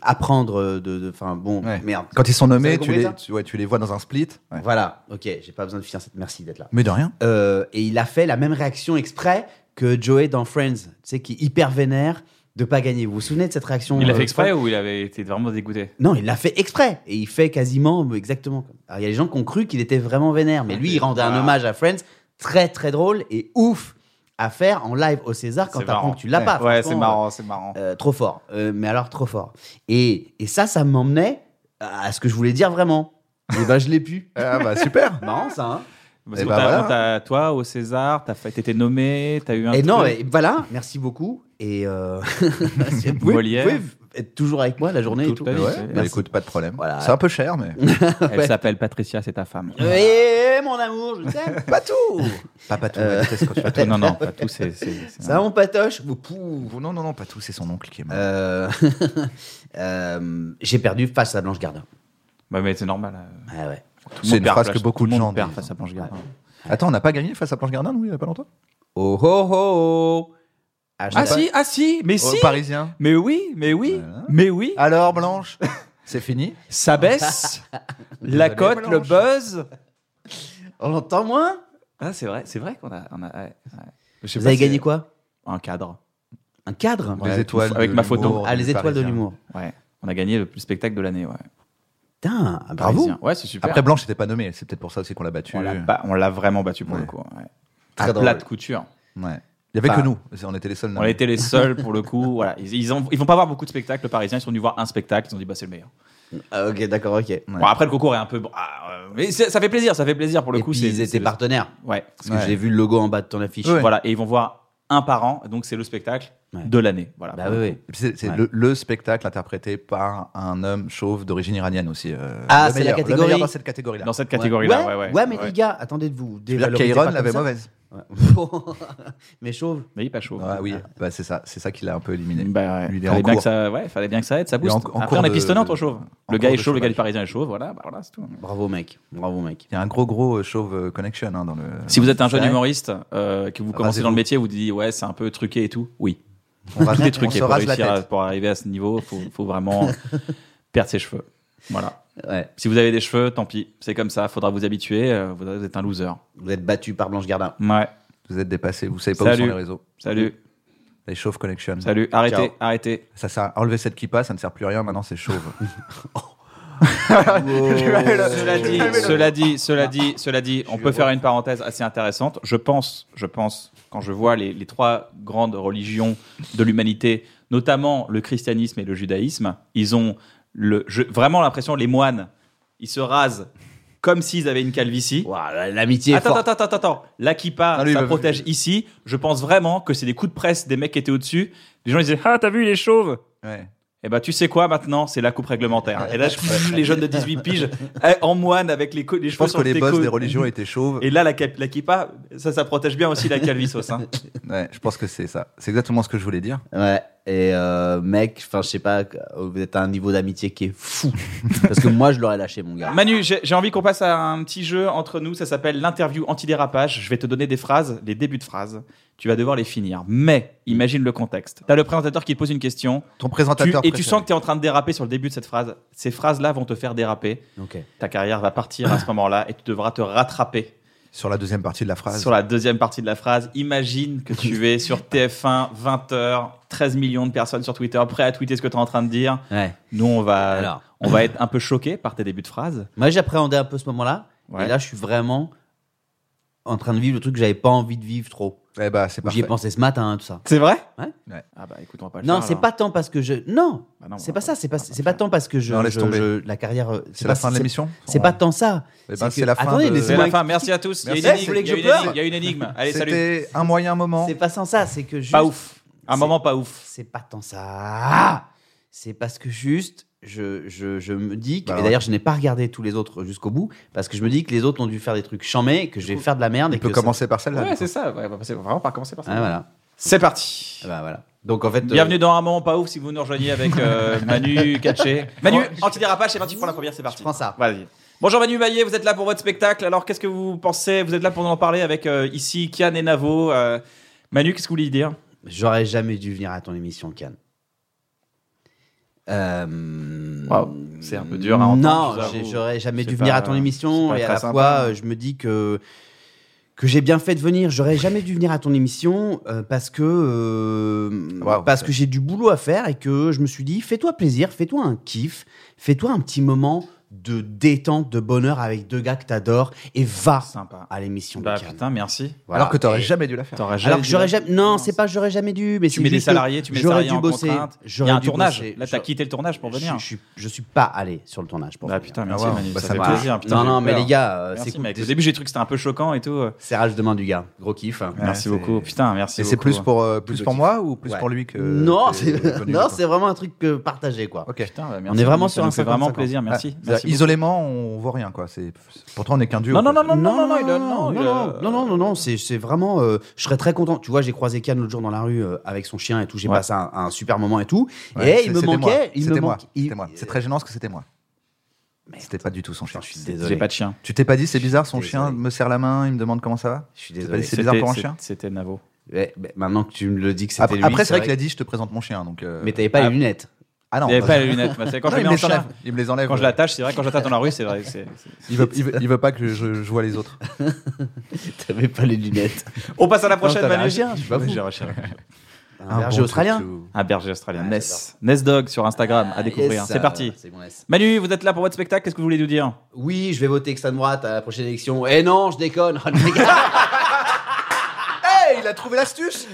C: apprendre de, enfin bon,
B: Ouais.
C: merde.
B: Quand ils sont
C: Vous avez
B: nommés, tu
C: compris
B: les,
C: ça
B: tu, ouais, tu les vois dans un split. Ouais.
C: Voilà, ok, j'ai pas besoin de finir cette. Merci d'être là.
B: Mais de rien.
C: Euh, et il a fait la même réaction exprès que Joey dans Friends, tu sais, qui est hyper vénère de pas gagner. Vous vous souvenez de cette réaction
A: Il l'a
C: euh,
A: fait exprès ou il avait été vraiment dégoûté
C: Non, il l'a fait exprès. Et il fait quasiment euh, exactement. comme- Alors, il y a des gens qui ont cru qu'il était vraiment vénère. Mais lui, il rendait un hommage à Friends très, très drôle et ouf à faire en live au
B: Ah,
C: César quand
A: C'est marrant.
C: t'apprends que tu l'as pas.
A: Ouais,
C: franchement,
A: c'est marrant, c'est marrant.
C: euh, trop fort. Euh, mais alors, trop fort. Et, et ça, ça m'emmenait à ce que je voulais dire vraiment. Et ben, je l'ai pu.
B: Ah bah super.
C: Marrant, ça, hein
A: Parce
B: Eh
A: que
B: ben
A: t'as-
B: voilà.
A: on t'a- toi, au César, t'as fait- t'étais nommé, t'as eu un.
C: Et
A: truc.
C: non, et voilà, merci beaucoup. Et euh, vous pouvez-
A: Molière.
C: vous pouvez être toujours avec moi la journée et
A: Toute
C: tout.
A: ta vie.
B: Ouais, bah,
C: Merci.
B: écoute, pas de problème.
C: Voilà.
B: C'est un peu cher, mais
A: Elle s'appelle Patricia, c'est ta femme.
C: Eh, mon amour, je t'aime.
B: pas tout. pas pas tout.
C: Euh,
B: ouais, déteste quand tu fais
A: Non, non, pas tout, c'est. c'est- c'est-
C: Ça, mon patoche, vous pou-
B: tout. Non, non, non, pas tout. C'est son oncle qui est mort.
C: Euh, euh, j'ai perdu face à Blanche Gardin.
A: Bah, mais c'est normal. euh,
C: Ouais, ouais.
A: tout le
B: C'est
A: monde
B: une
A: perd
B: phrase
A: face-
B: que beaucoup
A: tout le
B: de
A: monde
B: gens
A: perd
B: disent.
A: face à Blanche Gardin.
B: Attends, on n'a pas gagné face à Planche Gardin, nous, il y a pas longtemps.
C: Oh oh oh. Ah, je
A: Ah
C: sais
A: si, ah si, mais
B: Au
A: si.
B: Parisien.
A: Mais oui, mais oui,
B: Voilà.
A: mais oui.
B: Alors Blanche, c'est fini.
A: Ça baisse. La
B: Désolé,
A: cote, le
B: Blanche.
A: buzz.
C: pas. On l'entend moins.
A: Ah, c'est vrai, c'est vrai qu'on a. on a- ouais, ouais. Je sais
C: Vous
A: pas
C: avez
A: si-
C: gagné quoi
A: Un cadre.
C: Un cadre
B: Les étoiles.
A: avec
B: de
A: ma photo.
B: l'humour
C: Ah,
B: du
C: les étoiles de
B: Parisien.
C: l'humour.
A: Ouais. On a gagné le plus spectacle de l'année, ouais.
C: Putain, ah, bravo.
A: Parisien. Ouais, c'est super.
B: Après Blanche n'était pas nommée, c'est peut-être pour ça aussi qu'on l'a battue.
A: on l'a,
C: euh,
A: ba- on l'a vraiment battu pour le
B: Ouais.
A: coup. ouais.
B: Très
A: à
B: drôle.
A: plat de couture.
B: Ouais. Il y avait
A: Enfin,
B: que nous, on était les seuls.
A: Bah. On a été les seuls pour le coup. Voilà. Ils, ils, ont- ils vont pas voir beaucoup de spectacles parisiens. Ils sont venus voir un spectacle. Ils ont dit bah c'est le meilleur.
C: Ah, ok, d'accord, ok. Et
A: Bon, après le concours est un peu. bon, ah, euh, mais c'est- ça fait plaisir. Ça fait plaisir pour le coup.
C: puis
A: c'est-
C: ils
A: c'est
C: étaient
A: le-
C: partenaires.
A: Ouais.
C: Parce que j'ai vu le logo en bas de ton affiche.
B: Ouais.
A: Voilà. Et ils vont voir un par an. Donc c'est le spectacle. de l'année. Voilà.
C: Bah oui, oui.
B: Et puis C'est c'est
C: Ouais.
B: le, le spectacle interprété par un homme chauve d'origine iranienne aussi. euh,
C: Ah,
B: le
C: c'est la
B: meilleur, le
C: catégorie.
B: meilleur dans cette catégorie-là.
A: Dans cette catégorie-là, ouais, ouais.
C: mais
A: Ouais.
C: les gars, attendez de vous.
B: Je veux dire,
C: dévaloriser
B: Kairon
C: pas comme
B: l'avait
C: ça.
B: mauvaise.
C: Ouais. mais chauve.
A: Mais il est pas chaud.
B: Ah oui, bah, c'est ça, c'est ça qui l'a un peu éliminé.
A: Bah, ouais.
B: Lui, il est en
A: fallait, bien
B: cours.
A: que ça, ouais, fallait bien que ça aide, ça
B: Il est
A: booste.
B: en- en
A: Après,
B: cours
A: on est
B: de-
A: pistonnant en chauve.
B: en
A: Le gars
B: cours
A: est
B: de
A: chauve, le gars du
B: chômage.
A: parisien est chauve, voilà, bah, voilà c'est tout.
C: Bravo, mec. Bravo, mec.
B: Il y a un gros gros euh, chauve euh, connection hein, dans le.
A: Si vous êtes un jeune
B: Ouais.
A: humoriste, euh, que vous commencez
B: Rasez-vous.
A: dans le métier, vous dites, ouais, c'est un peu truqué et tout. Oui.
B: on, rase-
A: Tout est
B: on
A: truqué
B: se
A: pour
B: rase la
A: réussir à-
B: tête.
A: pour arriver à ce niveau, faut, faut vraiment perdre ses cheveux. Voilà.
C: Ouais.
A: Si vous avez des cheveux, tant pis, c'est comme ça, faudra vous habituer, euh, vous vous êtes un loser.
C: Vous êtes battu par Blanche Gardin.
A: Ouais.
B: Vous êtes dépassé, vous savez pas où
A: Salut.
B: sont les réseaux.
A: Salut,
B: Les chauves connection.
A: salut, arrêtez,
C: Ciao.
A: arrêtez.
B: Ça sert enlever cette kippa, ça ne sert plus à rien. Maintenant c'est chauve.
A: Cela dit, cela dit, cela dit, cela dit, on peut faire une parenthèse assez intéressante. Je pense, je pense, quand je vois les, les trois grandes religions de l'humanité, notamment le christianisme et le judaïsme, ils ont le, je- vraiment l'impression, les moines, ils se rasent comme s'ils avaient une calvitie.
C: Ouah, L'amitié est
A: Attends,
C: forte.
A: attends, attends, attends, attends. La kippa,
B: Ah, lui,
A: ça
B: il va-
A: protège ici. Je pense vraiment que c'est des coups de presse des mecs qui étaient au-dessus. Les gens ils disaient Ah, t'as vu, il est chauve
B: Ouais.
A: eh ben, tu sais quoi maintenant C'est la coupe réglementaire. Et là, je- les jeunes de 18 piges, eh, en moine, avec les, cou- les
B: Je
A: cheveux
B: pense
A: sur
B: que les
A: tes
B: boss
A: côtes.
B: des religions étaient chauves.
A: Et là, la, cap- la kippa, ça, ça protège bien aussi la calvisos. Hein.
B: Ouais, je pense que c'est ça. C'est exactement ce que je voulais dire.
C: Ouais. Et euh, mec, enfin, je sais pas, euh, vous êtes à un niveau d'amitié qui est fou. Parce que moi, je l'aurais lâché, mon gars.
A: Manu, j'ai j'ai envie qu'on passe à un petit jeu entre nous. Ça s'appelle l'interview antidérapage. Je vais te donner des phrases, les débuts de phrases. Tu vas devoir les finir. Mais imagine le contexte. T'as le présentateur qui te pose une question.
B: Ton
A: Tu-
B: présentateur.
A: et tu
B: préféré.
A: sens que t'es en train de déraper sur le début de cette phrase. Ces phrases-là vont te faire déraper.
C: Ok.
A: Ta carrière va partir à ce moment-là et tu devras te rattraper
B: sur la deuxième partie de la phrase.
A: Sur la deuxième partie de la phrase, imagine que tu es sur TF1, 20h, 13 millions de personnes sur Twitter, prêts à tweeter ce que tu es en train de dire.
C: Ouais.
A: Nous, on va,
C: Alors.
A: on va être un peu choqués par tes débuts de phrase.
C: Moi, j'appréhendais un peu ce moment-là.
A: Ouais.
C: Et là, je suis vraiment en train de vivre le truc que j'avais pas envie de vivre trop.
B: Eh bah c'est
C: J'y
B: parfait.
C: ai pensé ce matin, hein, tout ça.
A: C'est vrai
C: Ouais.
B: Ouais.
A: Ah bah écoute, on va pas le
C: Non,
A: faire,
C: c'est
A: alors.
C: pas tant parce que je. Non,
A: Bah non,
C: c'est
A: on
C: pas
A: va
C: ça. C'est pas,
A: on va
C: c'est
A: le
C: pas
A: faire.
C: tant parce que je.
B: Non, laisse
C: je-
B: tomber.
C: je- la carrière. euh,
B: C'est la
C: pas-
B: fin de l'émission.
C: C'est pas tant ça.
B: Eh ben,
C: que-
B: c'est la fin
C: Attendez,
B: de-
A: C'est
C: laissez-moi
A: la fin. Merci Eh, à tous. Il y a une
B: Merci.
A: énigue,
C: Vous voulez que
A: il y a
C: je
A: une
C: pleure
A: énigme, il y a une énigme. Allez, salut.
B: C'était un moyen moment.
C: C'est pas sans ça, c'est que juste.
A: Pas ouf. Un
C: C'est-
A: moment pas ouf.
C: C'est pas tant ça. Ah C'est parce que juste, je, je, je me dis que.
B: Bah
C: et
B: ouais.
C: d'ailleurs, je n'ai pas regardé tous les autres jusqu'au bout, parce que je me dis que les autres ont dû faire des trucs chamés, que je vais faire de la merde.
B: On
C: et
B: peut
C: que ça-
B: commencer par celle-là.
A: Ouais, c'est ça. Ouais, on va passer- on va vraiment pas commencer par ça.
C: Ah, voilà.
A: C'est parti.
C: Ah, bah, voilà. Donc en fait. euh,
A: Bienvenue dans un moment pas ouf si vous nous rejoignez avec euh, Manu Katché. Manu, antidérapage, c'est parti pour la première, c'est parti.
C: Je prends ça.
A: Vas-y. Bonjour Manu Maillet, vous êtes là pour votre spectacle. Alors qu'est-ce que vous pensez Vous êtes là pour nous en parler avec euh, ici Kian et Navo. Euh, Manu, qu'est-ce que vous voulez dire
C: J'aurais jamais dû venir à ton émission, Can. Euh,
A: Waouh, c'est un peu dur à entendre,
C: Non,
A: je vous
C: j'ai-
A: avoue.
C: j'aurais jamais
A: C'est
C: dû venir à
A: pas-
C: ton
A: c'est
C: émission
A: pas
C: et à
A: très
C: la
A: sympa. hein.
C: fois euh, je me dis que que j'ai bien fait de venir. J'aurais jamais dû venir à ton émission euh, parce que euh,
B: Waouh.
C: parce que j'ai du boulot à faire et que je me suis dit fais-toi plaisir, fais-toi un kiff, fais-toi un petit moment de détente, de bonheur avec deux gars que t'adores et va
A: Sympa.
C: à l'émission. de
A: Bah
C: Can.
A: putain, merci.
C: Voilà.
B: Alors que t'aurais
C: Et-
B: jamais dû la faire.
A: T'aurais
C: alors que
A: dû-
C: j'aurais jamais. Non, c'est pas j'aurais jamais dû. Mais
A: Tu
C: c'est
A: mets des
C: juste que
A: salariés, tu mets des
C: j'aurais
A: salariés
C: dû
A: en
C: bosser.
A: contrainte. Il y
C: J'aurais
A: a un
C: dû
A: tournage.
C: bosser.
A: Là, t'as
C: J'aurais-
A: quitté le tournage pour venir.
C: Je, suis- je suis pas allé sur le tournage pour
A: Bah
C: venir.
A: putain, merci
B: Ah ouais,
A: Manu,
B: bah,
A: ça
B: ça
A: fait
B: m'a-
A: plaisir. Putain,
C: non,
A: j'ai
C: non,
A: eu
C: mais
A: peur.
C: les gars, euh, c'est
A: Merci
C: cool.
A: mec. Au
C: Déjà-
A: début, j'ai cru que c'était un peu choquant et tout.
C: Serrage de main du gars, gros kiff.
A: merci
B: c'est-
A: beaucoup. Putain, merci
B: Et c'est
A: beaucoup. hein.
B: plus pour euh, plus
C: Plutôt
B: pour
C: kiff.
B: moi ou plus
C: Ouais.
B: pour lui que.
C: non,
B: t'es
C: c'est
B: venu,
C: non,
B: quoi.
C: c'est vraiment un truc euh, partagé quoi.
B: Ok.
A: Putain, bah,
C: On
A: merci
C: est vraiment
A: Manu,
C: sur
A: ça
C: un
A: nous fait vraiment
C: 50-50.
A: plaisir. Merci.
C: Bah,
B: Ah,
A: Merci beaucoup.
B: isolément, on voit rien quoi. C'est pourtant on est qu'un duo.
A: Non, non,
B: quoi.
A: non, non, non, non, il a-
C: non,
A: non, il
C: non,
A: a-
C: non, non, non, non, non, c'est c'est vraiment. euh, je serais très content. Tu vois, j'ai croisé Can l'autre jour dans la rue euh, avec son chien et tout. J'ai
A: Ouais.
C: passé un, un super moment et tout.
B: Ouais,
C: et
B: c'est-
C: il me
B: c'était moi.
C: manquait. Il me
B: C'était moi.
C: manquait- il-
B: C'était moi. C'est très gênant parce que c'était moi. C'était pas du tout son chien.
C: Je suis
A: J'ai
C: désolé.
A: pas de chien.
B: Tu t'es pas dit c'est bizarre son
C: Désolé.
B: chien me serre la main, il me demande comment ça va.
C: Je suis
B: pas
C: désolé.
B: dit C'est bizarre
A: C'était-
B: pour un
A: c'est-
B: chien
A: C'était
C: hein.
A: Navo.
C: Ouais, mais maintenant que tu me le dis que c'était
B: Après
C: lui.
B: après, c'est vrai qu'il a dit je te présente mon chien donc. euh,
C: Mais t'avais pas
A: Ah.
C: les lunettes.
B: Ah non.
A: Il n'y avait
B: bah,
A: pas les lunettes. moi, C'est quand je
B: non,
A: le
B: il
A: mets
B: me
A: en
B: les enlève.
A: chien.
B: Il me les enlève.
A: Quand je
B: ouais.
A: l'attache, c'est vrai, quand je l'attache dans la rue, c'est vrai. c'est- c'est-
B: Il veut, il veut, il veut pas que je, je vois les autres.
C: T'avais pas les lunettes.
A: On passe à la prochaine,
C: t'avais
A: Manu.
C: un chien, je suis pas
A: Oui,
C: fou.
A: j'ai un chien.
C: Un berger australien.
A: Un berger australien.
C: Ouais,
A: Ness. Ness Dog sur Instagram Ah, à découvrir.
C: Yes,
A: C'est
C: euh,
A: parti.
C: c'est bon, yes.
A: Manu, vous êtes là pour votre spectacle. Qu'est-ce que vous voulez nous dire
C: Oui, je vais voter extrême droite à la prochaine élection. Eh non, je déconne. Oh, les gars.
B: Hey, il a trouvé l'astuce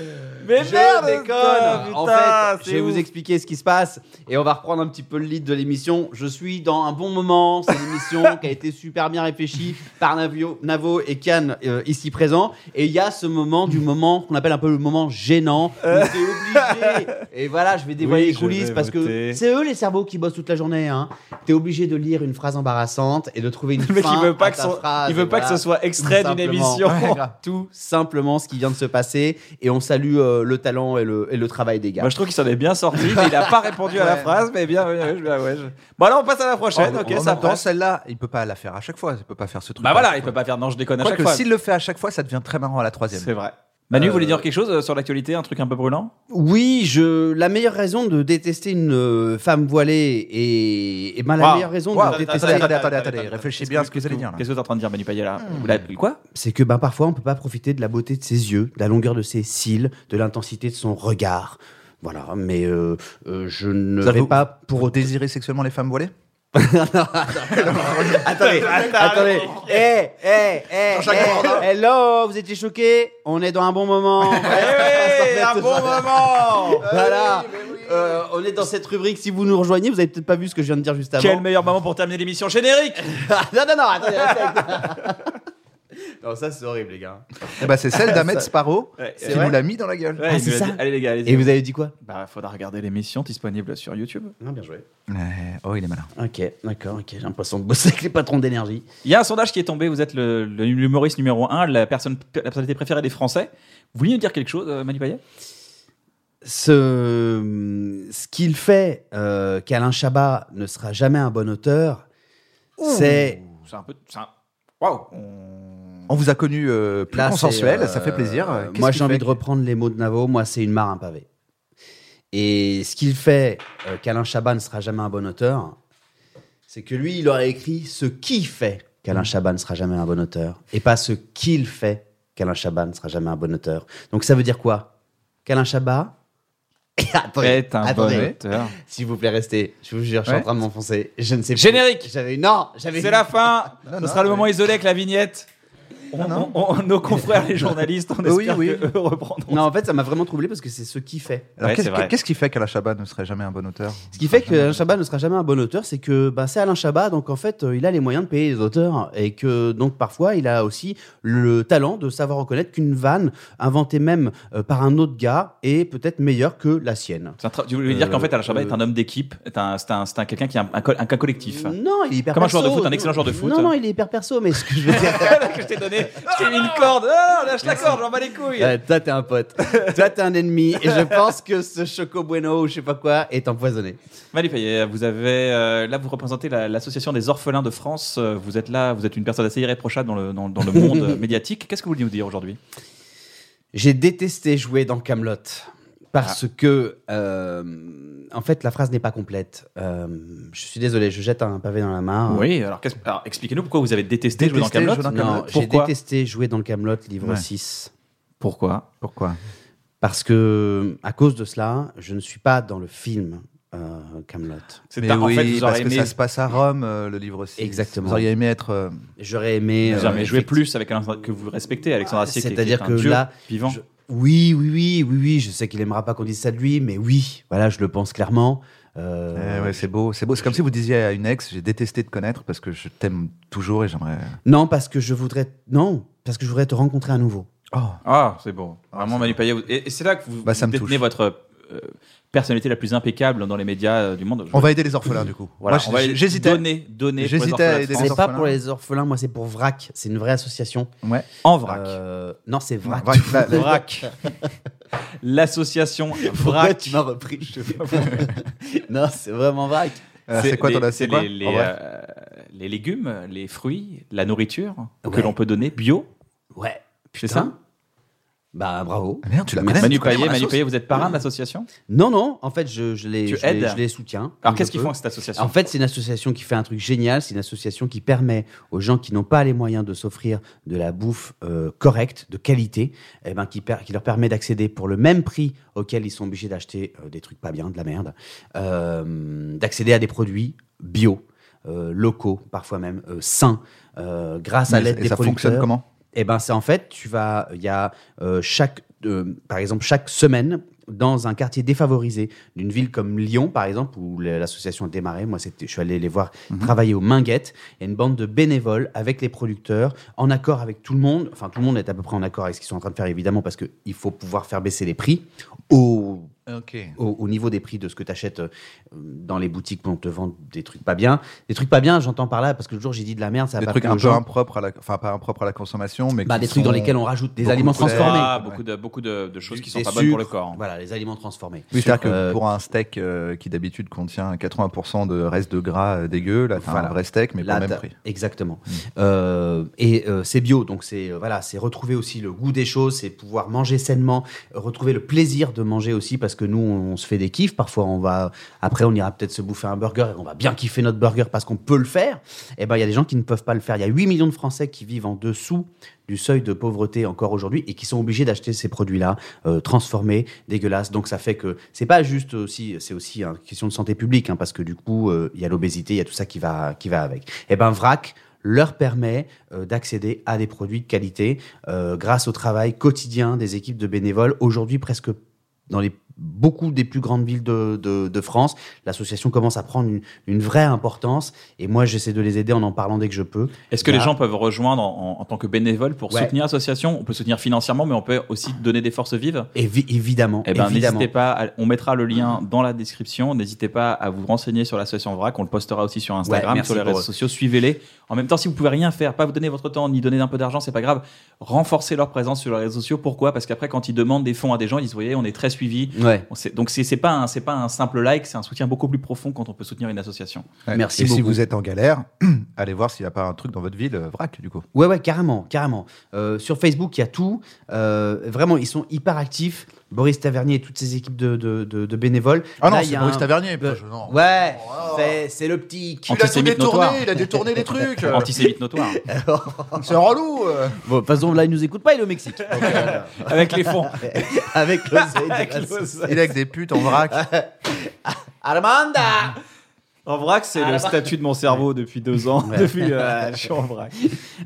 A: Mais
C: Je
A: merde,
C: déconne.
A: putain,
C: En
A: putain,
C: fait,
A: c'est
C: je vais
A: ouf.
C: vous expliquer ce qui se passe et on va reprendre un petit peu le lead de l'émission. Je suis dans un bon moment. C'est une émission qui a été super bien réfléchie par Navio, Navo et Kian euh, ici présents. Et il y a ce moment du moment qu'on appelle un peu le moment gênant. où t'es obligé. Et voilà, je vais dévoiler
A: Euh. Oui,
C: les
A: je
C: coulisses
A: vais
C: parce
A: voter.
C: que c'est eux les cerveaux qui bossent toute la journée. Hein. T'es obligé de lire une phrase embarrassante et de trouver une
A: Le mec,
C: fin
A: il veut
C: à
A: pas que
C: ta
A: son-
C: phrase,
A: il veut
C: et
A: pas que
C: voilà.
A: ce soit extrait
C: Tout
A: d'une
C: simplement.
A: émission.
C: Ouais, grave. Tout simplement ce qui vient de se passer et on salue euh, le talent et le, et le travail des gars.
A: Moi, je trouve qu'il s'en est bien sorti, mais il a pas répondu à la
B: Ouais.
A: phrase, mais bien, ouais, ouais, je- ouais, ouais, je- Bon, alors, on passe à la prochaine,
B: En-
A: ok,
B: en
A: ça
B: même temps,
A: passe.
B: celle-là, il peut pas la faire à chaque fois. Il peut pas faire ce truc.
A: Bah
B: à
A: voilà,
B: chaque
A: il
B: fois.
A: peut pas faire, non, je déconne à chaque
B: Quoique,
A: fois.
B: s'il le fait à chaque fois, ça devient très marrant à la troisième.
A: C'est vrai. Manu,
B: Euh,
A: vous voulez dire quelque chose euh, sur l'actualité, un truc un peu brûlant
C: Oui, je la meilleure raison de détester une euh, femme voilée et, et ben, la
A: Waouh.
C: meilleure raison
B: Waouh,
C: de
B: attendez,
C: détester,
B: attendez, attendez,
A: attendez,
B: attendez,
A: attendez,
B: réfléchis bien à ce que vous allez dire. là.
A: Qu'est-ce que t'es en tratrain de dire, Manu Payet là Vous l'avez quoi
C: c'est que ben parfois on peut pas profiter de la beauté de ses yeux, de la longueur de ses cils, de l'intensité de son regard. Voilà, mais euh, euh, je ne
B: Ça
C: vais
B: vous-
C: pas pour
B: Pour désirer sexuellement les femmes voilées
C: attendez, attendez. Eh, eh, eh, eh, hello, vous étiez choqués On est dans un bon moment.
A: Eh oui, un bon moment
C: Voilà. Euh, on est dans cette rubrique. Si vous nous rejoignez, vous avez peut-être pas vu ce que je viens de dire juste avant.
A: Quel meilleur moment pour terminer l'émission générique
C: non, non, non, attendez. restez avec- non, ça c'est horrible, les gars.
B: Eh ben, c'est celle d'Ahmed Sparrow
A: Ouais,
B: qui
A: c'est
B: nous
A: vrai.
B: l'a mis dans la gueule.
A: Ouais, il
C: c'est
A: nous a dit-
C: ça
A: Allez les gars, allez-y.
C: Et vous avez dit quoi
A: Bah, faudra regarder l'émission disponible sur YouTube.
C: Non, bien joué.
B: Ouais, Oh, il est malin.
C: Ok, d'accord, ok. J'ai l'impression de bosser avec les patrons d'énergie.
A: Il y a un sondage qui est tombé, vous êtes le- le- l'humoriste numéro 1, la, personne, la personnalité préférée des Français. Vous vouliez nous dire quelque chose, euh, Manu Payet
C: ce, ce qu'il fait euh, qu'Alain Chabat ne sera jamais un bon auteur, c'est
A: C'est un peu. c'est un-
B: On vous a connu euh, plus
C: Là,
B: consensuel,
C: c'est, euh,
B: ça fait plaisir.
C: euh,
B: Qu'est-ce
C: moi,
B: qu'il
C: j'ai envie
B: fait
C: de reprendre les mots de Navo. Moi, c'est une mare, un pavé. Et ce qu'il fait euh, qu'Alain Chabat ne sera jamais un bon auteur, c'est que lui, il aurait écrit ce qui fait qu'Alain
B: Mm.
C: Chabat ne sera jamais un bon auteur, et pas ce qu'il fait qu'Alain Chabat ne sera jamais un bon auteur. Donc, ça veut dire quoi Qu'Alain Chabat Attendez,
A: Est un bon
C: attendez.
A: auteur.
C: S'il vous plaît, restez. Je vous jure, je suis
B: Ouais.
C: en train de m'enfoncer. Je ne sais plus.
A: Générique.
C: J'avais non, j'avais.
A: C'est la fin. Ce
B: non,
A: sera le
B: oui.
A: moment isolé avec la vignette. On-
B: non.
A: on- on- nos confrères, les journalistes, on
B: Oui,
A: espère
B: oui.
A: que eux reprendront.
C: Non, en fait, ça m'a vraiment troublé parce que c'est ce qui fait.
B: Alors,
A: Ouais,
B: qu'est-ce-
A: c'est vrai.
B: Qu'est-ce qui fait qu'Alain Chabat ne serait jamais un bon auteur
C: Ce qui fait que Alain Chabat ne sera jamais un bon auteur, c'est que bah, c'est Alain Chabat, donc en fait, euh, il a les moyens de payer les auteurs et que donc parfois, il a aussi le talent de savoir reconnaître qu'une vanne inventée même euh, par un autre gars est peut-être meilleure que la sienne.
A: C'est un tra- Tu voulais dire qu'en fait, Alain Chabat
C: euh,
A: est un homme d'équipe, est un- c'est un, c'est un quelqu'un qui a un, un co- un cas collectif.
C: Non, il est hyper
A: Comme un
C: perso.
A: joueur de foot, un excellent joueur de foot.
C: Non, non, il est hyper perso, mais ce que je veux dire.
A: que je t'ai donné, je t'ai mis une corde. Ah, lâche la corde, j'en bats les couilles.
C: Euh, toi, t'es un pote. toi, t'es un ennemi. Et je pense que ce Choco Bueno ou je sais pas quoi est empoisonné.
A: Manu Payet, vous avez euh, là vous représentez la- l'association des orphelins de France. Euh, Vous êtes là, vous êtes une personne assez irréprochable dans le dans, dans le monde euh, médiatique. Qu'est-ce que vous voulez nous dire aujourd'hui
C: J'ai détesté jouer dans Camelot parce que, euh, en fait, la phrase n'est pas complète. Euh, je suis désolé, je jette un pavé dans la mare.
A: Oui, alors, qu'est-ce- alors, expliquez-nous pourquoi vous avez détesté, jouer dans
B: Détesté jouer
A: Camelot.
B: dans
C: Non,
B: Kaamelott,
C: j'ai
A: pourquoi
C: détesté jouer dans le Camelot livre
B: Ouais.
C: 6
A: Pourquoi
B: Pourquoi
C: parce que, à cause de cela, je ne suis pas dans le film euh, Camelot.
A: C'est
B: Mais
A: tard,
B: oui,
A: en fait, vous
B: parce
A: auriez
B: que
A: aimé,
B: ça se passe à Rome, euh, le livre 6.
C: Exactement.
B: Vous auriez aimé être. euh,
C: J'aurais aimé.
A: vous auriez
C: euh,
A: joué plus avec Alexandre- que vous respectez, Alexandre Assier, qui est- qui
C: C'est-à-dire
A: est un
C: que
A: dieu
C: là,
A: vivant.
C: je- oui, oui, oui, oui, oui. Je sais qu'il aimera pas qu'on dise ça de lui, mais oui, voilà, je le pense clairement. Euh,
B: eh ouais, c'est beau, c'est beau. C'est comme si vous disiez à une ex, j'ai détesté te connaître parce que je t'aime toujours et j'aimerais.
C: Non, parce que je voudrais, non, parce que je voudrais te rencontrer à nouveau.
B: Oh,
A: Ah, c'est bon. Vraiment,
B: c'est
A: Manu Payet. vous- Et, et c'est là que vous,
B: Bah, ça
A: vous
B: me touche.
A: détenez votre euh, personnalité la plus impeccable dans les médias euh, du monde.
B: on va aider les orphelins du coup.
A: Voilà,
B: Moi,
A: on va
B: j'ai- j'hésitais.
A: donner, donner. pour les
B: J'hésitais à
A: orphelins de
B: aider
A: France.
B: les
C: C'est pas
B: orphelins.
C: pour les orphelins, moi c'est pour Vrac. C'est une vraie association.
B: Ouais.
A: en vrac.
C: Euh, non, c'est Vrac.
B: Vrac, la- la-
A: Vrac. L'association
C: Pourquoi
A: Vrac.
C: tu m'as repris Non, c'est vraiment Vrac.
B: euh, c'est quoi ton
A: les,
B: as-
A: c'est
B: quoi
A: les, les,
B: En bref.
A: euh, les légumes, les fruits, la nourriture que
C: Ouais.
A: l'on peut donner bio.
C: Ouais.
A: C'est
C: Putain.
A: ça
C: Bah bravo.
B: Ah, Merde, tu la
C: Manu
B: connais
A: Manu
B: tu connais
A: Payet,
B: la
A: Manu
B: sauce
A: Payet, vous êtes parrain de l'association
C: Non, non. En fait, je, je les,
A: Tu
C: je les-
A: aides
C: je les soutiens.
A: Alors
C: comme
A: qu'est-ce
C: je
A: qu'ils
C: peux.
A: font avec cette association
C: En fait, c'est une association qui fait un truc génial. C'est une association qui permet aux gens qui n'ont pas les moyens de s'offrir de la bouffe euh, correcte, de qualité, eh ben, qui, per- qui leur permet d'accéder pour le même prix auquel ils sont obligés d'acheter euh, des trucs pas bien, de la merde, euh, d'accéder à des produits bio, euh, locaux, parfois même euh, sains, euh, grâce à
B: Mais-
C: l'aide
B: et
C: des
B: ça
C: producteurs.
B: fonctionne comment
C: Eh ben, c'est en fait, tu vas, il y a euh, chaque euh, par exemple, chaque semaine, dans un quartier défavorisé d'une ville comme Lyon, par exemple, où l- l'association a démarré. Moi, c'était- je suis allé les voir
B: Mhm.
C: travailler aux Minguettes. Il y a une bande de bénévoles avec les producteurs, en accord avec tout le monde. Enfin, tout le monde est à peu près en accord avec ce qu'ils sont en train de faire, évidemment, parce qu'il faut pouvoir faire baisser les prix au, au, au niveau des prix de ce que tu achètes dans les boutiques où on te vend des trucs pas bien. Des trucs pas bien, j'entends par là, parce que le jour, j'ai dit de la merde, ça va
B: Des
C: pas
B: trucs
C: plu
B: un
C: aux
B: peu
C: gens.
B: impropres à la, enfin pas impropres à la consommation, mais
C: Bah,
B: qui
C: des trucs dans
B: sont
C: lesquels on rajoute des
B: beaucoup
C: aliments
B: de sel.
C: transformés.
A: Ah, beaucoup de, beaucoup de, de choses qui sont
C: Des
A: pas bonnes pour
C: sucres,
A: le corps. hein.
C: Voilà, les aliments transformés.
B: Oui, c'est-à-dire que
C: Euh,
B: pour un steak euh, qui d'habitude contient 80% de reste de gras euh, dégueu, là, t'as
C: Voilà.
B: un vrai steak, mais
C: Là,
B: pour le
C: t'as-
B: même prix. Hmm.
C: Exactement. Euh, et euh, c'est bio, donc c'est euh, voilà, c'est retrouver aussi le goût des choses, c'est pouvoir manger sainement, euh, retrouver le plaisir de manger aussi, parce que nous, on, on se fait des kiffs. Parfois, on va après, on ira peut-être se bouffer un burger et on va bien kiffer notre burger parce qu'on peut le faire. Et ben, il y a des gens qui ne peuvent pas le faire. Il y a 8 millions de Français qui vivent en dessous du seuil de pauvreté encore aujourd'hui et qui sont obligés d'acheter ces produits-là euh, transformés, dégueulasses. Donc ça fait que c'est pas juste aussi, c'est aussi une question de santé publique hein, parce que du coup euh, il y a l'obésité, il y a tout ça qui va qui va avec. Et ben Vrac leur permet euh, d'accéder à des produits de qualité euh, grâce au travail quotidien des équipes de bénévoles. Aujourd'hui presque dans les beaucoup des plus grandes villes de, de- de France, l'association commence à prendre une, une vraie importance et moi j'essaie de les aider en en parlant dès que je peux.
A: Est-ce que
C: Là-
A: les gens peuvent rejoindre en, en- en tant que bénévole pour
C: Ouais.
A: soutenir l'association On peut soutenir financièrement, mais on peut aussi donner des forces vives.
C: Évi- évidemment,
A: Eh ben,
C: évidemment.
A: n'hésitez pas. à- on mettra le lien dans la description. N'hésitez pas à vous renseigner sur l'association Vrac. On le postera aussi sur
C: Ouais,
A: Instagram,
C: merci
A: sur les
C: pour
A: réseaux
C: eux.
A: sociaux. Suivez-les. En même temps, si vous pouvez rien faire, pas vous donner votre temps ni donner un peu d'argent, c'est pas grave. Renforcez leur présence sur les réseaux sociaux. Pourquoi Parce qu'après, quand ils demandent des fonds à des gens, ils disent "Voyez, on est très suivi."
C: Ouais.
A: Donc c'est c'est pas un c'est pas un simple like, c'est un soutien beaucoup plus profond quand on peut soutenir une association.
B: Ouais.
C: Merci
B: Et si
C: beaucoup.
B: vous êtes en galère, allez voir s'il n'y a pas un truc dans votre ville, euh, vrac, du coup.
C: Ouais, ouais, carrément, carrément. Euh, sur Facebook, il y a tout. Euh, vraiment, ils sont hyper actifs. Boris Tavernier et toutes ses équipes de, de, de- de bénévoles.
B: Ah non,
C: Là, il y
B: c'est
C: a
B: Boris
C: un-
B: Tavernier. Oh.
C: de-
B: je- non.
C: Ouais, c'est- c'est le petit.
A: Il a tout Antisémite détourné, notoire.
B: il a détourné les trucs.
A: Euh. Antisémite notoire.
B: C'est un relou. euh.
C: Bon, de toute façon, là, il nous écoute pas, il est au Mexique. Donc, euh,
A: Avec les fonds.
C: avec l'oseille.
A: Avec
C: de la
A: l'oseille.
C: société.
B: Il est avec des putes en vrac.
C: Armanda
A: En vrac, c'est le statut de mon cerveau depuis deux ans. Depuis, euh, je suis en vrac.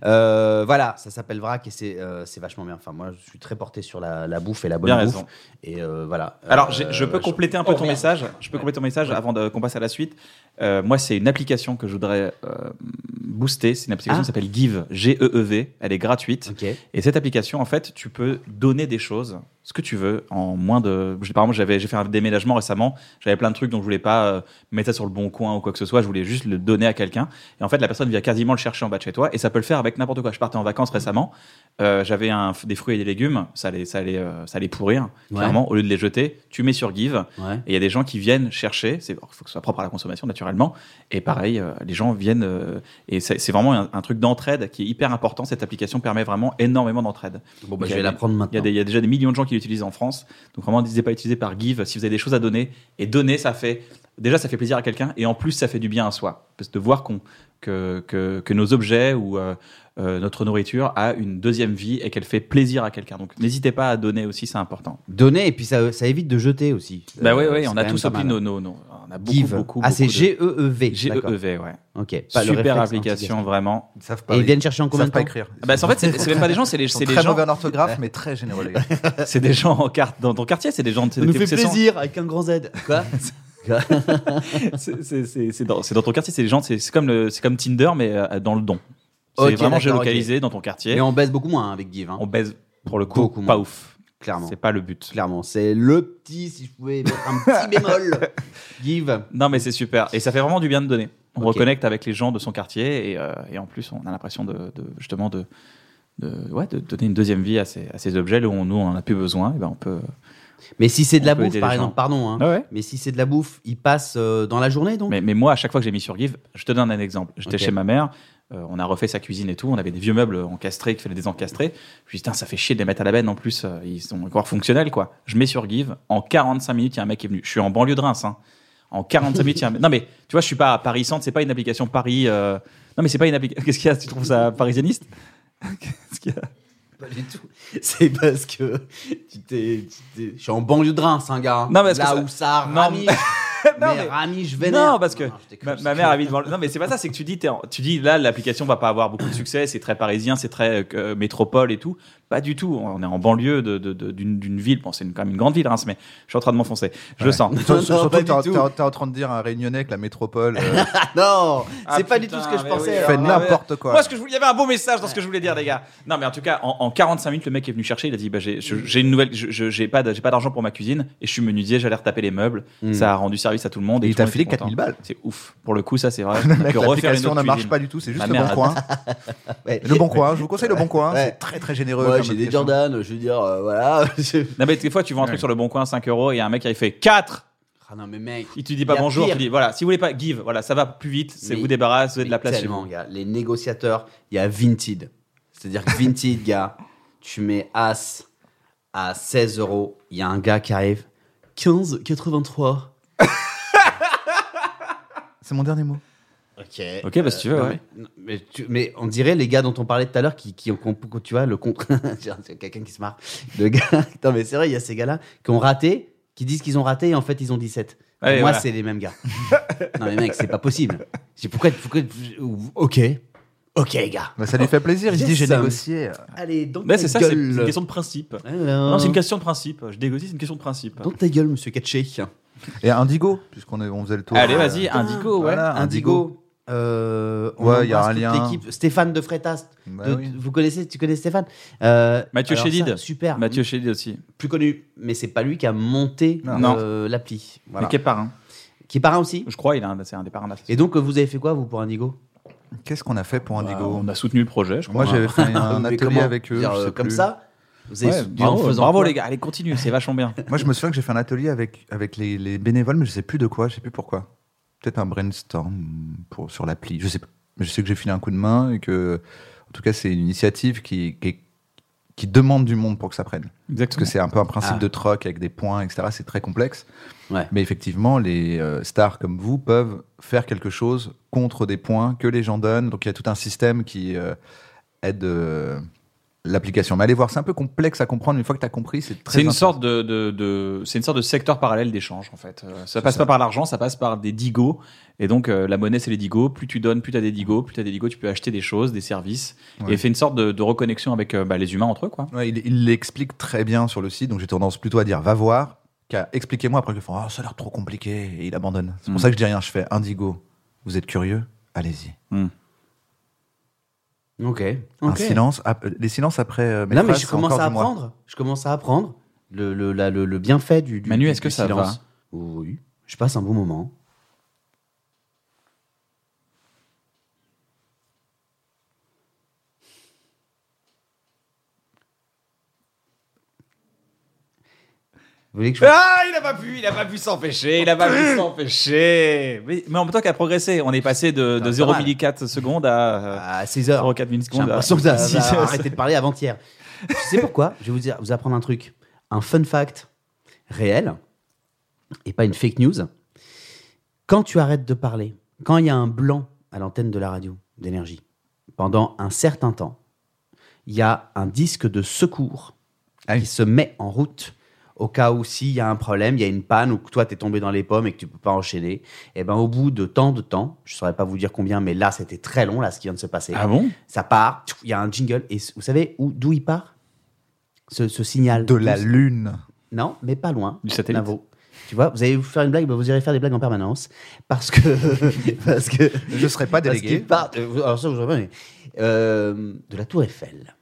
C: Euh, voilà, ça s'appelle Vrac et c'est euh, c'est vachement bien. Enfin, moi, je suis très porté sur la, la bouffe et la bonne
A: Bien
C: bouffe.
A: raison.
C: Et euh, voilà.
A: Alors,
C: Euh,
A: j'ai- je peux
C: je-
A: compléter un peu ton message. Je peux compléter ton message avant de- qu'on passe à la suite. Euh, moi, c'est une application que je voudrais euh, booster. C'est une application
C: Ah.
A: qui s'appelle Give, G-E-E-V. Elle est gratuite.
C: Ok.
A: Et cette application, en fait, tu peux donner des choses, ce que tu veux, en moins de. je- Par exemple, j'avais, j'ai fait un déménagement récemment, j'avais plein de trucs, donc je voulais pas euh, mettre ça sur le bon coin ou quoi que ce soit, je voulais juste le donner à quelqu'un. Et en fait, la personne vient quasiment le chercher en bas de chez toi, et ça peut le faire avec n'importe quoi. Je partais en vacances récemment, euh, j'avais un, des fruits et des légumes, ça allait, ça allait, euh, ça allait pourrir,
C: Ouais.
A: clairement, au lieu de les jeter, tu mets sur Give,
C: Ouais.
A: et il y a des gens qui viennent chercher, il faut que ce soit propre à la consommation naturellement, et pareil, euh, les gens viennent, euh, et c'est c'est vraiment un, un truc d'entraide qui est hyper important, cette application permet vraiment énormément d'entraide.
C: Bon, bah,
A: Ok,
C: je vais la
A: mais
C: prendre maintenant.
A: Il y, a des- il y a déjà des millions de gens qui l'utilisent en France, donc vraiment n'hésitez pas à utiliser par Give, si vous avez des choses à donner, et donner, ça fait, déjà ça fait plaisir à quelqu'un, et en plus ça fait du bien à soi, parce que de voir qu'on que, que, que nos objets ou euh, euh, notre nourriture a une deuxième vie et qu'elle fait plaisir à quelqu'un, donc n'hésitez pas à donner aussi, c'est important.
C: Donner et puis ça, ça évite de jeter aussi.
A: Bah oui,
C: Euh,
A: oui,
C: c'est
A: on
C: quand
A: a
C: même
A: tous
C: pas
A: appris
C: mal.
A: nos, nos, nos- on a beaucoup,
C: Give.
A: beaucoup,
C: ah, c'est
A: beaucoup de-
C: G-E-E-V. d'accord.
A: GEEV, E ouais.
C: Ok. Pas le
A: Super
C: réflexe
A: application, vraiment.
B: Ils savent pas.
C: anti-gaspi. Et ils viennent chercher en combien
B: savent
C: de
B: pas
C: temps
B: écrire.
A: Ah Bah, c'est- en fait, c'est c'est même pas des gens, c'est les,
B: Ils sont
A: c'est des
B: très
A: gens,
B: mauvais en orthographe, mais très généreux, les gars.
A: c'est des gens en carte, dans ton quartier, c'est des gens.
C: Ça nous fait plaisir avec un grand Z. Quoi
A: C'est c'est- c'est- c'est dans, c'est dans ton quartier, c'est des gens, c'est c'est comme le, c'est comme Tinder, mais euh, dans le don. C'est
C: Ok,
A: vraiment
C: d'accord,
A: géolocalisé dans ton quartier.
C: Et
A: on,
C: on baisse beaucoup moins hein, avec Give, hein,
A: baise pour le coup,
C: Beaucoup
A: pas
C: moins.
A: ouf.
C: clairement.
A: C'est pas le but.
C: Clairement, c'est le petit, si je pouvais mettre un petit bémol. Give.
A: Non, mais c'est super. Et ça fait vraiment du bien de donner. On
C: Ok.
A: reconnecte avec les gens de son quartier et, euh, et en plus, on a l'impression de, de- justement de, de- ouais, de donner une deuxième vie à ces, à ces objets là où on, nous, on en a plus besoin. Et ben, on peut.
C: Mais si c'est de
A: On
C: la
A: peut
C: bouffe,
A: aider
C: par
A: les
C: exemple,
A: gens. Ah
C: pardon, hein,
A: ouais.
C: mais si c'est de la bouffe, il passe euh, dans la journée donc
A: Mais, mais moi, à chaque fois que j'ai mis sur Give, je te donne un exemple. J'étais
C: Ok.
A: chez ma mère, euh, on a refait sa cuisine et tout, on avait des vieux meubles encastrés qu'il fallait désencastrer. Je me suis dit, Tain, ça fait chier de les mettre à la benne en plus, euh, ils sont encore fonctionnels quoi. Je mets sur Give, en 45 minutes, il y a un mec qui est venu. Je suis en banlieue de Reims. hein. En 45 minutes, il y a un mec. Non mais tu vois, je suis pas à Paris Centre, c'est pas une application Paris. euh, Non mais c'est pas une application. Qu'est-ce qu'il y a Tu trouves ça parisianiste Qu'est-ce qu'il y a
C: Pas du tout. C'est parce que tu t'es, tu t'es- je suis en banlieue de Reims, un gars. hein.
A: Non, mais est-ce
C: là
A: que ça-
C: où ça
A: Non,
C: ramille. mais,
A: mais-
C: Rami, je vais
A: Non, parce que ma, ma mère habite devant. le- Non, mais c'est pas ça. C'est que tu dis, t'es en- tu dis là, l'application va pas avoir beaucoup de succès. C'est très parisien, c'est très euh, métropole et tout. Pas du tout. On est en banlieue de- de- de- d'une d'une ville. Bon, c'est une- quand même une grande ville, Reims, mais je suis en train de m'enfoncer. Je le sens.
B: Surtout, surtout t'es en- t'es en- t'es en train de dire à un Réunionnais que la métropole. euh,
C: Non,
A: Ah,
C: c'est pas du
A: putain,
C: tout ce que je
A: mais
C: pensais.
A: oui,
C: alors.
B: fait
A: alors,
B: n'importe
A: ouais.
B: quoi.
A: Moi, ce que je voulais- il y avait un beau message dans ce que je voulais dire, les gars. Non, mais en tout cas, en, en 45 minutes, le mec est venu chercher. Il a dit bah, j'ai- je- J'ai une nouvelle. je- je- J'ai pas de- j'ai pas d'argent pour ma cuisine et je suis menuisier. J'allais retaper les meubles.
C: Hmm.
A: Ça a rendu service à tout le monde. et tout
B: Il
A: le
B: t'a
A: monde
B: filé
A: était content.
B: 4000 balles.
A: C'est ouf. Pour le coup, ça, c'est vrai. On a
B: Mec,
A: pu refaire une
B: l'application
A: autre
B: ne marche
A: cuisine.
B: pas du tout, c'est juste
A: Ma
B: le
A: mère
B: bon
A: a-
B: coin.
C: Ouais.
B: Le bon coin, je vous conseille le bon coin,
C: Ouais.
B: c'est très très généreux.
C: Ouais,
B: comme
C: j'ai des
B: application.
C: Jordan, je veux dire, euh, voilà. je-
A: Non, mais des fois, tu vends un truc sur le bon coin, 5 euros, et un mec, il fait 4
C: Ah non, mais mec.
A: Il te dit
C: Il
A: pas
C: y a
A: bonjour,
C: pire.
A: tu dis voilà, si vous voulez pas, give, voilà, ça va plus vite, c'est
C: Mais-
A: vous débarrasse, vous avez de la
C: Mais
A: place chez
C: tellement,
A: vous.
C: gars. Les négociateurs, il y a Vinted. C'est-à-dire que Vinted, gars, tu mets As à 16 euros. Il y a un gars qui arrive. 15,83.
B: C'est mon dernier mot.
C: Ok.
A: Ok, bah, si tu veux,
C: non,
A: ouais.
C: mais, non, mais tu- mais on dirait les gars dont on parlait tout à l'heure qui, qui ont, qu'on- tu vois, le contre. J'ai j'ai quelqu'un qui se marre. Le gars. Non, mais c'est vrai, il y a ces gars-là qui ont raté, qui disent qu'ils ont raté et en fait ils ont 17. Pour
A: Allez,
C: moi,
A: voilà.
C: c'est les mêmes gars. non, mais mec, c'est pas possible. J'ai pourquoi, pourquoi. Ok. Ok, gars.
B: Bah, ça lui fait plaisir, il se
C: Yes,
B: dit j'ai
C: Sam.
B: négocié.
C: Allez, dans
A: Mais
C: ta
A: Bah, c'est ça, c'est
C: gueule.
A: une question de principe.
C: Alors,
A: Non, c'est une question de principe. Je négocie, c'est une question de principe.
C: Dans ta gueule, monsieur Katché.
B: Et Indigo, puisqu'on est- on faisait le tour.
A: Allez,
B: Euh,
A: vas-y, Indigo, ouais.
B: voilà,
C: Indigo. Euh, on
B: Ouais, il y a
C: embrasse
B: un
C: toute
B: lien.
C: l'équipe. Stéphane de Frétas.
B: Bah
C: de-
B: oui.
C: Vous connaissez, tu connais Stéphane Euh,
A: Mathieu
C: alors ça,
A: Chédid.
C: Super.
A: Mathieu Chédid aussi.
C: plus connu, mais c'est pas lui qui a monté
A: Non.
C: euh, l'appli. Voilà.
A: Mais qui est parrain.
C: Qui est parrain aussi.
A: Je crois, il a un- c'est un des parrains de la
C: Et donc, euh, vous avez fait quoi, vous, pour Indigo
B: Qu'est-ce qu'on a fait pour
A: Bah,
B: Indigo
A: On a soutenu le projet, je crois.
B: Moi j'avais fait un,
C: Mais
B: atelier
C: comment
B: avec
C: Je veux
B: eux.
C: dire,
B: je sais
C: euh, Comme
B: plus.
C: ça Vous avez
A: Ouais,
C: soutenu en
A: bravo,
C: faisant
A: bravo
C: quoi
A: les gars, allez continue, c'est vachement bien.
B: Moi je me souviens que j'ai fait un atelier avec, avec les, les bénévoles, mais je sais plus de quoi, je sais plus pourquoi. Peut-être un brainstorm pour, sur l'appli, je sais pas. Mais je sais que j'ai filé un coup de main et que, en tout cas, c'est une initiative qui, qui, qui demande du monde pour que ça prenne. Parce que
A: Exactement.
B: c'est un peu un principe
C: Ah.
B: de troc avec des points, etc. C'est très complexe.
C: Ouais.
B: Mais effectivement, les euh, stars comme vous peuvent faire quelque chose contre des points que les gens donnent. Donc il y a tout un système qui euh, aide euh, l'application. Mais allez voir, c'est un peu complexe à comprendre. mais Une fois que tu as compris, c'est très
A: C'est une
B: intéressant.
A: sorte de, de, de- c'est une sorte de secteur parallèle d'échange en fait. Euh, ça passe
B: ça.
A: pas par l'argent, ça passe par des digos. Et donc euh, la monnaie c'est les digos. Plus tu donnes, plus t'as des digos. Plus t'as des digos, tu peux acheter des choses, des services.
B: Ouais.
A: Et fait une sorte de, de reconnexion avec euh, bah, les humains entre eux quoi.
B: Ouais, il, il l'explique très bien sur le site, donc j'ai tendance plutôt à dire va voir qu'à expliquez-moi après que font, Ah, ça a l'air trop compliqué et il abandonne. C'est pour
A: Mm.
B: ça que je dis rien, je fais Indigo, vous êtes curieux Allez-y.
C: Ok.
B: Un silence, ap- les silences après. euh, mes
C: Là, mais
B: phrases,
C: je
B: c'est
C: commence
B: encore
C: à
B: du moi.
C: apprendre. Je commence à apprendre le, le, la- le, le bienfait du, du
A: Manu,
C: du-
A: est-ce
C: du
A: que ça
C: silence.
A: va
C: Oui. Je passe un bon moment. Vous voulez que je...
A: Ah, il a pas pu, il a pas pu s'empêcher, il a pas pu s'empêcher. Mais, mais en même temps qu'à progresser, on est passé de, de
C: pas
A: 0,4 secondes à, euh,
C: À 16 heures.
A: 0,4
C: J'ai
A: millisecondes.
C: l'impression que
A: à-
C: ça
A: à-
C: ça a
A: à-
C: arrêté Ah, bah, de parler avant-hier. Je sais pourquoi. Je vais vous, dire, vous apprendre un truc. Un fun fact réel et pas une fake news. Quand tu arrêtes de parler, quand il y a un blanc à l'antenne de la radio d'énergie, pendant un certain temps, il y a un disque de secours
B: Ah oui.
C: qui se met en route au cas où s'il y a un problème, il y a une panne ou que toi t'es tombé dans les pommes et que tu peux pas enchaîner. Et ben au bout de tant de temps, je saurais pas vous dire combien, mais là c'était très long là ce qui vient de se passer.
A: Ah bon
C: Ça part, tchou, il y a un jingle et vous savez où d'où il part ce, ce signal
B: De la
C: D'où-
B: lune.
C: non, mais pas loin.
A: Du satellite.
C: Navo. Tu vois, vous allez vous faire une blague, bah, vous irez faire des blagues en permanence. Parce que. parce que
B: Je serai pas
C: parce
B: délégué.
C: qu'ils partent- euh, vous- alors ça, vous aurez pas, mais, euh, de la Tour Eiffel.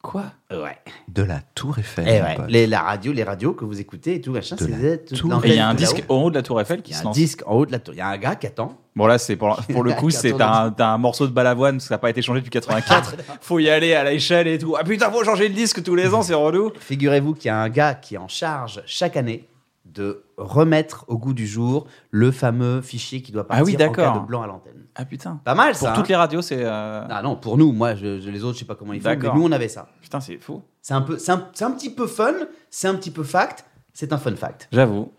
A: Quoi
C: Ouais.
B: De la Tour Eiffel.
A: Eh
C: Et
B: mon
C: Eh ouais.
B: pote.
C: Les, la radio, les radios que vous écoutez et tout, machin,
B: De
C: c'est
B: la
C: des- tout-
B: Tour
C: l'antenne
A: Et il y a un
C: tout là-haut.
A: disque en haut de la Tour Eiffel
C: Il
A: qui
C: y a
A: se
C: un
A: lance.
C: disque en haut de la tour. Il y a un gars qui attend.
A: Bon là c'est pour, pour le coup c'est t'as un, t'as un morceau de balavoine parce que ça n'a pas été changé depuis 84. faut y aller à l'échelle et tout. Ah putain faut changer le disque tous les ans c'est relou.
C: Figurez-vous qu'il y a un gars qui est en charge chaque année de remettre au goût du jour le fameux fichier qui doit
A: Ah
C: partir
A: oui,
C: en
A: d'accord.
C: cas de blanc à l'antenne.
A: Ah putain.
C: Pas mal
A: Pour
C: ça.
A: toutes
C: hein
A: les radios c'est euh,
C: Ah non, pour nous, moi, je- je- les autres, je sais pas comment ils font, mais
A: D'accord.
C: nous, on avait ça.
A: putain c'est fou.
C: C'est un, peu, c'est, un, c'est un petit peu fun, c'est un petit peu fact, c'est un fun fact.
A: J'avoue.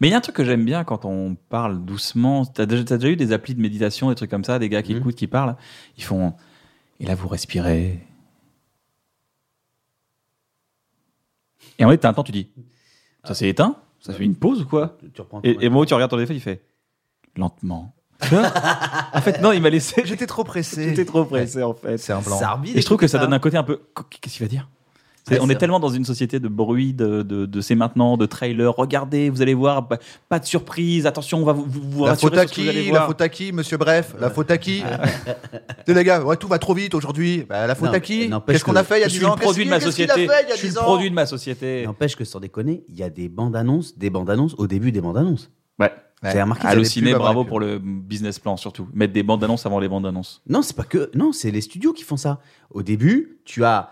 A: Mais il y a un truc que j'aime bien quand on parle doucement. T'as déjà, t'as déjà eu des applis de méditation, des trucs comme ça, des gars qui
C: Mhm.
A: écoutent, qui parlent. Ils font. Et là, vous respirez. Et en fait, t'as un temps, tu dis. Ça s'est éteint Ça fait une pause ou quoi
C: Tu reprends ton
A: Et, et moi, tu regardes ton téléphone, il fait lentement. Tu vois en fait, non, il m'a laissé.
B: J'étais trop pressé.
A: J'étais trop pressé, en fait.
B: C'est un blanc.
C: Sarbi,
A: Et je trouve que ça
C: d'écouter
B: hein.
A: donne un côté un peu. Qu'est-ce qu'il va dire C'est-
C: Ouais,
A: On
C: c'est
A: est,
C: vrai.
A: tellement dans une société de bruit, de, de, de c'est maintenant, de trailers. Regardez, vous allez voir, bah, pas de surprise. Attention, on va vous, vous, vous
B: La
A: rassurer
B: faute à
A: sur ce que vous allez
B: qui La
A: voir.
B: faute à qui, monsieur Bref La faute à qui Tu sais, les gars, ouais, tout va trop vite aujourd'hui. Bah, la faute
C: Non,
B: à
C: mais
B: qui
C: n'empêche
B: Qu'est-ce qu'on
C: que-
B: a fait il y a
A: euh, je
B: 10
A: suis
B: ans
A: le produit de ma
B: Qu'est-ce qu'il-
A: société.
B: qu'est-ce qu'il a fait il y a
A: Je suis
B: 10
A: le
B: ans
A: produit de ma société.
C: N'empêche que sans déconner, il y a des bandes annonces, des bandes annonces au début des bandes annonces.
A: Ouais.
C: Vous avez remarqué
B: Ah,
C: ça
B: le-
A: Allô
B: des
A: ciné,
B: pubs avant
A: bravo
B: les pubs.
A: pour le business plan surtout. Mettre des bandes annonces avant les bandes annonces.
C: Non, c'est pas que. Non, c'est les studios qui font ça. Au début, tu as.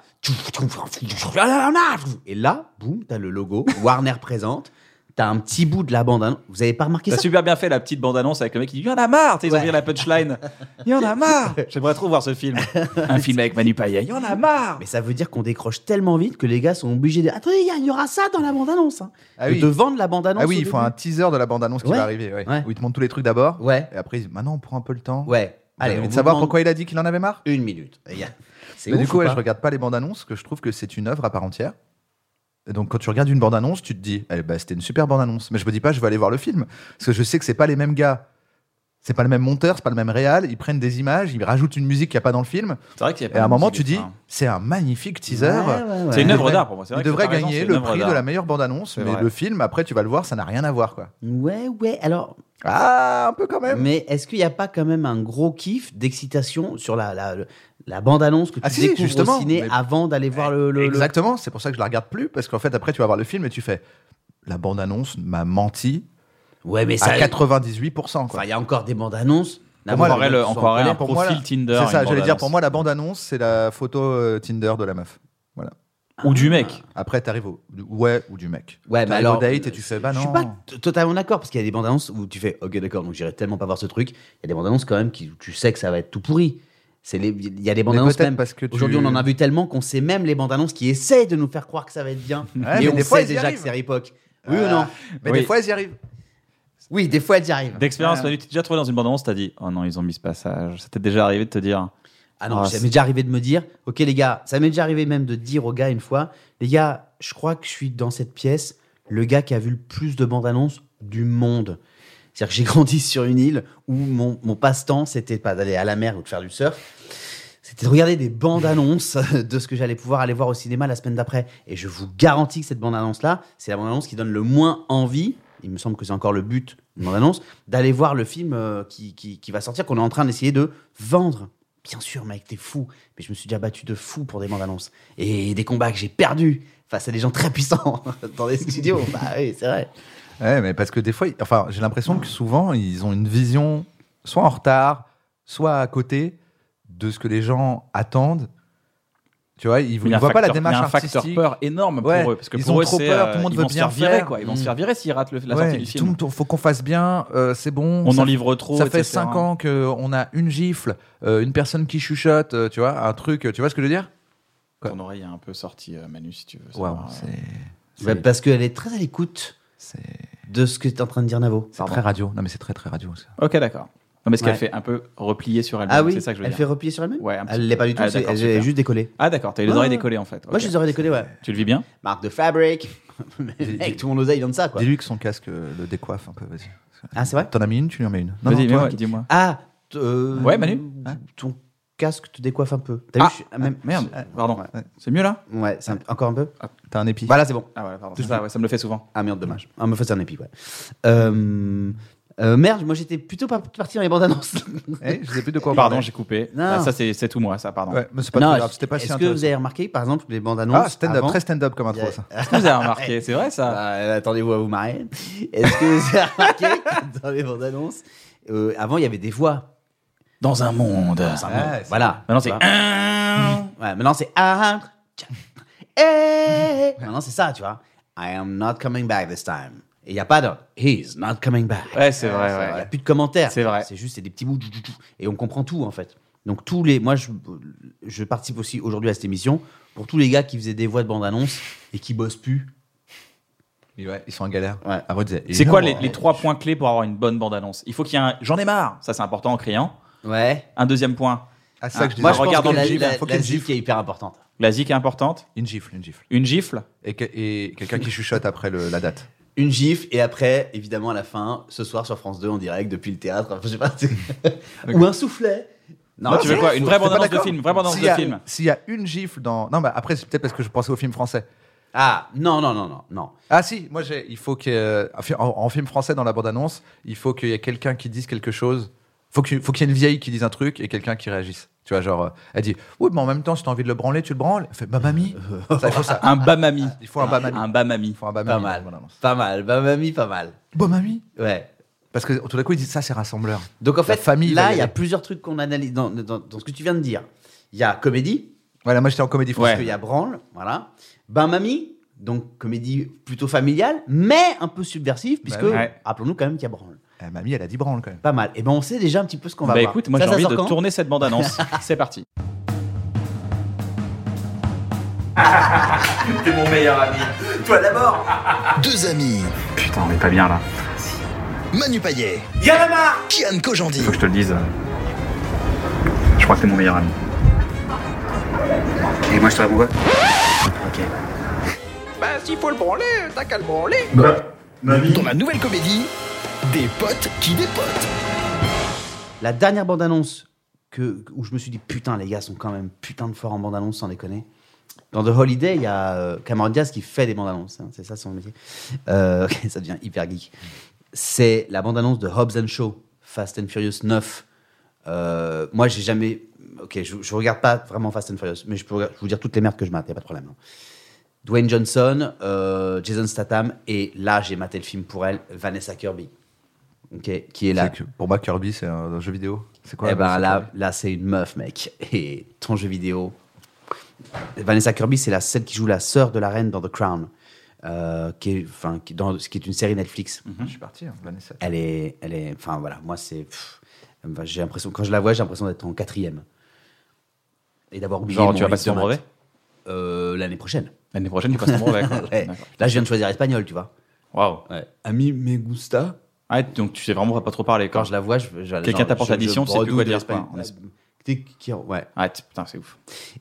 C: Et là, boum, t'as le logo. Warner présente. T'as un petit bout de la bande annonce. Vous avez pas remarqué
A: T'as
B: Bah,
C: ça
A: super bien fait la petite bande annonce avec le mec qui dit Il y en a marre Tu sais, Ils ont
C: Ouais.
A: mis la punchline. Il y en a marre J'aimerais trop voir ce film. Un film avec Manu Payet. Il y en a marre
C: Mais ça veut dire qu'on décroche tellement vite que les gars sont obligés de. Attendez, il y a- il y aura ça dans la bande annonce. hein.
B: Ah
C: Et
B: oui.
C: De vendre la bande annonce.
B: Ah oui,
C: au
B: ils font
C: début.
B: un teaser de la bande-annonce qui
C: Ouais.
B: va arriver, ouais,
C: Ouais.
B: où ils te montrent tous les trucs d'abord.
C: Ouais.
B: Et après, ils disent, maintenant on prend un peu le temps.
C: Ouais.
B: Allez,
C: on
B: envie de
C: vous
B: savoir
C: demande
B: pourquoi il a dit qu'il en avait marre
C: Une minute. Et y a- C'est
B: Mais du
C: ouf
B: coup,
C: ou
B: ouais,
C: pas
B: je regarde pas les bandes annonces, que je trouve que c'est une œuvre à part entière. Et donc, quand tu regardes une bande annonce, tu te dis, eh ben, c'était une super bande annonce. Mais je me dis pas, je vais aller voir le film. Parce que je sais que c'est pas les mêmes gars. C'est pas le même monteur, c'est pas le même réal. Ils prennent des images, ils rajoutent une musique qu'il n'y a pas dans le film.
A: C'est vrai qu'il y a pas
B: Et à un
A: de
B: moment,
A: musique,
B: tu dis,
A: enfin.
B: c'est un magnifique teaser.
C: Ouais, ouais, ouais.
A: C'est une
B: Il
A: œuvre
B: devrait-
A: d'art pour moi. C'est
B: Il
A: vrai que
B: devrait
A: t'as raison,
B: gagner
A: c'est une
B: le
A: œuvre
B: prix
A: d'art.
B: de la meilleure bande-annonce,
A: C'est
B: mais
A: vrai.
B: le film, après, tu vas le voir, ça n'a rien à voir, quoi.
C: Ouais, ouais. Alors,
B: Ah, un peu quand même.
C: mais est-ce qu'il n'y a pas quand même un gros kiff d'excitation sur la, la, le- la bande-annonce que tu
B: Ah si,
C: découvres au
B: justement,
C: ciné
B: mais-
C: avant d'aller voir le, le- le-
B: Exactement, c'est pour ça que je la regarde plus, parce qu'en fait, après, tu vas voir le film et tu fais, la bande-annonce m'a menti
C: Ouais, mais ça.
B: à 98%. Quoi.
C: Enfin, il y a encore des bandes-annonces.
A: On
C: N'importe
A: croirait le-
C: quoi,
A: on
C: sans
A: croirait un
C: problème.
B: pour moi,
A: profil
B: là,
A: Tinder.
B: C'est ça,
A: une
B: j'allais dire,
A: bande-annonce.
B: pour moi, la bande-annonce, c'est la photo euh, Tinder de la meuf.
A: Ou du mec.
B: Après, t'arrives au ouais ou du mec.
C: Ouais, mais
B: T'arrives
C: alors,
B: au date et tu fais, bah
C: Je
B: non.
C: suis pas t- totalement d'accord parce qu'il y a des bandes annonces où tu fais ok d'accord donc j'irai tellement pas voir ce truc. Il y a des bandes annonces quand même qui où tu sais que ça va être tout pourri. C'est les- il y a des bandes
B: Mais
C: annonces
B: peut-être
C: même.
B: parce que tu-
C: Aujourd'hui on en a vu tellement qu'on sait même les bandes annonces qui essaient de nous faire croire que ça va être bien.
B: Ouais,
C: et
B: mais
C: on
B: des fois,
C: sait
B: ils y
C: déjà que
B: arrivent.
C: c'est ripoque. Oui
B: Ah,
C: ou non
B: Mais
A: Oui.
B: des fois, ils y arrivent.
C: Oui des fois elles y arrivent.
A: D'expérience,
B: Ouais.
A: Manu, tu t'es déjà trouvé dans une bande-annonce, t'as dit Oh non, ils ont mis ce passage. Ça t'est déjà arrivé de te dire
C: Ah non
A: Ah,
C: ça
A: c'est-
C: m'est déjà arrivé de me dire ok les gars ça m'est déjà arrivé même de dire aux gars une fois les gars je crois que je suis dans cette pièce le gars qui a vu le plus de bandes annonces du monde. C'est-à-dire que j'ai grandi sur une île où mon, mon passe-temps, c'était pas d'aller à la mer ou de faire du surf, c'était de regarder des bandes annonces de ce que j'allais pouvoir aller voir au cinéma la semaine d'après. Et je vous garantis que cette bande annonce-là, c'est la bande annonce qui donne le moins envie, il me semble que c'est encore le but de bande annonce, d'aller voir le film euh, qui, qui, qui va sortir, qu'on est en train d'essayer de vendre. Bien sûr, mec, t'es fou. Mais je me suis déjà battu de fou pour des bandes annonces. Et des combats que j'ai perdus face à des gens très puissants dans des studios. Bah oui, c'est vrai.
B: Ouais, mais parce que des fois, ils- enfin, j'ai l'impression que souvent, ils ont une vision soit en retard, soit à côté de ce que les gens attendent. Tu vois, ils
A: Il y a
B: ne
A: un
B: voient pas la
A: facteur-
B: démarche
A: il y a un facteur
B: artistique.
A: peur énorme pour
B: Ouais,
A: eux. Parce que
B: ils
A: pour
B: ont
A: eux,
B: trop
A: c'est,
B: peur,
A: euh,
B: tout le monde
A: ils
B: veut
A: vont se
B: bien
A: faire virer,
B: faire.
A: quoi. Ils vont se
C: Mm.
A: faire virer s'ils ratent le- la
B: Ouais,
A: sortie du
B: tout le
A: film.
B: monde, faut qu'on fasse bien, euh, c'est bon.
A: On
B: ça
A: en livre trop.
B: ça fait
A: etc.
B: 5 ans qu'on a une gifle, euh, une personne qui chuchote, euh, tu vois, un truc, euh, tu vois ce que je veux dire quoi.
A: Ton oreille est un peu sortie, euh, Manu, si tu veux.
B: Waouh,
A: savoir.
B: c'est-
C: Bah, parce qu'elle est très à l'écoute
B: c'est
C: de ce que tu es en train de dire, Navo.
B: c'est
A: Pardon.
B: très radio. Non, mais c'est très très radio. ça.
A: Ok, d'accord. Non, mais ce qu'elle
C: Ouais.
A: fait un peu replier sur elle-même.
C: Ah oui,
A: c'est ça que je veux
C: elle
A: dire.
C: fait replier sur elle-même
A: Ouais, un petit
C: Elle l'est
A: peu.
C: pas du tout,
A: Ah,
C: c'est-
A: d'accord,
C: elle est
A: super.
C: juste décollée.
A: Ah, d'accord, t'as eu les
C: Ouais,
A: oreilles
C: ouais.
A: décollées en fait.
C: Moi,
A: Ok.
C: je les aurais décollées, ouais.
A: Tu le vis bien
C: Marque de fabric. Mec, tout mon oseille, il donne ça, quoi.
B: Dis-lui que son casque euh, le décoiffe un peu, vas-y.
C: Ah, c'est vrai
B: T'en as mis une, tu lui en mets une.
A: Vas-y, mais
B: toi,
A: ouais, dis-moi.
C: Ah, t- euh,
A: Ouais, Manu
B: Hein
C: Ton casque te décoiffe un peu. T'as
A: Ah,
C: vu je suis- ah, même-
A: Merde, pardon.
C: Ouais.
A: C'est mieux là
C: Ouais, c'est un- encore un peu
B: T'as un épi.
C: Voilà, c'est bon.
A: Ah, voilà, pardon. C'est ça, ouais, ça me le fait souvent.
C: Ah merde, dommage. Ah, me faisait un épi, ouais. Euh, euh, merde, moi j'étais plutôt pas parti dans les bandes annonces.
B: Eh, je sais plus de quoi on
A: Pardon,
B: parlait.
A: j'ai coupé.
C: Non.
A: Ah, Ça, c'est c'est tout moi, ça, pardon.
B: Ouais, mais c'est pas
C: Non,
B: très grave, c'était pas si
C: Est-ce que vous
B: intéressant.
C: avez remarqué, par exemple, les bandes annonces
B: Ah, stand-up,
C: avant-
B: très stand-up comme
C: Il y
B: intro,
C: a-
B: ça.
A: Est-ce que vous avez remarqué C'est vrai ça
C: Ah, euh, Attendez-vous à vous marrer. Est-ce que vous avez remarqué que dans les bandes annonces, euh, avant il y avait des voix.
A: Dans un monde.
C: Dans un
B: Ouais,
C: monde.
B: c'est
C: Voilà.
A: Maintenant, c'est.
C: Tu vois Ouais, maintenant c'est ah, tcha- eh. Maintenant c'est ça, tu vois. I am not coming back this time. Et il n'y a pas de he's not coming back.
A: Ouais, c'est vrai,
C: Il
A: ouais.
C: n'y a plus de commentaires.
A: C'est vrai.
C: C'est juste c'est des petits bouts. Et on comprend tout, en fait. Donc, tous les. Moi, je, je participe aussi aujourd'hui à cette émission pour tous les gars qui faisaient des voix de bande-annonce et qui bossent plus.
B: Mais ouais, ils sont en galère.
C: Ouais.
B: Après, tu disais,
A: C'est
B: non,
A: quoi les,
B: euh,
A: les trois points clés pour avoir une bonne bande-annonce Il faut qu'il y ait un j'en ai marre, ça c'est important en criant.
C: Ouais.
A: Un deuxième point,
B: Ah, c'est ça que je disais.
A: Moi,
C: Moi,
A: je
C: je
A: regarde
C: pense que
A: dans
C: la,
A: le
B: gif,
C: la,
B: faut qu'il y
C: la
B: ait une
C: zik est hyper importante.
A: la zik est importante,
B: Une gifle, une gifle.
A: une gifle,
B: Et, que- et quelqu'un qui chuchote après le- la date.
C: une gifle, et après, évidemment, à la fin, ce soir sur France 2 en direct depuis le théâtre, enfin, je sais pas, c'est- ou un soufflet.
A: Non, tu veux
C: c'est-
A: quoi Une vraie
C: c'est pas
A: bande-annonce de
C: d'accord.
A: film, une vraie bande-annonce
B: S'il
A: de
B: y a-
A: film.
B: S'il y a une gifle dans. Non, mais après, c'est peut-être parce que je pensais au film français.
C: Ah, non, non, non, non, non.
B: Ah si, moi j'ai. Il faut que euh, en, en film français dans la bande-annonce, il faut qu'il y ait quelqu'un qui dise quelque chose. Faut qu'il faut qu'il y ait une vieille qui dise un truc et quelqu'un qui réagisse. Tu vois, genre, euh, elle dit, oui, mais en même temps, si t'as envie de le branler, tu le branles. Elle fait, bah mamie. Ça, il faut ça.
A: Un bamami.
B: Il faut un bah mamie.
A: Un bamami.
B: Il faut un bah
C: Pas
B: mamie.
C: mal,
B: dans la bande-annonce.
C: pas mal, bah mamie, pas mal.
B: Bah mamie.
C: Ouais.
B: Parce que tout d'un coup, il dit ça, c'est rassembleur.
C: Donc en
B: La
C: fait,
B: famille, va
C: là,
B: y
C: il y a
B: aller.
C: plusieurs trucs qu'on analyse dans, dans- dans ce que tu viens de dire. Il y a comédie,
B: Voilà, moi j'étais en comédie
C: parce
B: française.
C: qu'il y a branle, voilà. Ben mamie, donc comédie plutôt familiale, mais un peu subversive, puisque
A: ouais.
C: rappelons-nous quand même qu'il y a branle.
B: Eh, mamie, elle a dit branle quand même.
C: Pas mal. Et ben on sait déjà un petit peu ce qu'on va
A: Bah
C: voir.
A: écoute, moi
C: Ça,
A: j'ai
C: ça
A: envie
C: sort
A: de
C: quand
A: tourner cette bande-annonce. C'est parti.
G: Deux amis,
A: Putain, on est pas bien là.
G: Manu Paillet, Kian Kojandi,
A: je te le dise. Je crois que t'es mon meilleur ami.
H: Et moi, je serais mon gars.
G: dans la nouvelle comédie, Des potes qui dépotent.
C: La dernière bande-annonce que, où je me suis dit putain, les gars sont quand même putain de forts en bande-annonce, sans déconner. Dans The Holiday, il y a euh, Cameron Diaz qui fait des bandes-annonces. hein, c'est ça son métier. Euh, ok, ça devient hyper geek. C'est la bande-annonce de Hobbs and Shaw, Fast and Furious 9. Euh, moi, j'ai jamais. Ok, je, je regarde pas vraiment Fast and Furious, mais je peux rega- je vous dire toutes les merdes que je mate, y a pas de problème. hein. Dwayne Johnson, euh, Jason Statham, et là, j'ai maté le film pour elle, Vanessa Kirby. Ok, qui est là.
B: C'est que Pour moi, Kirby, c'est un jeu vidéo. C'est quoi
C: Eh ben
B: c'est
C: là,
B: Kirby
C: là c'est une meuf, mec. Et ton jeu vidéo. Vanessa Kirby, c'est la celle qui joue la sœur de la reine dans The Crown, euh, qui, est, enfin, qui, dans, ce qui est une série Netflix.
A: Mhm.
B: Je suis parti, hein, Vanessa.
C: Elle est, elle est, enfin voilà, moi c'est, pff, elle me va- j'ai l'impression quand je la vois, j'ai l'impression d'être en quatrième et d'avoir oublié.
A: Genre,
C: mon
A: tu vas
C: livre
A: passer ton
C: de
A: brevet
C: maths. Euh, L'année prochaine.
A: L'année prochaine, tu passes ton brevet. quoi.
C: Ouais.
A: D'accord.
C: Là, je viens de choisir espagnol, tu vois.
A: Waouh.
C: Ami me gusta.
A: Ouais, donc tu sais vraiment pas trop parler.
C: Quand
A: Quand
C: je la vois, je, je-
A: Quelqu'un
C: genre,
A: t'apporte
C: je-
A: la diction,
C: je
A: tu sais plus
C: bredouille
A: quoi
C: de
A: dire,
C: l'espagnol.
A: quoi, en espagnol.
C: T'es- qui- Ouais.
A: Ouais, t- putain, c'est ouf.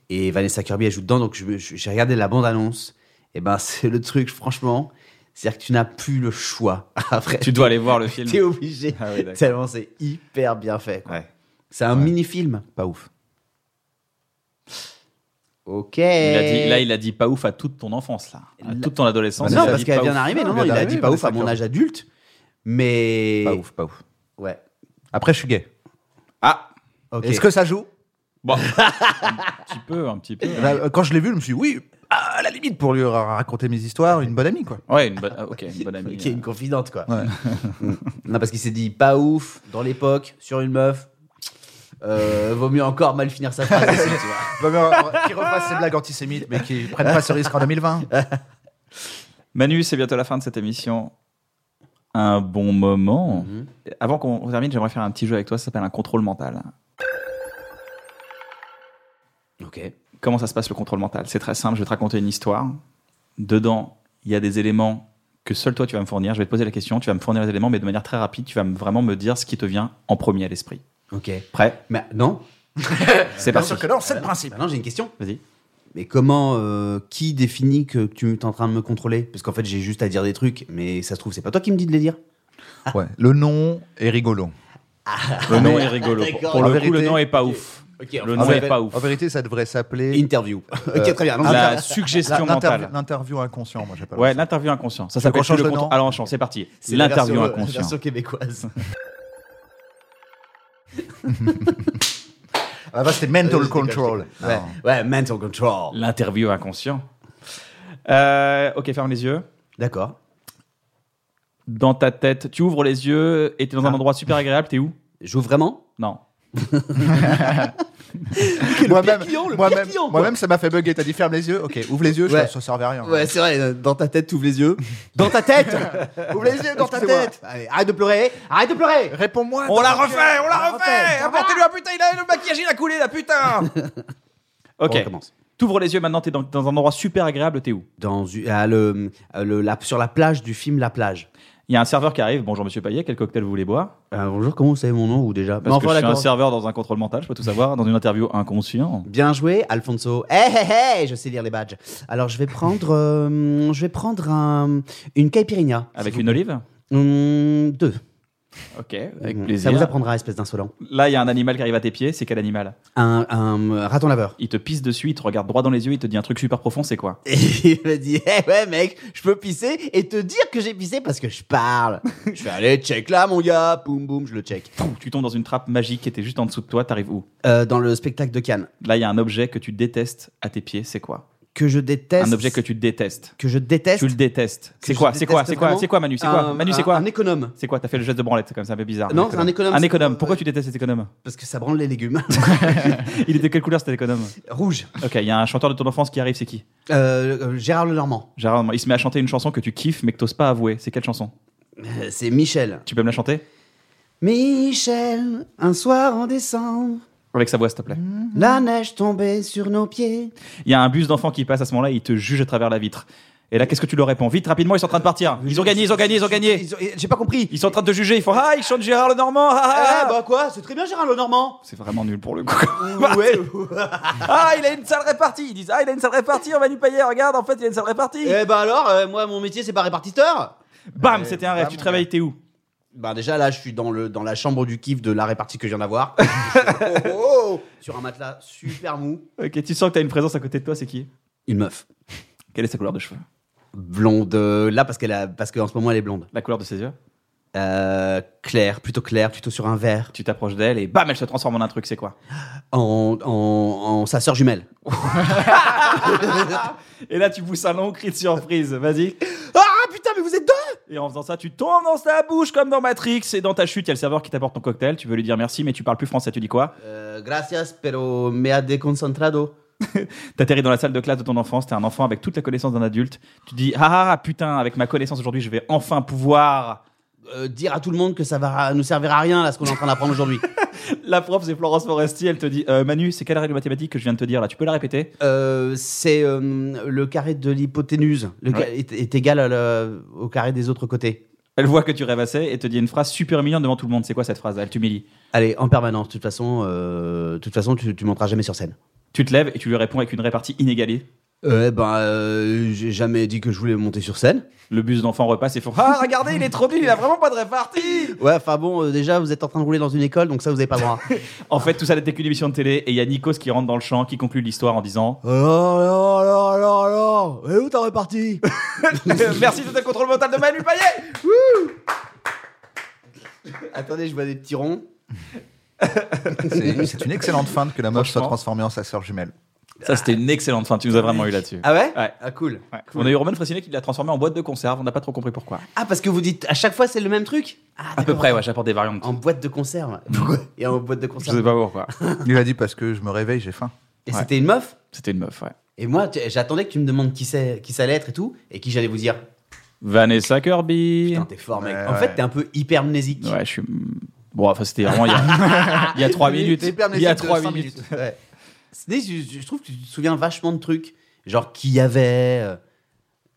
C: Et Vanessa Kirby, elle joue dedans. Donc, je me- je- j'ai regardé la bande-annonce. Et ben, c'est le truc, franchement. C'est-à-dire que tu n'as plus le choix. Après,
A: Tu dois aller voir le film.
C: t'es obligé.
A: Ah oui, d'accord.
C: Tellement c'est hyper bien fait. quoi.
A: Ouais.
C: C'est un mini-film.
B: Pas ouf.
C: Ok.
A: Il a dit, là, il a dit pas ouf à toute ton enfance, là. À
C: La-
A: toute ton adolescence.
C: Bah Non,
A: il a
C: parce
A: dit
C: qu'elle
A: pas
C: vient
A: ouf. Ah, bah
C: d'arriver. Non,
B: Non,
C: non,
B: elle
C: il
B: vient
C: a dit
B: d'arriver,
C: pas ouf à
B: Vanessa
C: mon
B: Kirby.
C: âge adulte. Mais.
B: Pas ouf, pas ouf.
C: Ouais.
B: Après, je suis gay.
A: Ah,
C: Ok.
B: Est-ce que ça joue
A: bon. un petit peu, un petit peu.
B: Là, euh, Quand je l'ai vu, je me suis dit, oui, à la limite, pour lui ra- raconter mes histoires, une bonne amie, quoi.
A: Ouais, une bonne, ah, ok, une bonne amie.
C: Qui est une confidente, quoi.
B: Ouais.
C: Mm. non, parce qu'il s'est dit pas ouf, dans l'époque, sur une meuf. Euh, vaut mieux encore mal finir sa phrase. aussi, tu vois.
B: Bah, mais, euh, qui refasse ses blagues antisémites, mais qui prenne pas ce risque en 2020.
A: Manu, c'est bientôt la fin de cette émission. Un bon moment.
C: Mhm.
A: Avant qu'on termine, j'aimerais faire un petit jeu avec toi. Ça s'appelle un contrôle mental.
C: Ok.
A: Comment ça se passe le contrôle mental C'est très simple. Je vais te raconter une histoire. Dedans, il y a des éléments que seul toi tu vas me fournir. Je vais te poser la question. Tu vas me fournir les éléments, mais de manière très rapide. Tu vas me- vraiment me dire ce qui te vient en premier à l'esprit.
C: Ok.
A: Prêt
C: Mais non,
A: C'est
B: Bien
A: parti.
B: sûr que non, c'est le principe.
C: maintenant j'ai une question.
A: Vas-y.
C: Mais comment, euh, qui définit que tu es en train de me contrôler Parce qu'en fait, j'ai juste à dire des trucs, mais ça se trouve, c'est pas toi qui me dis de les dire.
B: Ouais. Le nom est rigolo.
A: Le nom est rigolo. Pour-
C: D'accord.
A: Pour
B: En
A: le coup,
B: vérité-
A: le nom est pas ouf.
C: Ok,
A: Le nom est
B: vé-
A: pas ouf. Euh,
B: en vérité, ça devrait s'appeler
C: Interview. ok, très bien. non,
B: La-
A: La
C: j'inter-
A: suggestion
B: la- l'interview-
A: mentale.
B: L'interview inconscient, moi j'appelle
A: Ouais,
B: ça.
A: l'interview inconsciente. Ça
B: Tu veux qu'on
A: s'appelle
B: change
A: le
B: le
A: contrôle.
B: nom
A: Alors, Anchan, c'est parti.
C: c'est la
A: L'interview
C: version- La
A: inconsciente.
C: version québécoise.
B: Ah bah, c'était mental control.
C: Ouais,
B: Non.
C: ouais, mental control.
A: L'interview inconscient. Euh, ok, ferme les yeux.
C: D'accord.
A: Dans ta tête, tu ouvres les yeux et t'es dans un endroit super agréable. T'es où
C: Ah. J'ouvre vraiment
A: Non.
B: Moi-même,
C: client, le pire
B: moi-même,
C: client, quoi.
B: moi-même, ça m'a fait bugger. T'as dit ferme les yeux. Ok, ouvre les yeux. je
C: Ouais.
B: fais, ça servait à rien.
C: Ouais, c'est vrai, euh, dans ta tête, ouvre les yeux. Dans ta tête Ouvre les yeux, dans ta
B: Excusez-moi.
C: tête Allez, arrête de pleurer Arrête de pleurer
B: Réponds-moi.
A: On la refait, on la
C: la
A: refait.
C: refait.
A: Apportez-lui un putain, il a le maquillage, il a coulé là, putain.
C: On
A: ok.
C: recommence.
A: T'ouvres les yeux maintenant. T'es dans, dans un endroit super agréable. T'es où
C: Dans, une- à le, à le- la- sur la plage du film La plage.
A: Il y a un serveur qui arrive. Bonjour, monsieur Payet, quel cocktail vous voulez boire
C: Euh, bonjour, comment vous savez mon nom ou déjà
A: Parce
C: Mais
A: que je suis un
C: d'accord.
A: serveur dans un contrôle mental, je peux tout savoir, dans une interview inconscient.
C: Bien joué, Alfonso. Hé hé hé, je sais lire les badges. Alors je vais prendre, euh, je vais prendre un- une caipirinha.
A: Avec une olive
C: Hum, deux.
A: Ok, avec
C: Hum,
A: plaisir.
C: Ça vous apprendra, espèce d'insolent.
A: Là, il y a un animal qui arrive à tes pieds, c'est quel animal
C: Un, un, euh, raton laveur.
A: Il te pisse dessus, il te regarde droit dans les yeux, il te dit un truc super profond, c'est quoi
C: Et il me dit, eh ouais mec, je peux pisser et te dire que j'ai pissé parce que je parle. je fais allez, check là mon gars, boum boum, je le check.
A: Pouf, Tu tombes dans une trappe magique qui était juste en dessous de toi, t'arrives où
C: Euh, dans le spectacle de Cannes,
A: Là, il y a un objet que tu détestes à tes pieds, c'est quoi
C: que je déteste.
A: Un objet que tu détestes.
C: que je déteste.
A: Tu le détestes.
C: que
A: C'est
C: je
A: quoi C'est quoi
C: déteste
A: C'est quoi
C: vraiment.
A: C'est quoi Manu C'est quoi
C: Un-
A: Manu,
C: un-
A: c'est quoi
C: Un économe.
A: C'est quoi T'as fait le geste de branlette, c'est comme ça un peu bizarre.
C: Non, c'est un économe,
A: Un
C: c'est-
A: économe. Pourquoi tu détestes cet économe
C: Parce que ça branle les légumes.
A: Il était de quelle couleur cet économe
C: Rouge.
A: Ok, il y a un chanteur de ton enfance qui arrive, c'est qui
C: Euh, euh, Gérard Lenormand.
A: Gérard, il se met à chanter une chanson que tu kiffes mais que t'oses pas avouer. C'est quelle chanson
C: Euh, c'est Michel.
A: Tu peux me la chanter
C: Michel, un soir en décembre,
A: Avec sa voix, s'il te plaît.
C: la neige tombait sur nos pieds.
A: Il y a un bus d'enfants qui passe à ce moment-là, il te juge à travers la vitre. Et là, qu'est-ce que tu leur réponds Vite, rapidement, ils sont en train de partir. Ils ont gagné, ils ont gagné, ils ont gagné.
C: Ils ont- J'ai pas compris.
A: Ils sont en train de te juger, ils font Ah, ils chantent Gérard le Normand.
C: Ah,
A: Ah, ah, ah.
C: bah quoi, c'est très bien Gérard Lenormand.
A: C'est vraiment nul pour le coup.
C: ouais.
A: ah, il a une sale répartie. Ils disent Ah, il a une sale répartie, on va lui payer. Regarde, en fait, il a une sale répartie.
C: Eh bah alors, euh, moi mon métier c'est pas répartiteur.
A: eh, Bam, c'était un rêve. Tu te réveilles, t'es où
C: Bah déjà là, je suis dans le dans la chambre du kiff de la répartie que je viens d'avoir. Je suis- oh, oh, sur un matelas super mou.
A: Ok, tu sens que t'as une présence à côté de toi, c'est qui
C: Une meuf
A: Quelle est sa couleur de cheveux
C: blonde euh, là parce qu'elle a parce qu'en ce moment elle est blonde.
A: La couleur de ses yeux
C: Euh, claire, plutôt claire, plutôt sur un vert.
A: Tu t'approches d'elle et bam, elle se transforme en un truc, c'est quoi
C: En, en, en sa sœur jumelle.
A: Et là, tu pousses un long cri de surprise. Vas-y.
C: Ah putain, mais vous êtes deux
A: Et en faisant ça, tu tombes dans sa bouche comme dans Matrix. Et dans ta chute, il y a le serveur qui t'apporte ton cocktail. Tu veux lui dire merci, mais tu parles plus français. Tu dis quoi
C: Euh, Gracias, pero me ha deconcentrado.
A: T'atterris dans la salle de classe de ton enfance. T'es un enfant avec toute la connaissance d'un adulte. Tu dis ah ah, putain, avec ma connaissance aujourd'hui, je vais enfin pouvoir.
C: Euh, dire à tout le monde que ça va nous servir à rien là ce qu'on est en train d'apprendre aujourd'hui.
A: La prof, c'est Florence Foresti. Elle te dit Euh, Manu, c'est quelle règle mathématique que je viens de te dire là Tu peux la répéter
C: Euh, c'est euh, le carré de l'hypoténuse le ca-
A: Ouais.
C: est, est égal à le- au carré des autres côtés.
A: Elle voit que tu rêvassais et te dit une phrase super mignonne devant tout le monde. C'est quoi cette phrase Elle t'humilie.
C: Allez, en permanence. De toute façon, euh, de toute façon, tu, tu monteras jamais sur scène.
A: Tu te lèves et tu lui réponds avec une répartie inégalée.
C: Euh, eh ben, euh, j'ai jamais dit que je voulais monter sur scène.
A: Le bus d'enfants repasse et font Ah, regardez, il est trop nul, il a vraiment pas de répartie
C: Ouais, enfin bon, euh, déjà, vous êtes en train de rouler dans une école, donc ça, vous avez pas le droit.
A: En fait, tout ça n'était qu'une émission de télé et il y a Nikos qui rentre dans le champ, qui conclut l'histoire en disant
C: alors, alors, alors, alors, alors, et où t'en réparti
A: Merci de ta contrôle mental de Manu Payet
C: Attendez, je vois des petits ronds.
B: C'est c'est une excellente fin de que la meuf soit
A: Franchement.
B: transformée en sa sœur jumelle.
A: Ça, c'était une excellente fin, tu nous as vraiment eu là-dessus.
C: Ah ouais,
A: Ouais.
C: Ah cool.
A: Ouais. On a eu Roman Fressinet qui l'a transformé en boîte de conserve, on n'a pas trop compris pourquoi.
C: Ah, parce que vous dites à chaque fois c'est le même truc Ah,
A: À peu
C: d'accord.
A: près, ouais, j'apporte des variantes.
C: En boîte de conserve. Et en boîte de
A: Je
C: conserve.
A: sais pas pourquoi.
B: Il a dit parce que je me réveille, j'ai faim.
C: Et
A: Ouais.
C: c'était une meuf
A: C'était une meuf, ouais.
C: Et moi, tu- j'attendais que tu me demandes qui, c'est, qui ça allait être et tout, et qui j'allais vous dire.
A: Vanessa Kirby.
C: Putain, t'es fort, mec.
B: Ouais,
C: en
B: ouais.
C: fait, t'es un peu hyper amnésique.
A: Ouais, je suis. Bon, enfin, c'était vraiment il y a, il y a trois
B: Oui,
A: minutes.
B: t'es hyper
A: Il y a
B: amnésique de
A: trois
B: cinq
A: minutes.
B: minutes.
C: Ouais. C'est des- Je, je trouve que tu te souviens vachement de trucs. Genre, qui y avait. euh,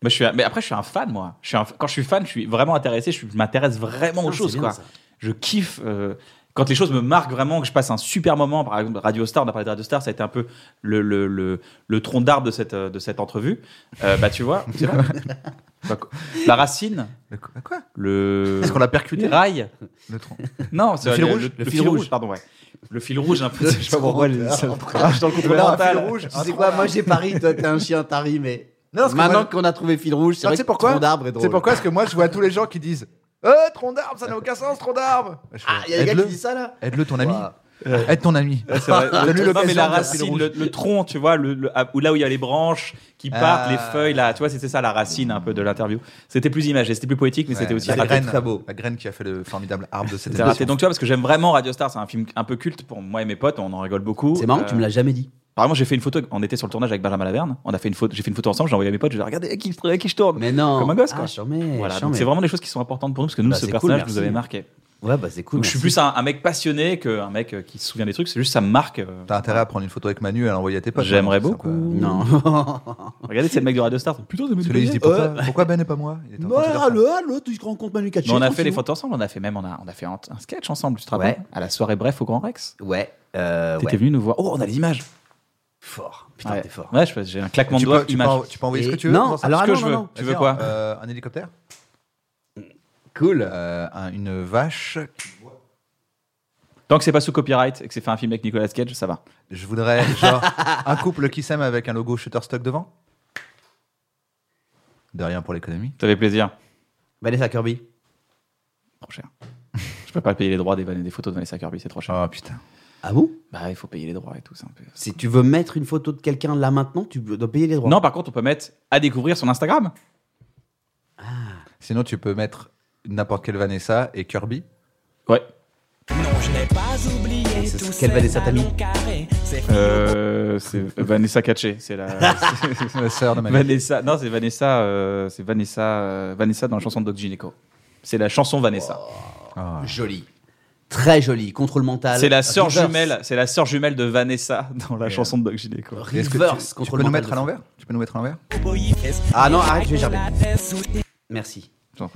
A: Moi, je suis un- Mais après, je suis un fan, moi. Je suis un- Quand je suis fan, je suis vraiment intéressé, je, suis- je m'intéresse vraiment aux
C: c'est
A: choses,
C: bien,
A: quoi.
C: ça.
A: Je kiffe. euh, Quand les choses me marquent vraiment, que je passe un super moment, par exemple Radio Star, on a parlé de Radio Star, ça a été un peu le, le, le, le tronc d'arbre de cette, euh, de cette entrevue. Euh, bah tu vois, c'est vrai. Bah, quoi. la racine,
B: Le co- quoi
A: le
B: Est-ce qu'on l'a percuté
A: rail,
B: Le tronc.
A: non, c'est
B: Le fil rouge
A: le, fil rouge, pardon, ouais, le fil rouge un peu, je sais pas pourquoi, je dis ça. je suis dans le contrôle
C: Non,
A: mental.
C: fil rouge. Tu sais quoi, moi j'ai pari, toi t'es un chien, t'as ri, mais.
B: Non, parce que
C: Maintenant
B: moi-
C: qu'on a trouvé fil rouge, c'est
B: Non,
C: vrai
B: tu
C: que
B: sais pourquoi
C: tronc d'arbre est drôle.
B: C'est pourquoi Parce que moi, je vois tous les gens qui disent Euh, tronc d'arbre, ça n'a aucun sens, tronc d'arbre Je
C: Ah,
B: fais,
C: y'a des gars
B: Aide-le.
C: qui disent ça là
B: Aide-le, ton ami.
C: Ouah.
B: Aide ton ami.
A: C'est vrai.
B: Donne-lui
A: Le- non,
B: l'occasion
A: mais la
B: de faire fil
A: racine,
B: rouge.
A: le, le tronc, tu vois, le, le- à- où- là où il y a les branches qui partent, les feuilles, là, tu vois, c'était ça la racine un peu de l'interview. C'était plus imagé, c'était plus poétique, mais c'était
B: Ouais,
A: aussi
B: la
A: raté.
B: graine,
C: très beau.
B: La graine qui a fait le formidable arbre de cette
A: C'était raté.
B: émission.
A: Donc tu vois, parce que j'aime vraiment Radio Star, c'est un film un peu culte pour moi et mes potes, on en rigole beaucoup.
C: C'est marrant,
A: Euh,
C: tu me l'as jamais dit.
A: Par exemple, j'ai fait une photo, on était sur le tournage avec Benjamin Laverne, on a fait une photo, j'ai fait une photo ensemble, j'ai envoyé à mes potes, je leur ai regardé à qui, je- à qui je tourne.
C: Mais non.
A: Comme un gosse, quoi.
C: Ah, charmé,
A: Voilà,
C: charmé.
A: donc c'est vraiment des choses qui sont importantes pour nous, parce que nous,
C: Bah,
A: ce
C: c'est cool,
A: personnage
C: merci.
A: nous avait marqué.
C: Ouais, bah c'est cool.
A: Donc, je suis
C: merci.
A: plus un, un mec passionné qu'un mec euh, qui se souvient des trucs. C'est juste ça me marque. euh,
B: T'as intérêt à prendre une photo avec Manu et à l'envoyer à tes potes.
A: J'aimerais
B: hein, c'est
A: beaucoup.
B: sympa.
C: Non.
A: Regardez, c'est le mec de Radio Star. Putain,
B: Parce que lui, il se dit pourquoi, pourquoi Ben et pas moi Il était en train de dire ça.
D: tu te rends compte, Manu
A: Mais on a fait les photos ensemble, on a fait même on a, on a fait un, un sketch ensemble, tu te rappelles
C: Ouais.
A: À la soirée bref au Grand Rex.
C: Ouais. Euh,
A: T'étais
C: ouais.
A: venu nous voir. Oh, on a les images.
C: Fort. Putain,
A: ouais.
C: t'es fort.
A: Ouais, je- j'ai un claquement de
B: Tu
A: doigts.
B: peux, tu, peux,
A: Image.
B: en- tu peux envoyer ce
C: Et-
B: que tu veux
C: non,
B: dans ça
C: alors,
A: Ce que
C: ah,
A: je
C: non,
A: veux.
C: non,
A: Tu veux quoi
B: Euh, Un hélicoptère
C: Cool.
B: Euh, un- Une vache
A: Tant que c'est pas sous copyright et que c'est fait un film avec Nicolas Cage, ça va.
B: Je voudrais genre un couple qui s'aime avec un logo Shutterstock devant. De rien pour l'économie.
A: Ça fait plaisir.
C: Vanessa Kirby.
A: Trop cher. je peux pas payer les droits des, des photos de Vanessa Kirby, c'est trop cher.
B: Oh putain.
C: Ah bon
A: Bah, il faut payer les droits et tout, c'est un peu.
C: Si tu veux mettre une photo de quelqu'un là maintenant, tu dois payer les droits.
A: Non, par contre, on peut mettre à découvrir son Instagram.
B: Sinon tu peux mettre n'importe quelle Vanessa et Kirby.
A: Ouais.
C: C'est ce qu'elle va des satamis.
A: Euh, c'est Vanessa Caché. C'est la.
B: La sœur de Manu.
A: Vanessa. Non, c'est Vanessa. euh, c'est Vanessa. euh, Vanessa dans la chanson de Doc Gineco. C'est la chanson Vanessa.
B: Ah.
C: Joli. Très joli. Contrôle mental.
A: C'est la sœur
C: Reverse.
A: jumelle. C'est la sœur jumelle de Vanessa dans la
B: Merde.
A: chanson de Doc Gineco.
B: Et est-ce que
C: Reverse,
B: tu, tu
C: contrôle
B: peux nous
C: mental
B: mettre
C: de
B: à
C: fou.
B: l'envers Tu peux nous mettre à l'envers
C: Ah non, arrête, je vais gerber. Merci.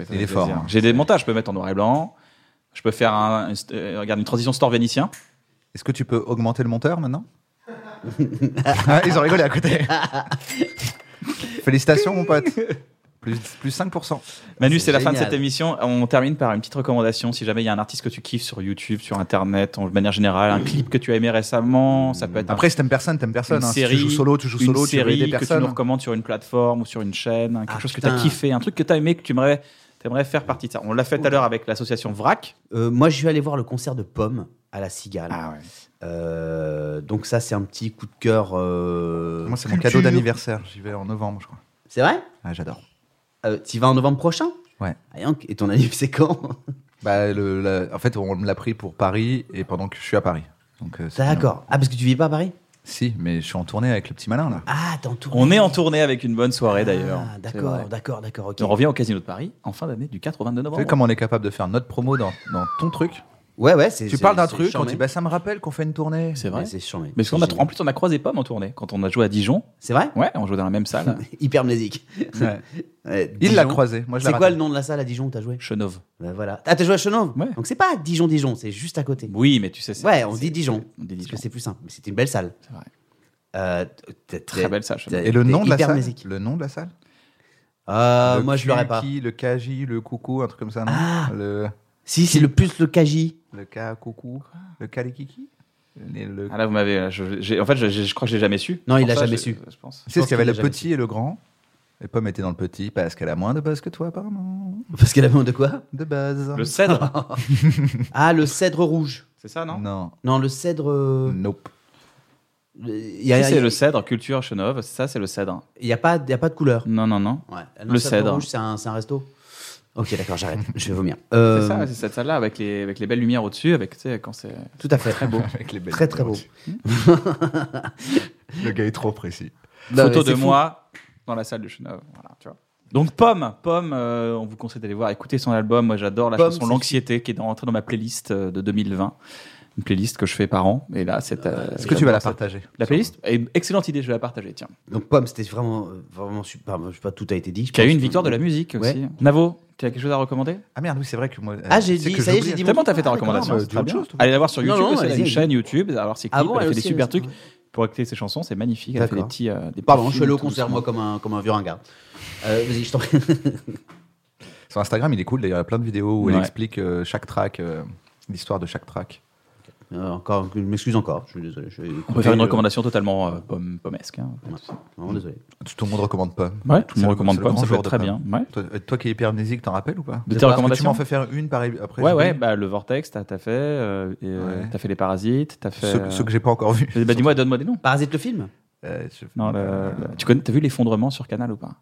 B: Il est fort, hein.
A: J'ai des montages. Je peux mettre en noir et blanc. Je peux faire un, une, euh, regarde, une transition store vénitien.
B: Est-ce que tu peux augmenter le monteur maintenant Ah, Ils ont rigolé à côté. Félicitations mon pote. Plus, plus 5%.
A: Manu,
C: C'est
A: c'est la fin de
C: génial.
A: cette émission. On termine par une petite recommandation. Si jamais il y a un artiste que tu kiffes sur YouTube, sur Internet, en- de manière générale, un clip que tu as aimé récemment, ça peut être un
B: Après, si t'aimes personne, t'aimes personne.
A: une
B: hein.
A: série,
B: si tu joues solo, tu joues
A: une
B: solo, tu veux
A: série
B: aider
A: que tu nous
B: personne.
A: recommandes sur une plateforme ou sur une chaîne, hein, quelque
C: Ah,
A: chose que
C: putain.
A: tu as kiffé, un truc que tu as aimé, que tu aimerais, t'aimerais faire partie de ça. On l'a fait tout à l'heure avec l'association VRAC.
C: Euh, moi, je suis allé voir le concert de Pomme à la Cigale.
B: Ah.
A: ouais.
C: Euh, donc ça, c'est un petit coup de cœur. euh,
B: Moi, c'est mon cadeau
C: culture.
B: d'anniversaire. J'y vais en novembre, je crois.
C: C'est vrai
B: Ah, j'adore.
C: Euh, T'y vas en novembre prochain
B: Ouais.
C: Ah, Yank, et ton anniversaire c'est quand
B: Bah, le, la- en fait, on me l'a pris pour Paris et pendant que je suis à Paris. Donc, euh, c'est bien.
C: D'accord. Ah, parce que tu vis pas à Paris
B: Si, mais je suis en tournée avec le petit malin là.
C: Ah, t'es en tournée.
A: On est en tournée avec une bonne soirée d'ailleurs.
C: Ah,
A: C'est vrai.
C: d'accord, d'accord, d'accord, ok.
A: On revient au Casino de Paris en fin d'année du 4 au 22
B: Tu
A: novembre.
B: sais comment on est capable de faire notre promo dans, dans ton truc
C: Ouais, ouais, c'est.
B: Tu
C: c'est-
B: parles d'un
C: c'est
B: truc, on
C: charmé.
B: dit bah ça me rappelle qu'on fait une tournée.
A: C'est
C: Mais
A: vrai.
C: C'est charmé.
A: Mais parce qu'on a
C: C'est
A: en plus on a croisé Pomme en tournée quand on a joué à Dijon.
C: C'est vrai
A: Ouais, on jouait dans la même salle.
C: Hypermnésique.
B: Ouais.
C: Ouais,
B: Il l'a
C: Dijon.
B: croisé. Moi je l'ai
C: C'est quoi le
B: raté.
C: nom de la salle à Dijon où t'as joué
A: Chenov.
C: Bah, voilà. Ah, t'as joué à Chenov
A: Ouais.
C: Donc c'est pas Dijon-Dijon, c'est juste à côté.
A: Oui, mais tu sais c'est-
C: Ouais, on
A: c'est-
C: dit Dijon.
A: On dit
C: Parce
A: Dijon.
C: que c'est plus simple. Mais c'était une belle salle.
A: C'est vrai.
C: Euh, t'es-
A: Très
C: t'es-
A: belle salle. Chenov.
C: t'es-
B: Et le
C: t'es
B: nom de la salle
C: hypermnésique.
B: Le nom de la salle
C: Euh,
A: Ah,
B: Le
C: moi, je l'aurais pas.
B: Kuki, Le Kaji, le Coucou, un truc comme ça, non
C: Ah.
B: Le,
C: Si, c'est le plus le Kaji.
B: le Ka Coucou, le Kalikiki Le- le-
A: Ah là vous m'avez. là, je- j'ai- En fait je, je- je crois que j'ai jamais su.
C: Non, il
A: Pour
C: l'a
A: ça,
C: jamais
A: je-
C: su.
A: Je pense.
B: Tu sais
C: Je
B: ce
C: pense
B: qu'il y avait
C: qu'il l'a
B: le
C: jamais
B: petit et le grand Et Pomme était dans le petit parce qu'elle a moins de buzz que toi, apparemment.
C: Parce qu'elle a besoin de quoi
B: De buzz.
A: Le cèdre,
C: Ah, le cèdre rouge.
A: c'est ça non
B: Non.
C: Non, le cèdre. euh,
B: Nope.
C: Il y a,
A: Si, c'est
C: il
A: le cèdre, culture Chenov, c'est ça, c'est le cèdre.
C: y a pas, il y a pas de couleur.
A: Non, non, non.
C: Ouais.
A: Le cèdre.
C: rouge, c'est un, c'est un resto. Ok, d'accord, j'arrête. je vais vomir. Euh,
A: C'est ça, c'est cette salle-là avec les, avec les belles lumières au-dessus, avec, tu sais, quand c'est.
C: Tout à fait.
B: Avec les belles
C: Très, très beau.
B: lumières au-dessus. Le gars est trop précis.
A: Photo de moi dans la salle de Chenov. Voilà, tu vois. Donc, Pomme, Pomme, euh, on vous conseille d'aller voir, écouter son album. Moi, j'adore la
C: Pomme,
A: chanson
C: c'est-
A: L'Anxiété qui est dans- rentrée dans ma playlist euh, de 2020. Une playlist que je fais par an. Et là, c'est. euh,
B: Est-ce que tu vas la
A: cette-
B: partager
A: La playlist Eh, Excellente idée, je vais la partager, tiens.
C: Donc, Pomme, c'était vraiment, euh, vraiment super. Je sais pas, tout a été dit. je
A: Qui a eu
C: pense.
A: une victoire de la musique
C: Ouais.
A: aussi. Navo, tu as quelque chose à recommander
B: Ah merde, oui, c'est vrai que moi.
C: Ah, j'ai dit- ça y est, j'ai dit
A: Tellement t'as fait ta
C: Ah,
A: recommandation.
B: d'accord,
A: c'est
B: bah,
A: très
B: dis
A: bien.
B: autre chose, toi.
A: Allez la voir sur
C: Non,
A: YouTube,
C: non,
A: parce qu'elle a une
C: vas-y,
A: chaîne YouTube, alors ses clips,
C: Ah bon,
A: elle
C: elle
A: fait des
C: aussi,
A: super
C: elle-
A: trucs. Pour acter ses chansons, c'est magnifique. Elle a fait des
C: D'accord.
A: petits. euh, des
C: Pardon,
A: petits
C: je suis allé au
A: films, tout
C: concert, moi,
A: doucement.
C: comme un, comme un vieux ringard. Euh, Vas-y, je t'en prie.
B: Sur Instagram, il est cool d'ailleurs, il y a plein de vidéos où il
A: Ouais.
B: explique euh, chaque track, euh, l'histoire de chaque track.
C: Euh, encore, je m'excuse encore. Je suis désolé. Je
A: On peut faire une recommandation totalement euh, pomme- pommesque. hein.
C: Vraiment désolé.
B: Tout tout le monde recommande pas.
A: Ouais, tout
B: C'est
A: le
B: le-
A: monde recommande
B: c'est le
A: pas,
B: grand
A: ça peut
B: jour
A: être
B: de
A: très
B: Pomme.
A: bien. Ouais.
B: Toi, euh, toi qui es hypermnésique, t'en rappelles ou pas
A: De tes
B: Parce que Tu
A: recommandations
B: m'en fais faire une par après.
A: Ouais,
B: j'ai
A: ouais,
B: oublié.
A: bah, le Vortex, t'as t'as fait, euh, et, euh,
B: Ouais.
A: t'as fait les Parasites, t'as fait.
B: Ceux,
A: euh,
B: ceux que j'ai pas encore vus.
A: Bah, dis-moi, donne-moi des noms.
C: Parasite le film
B: Euh, je-
A: Non, le- le- Tu connais, t'as vu l'effondrement sur Canal ou pas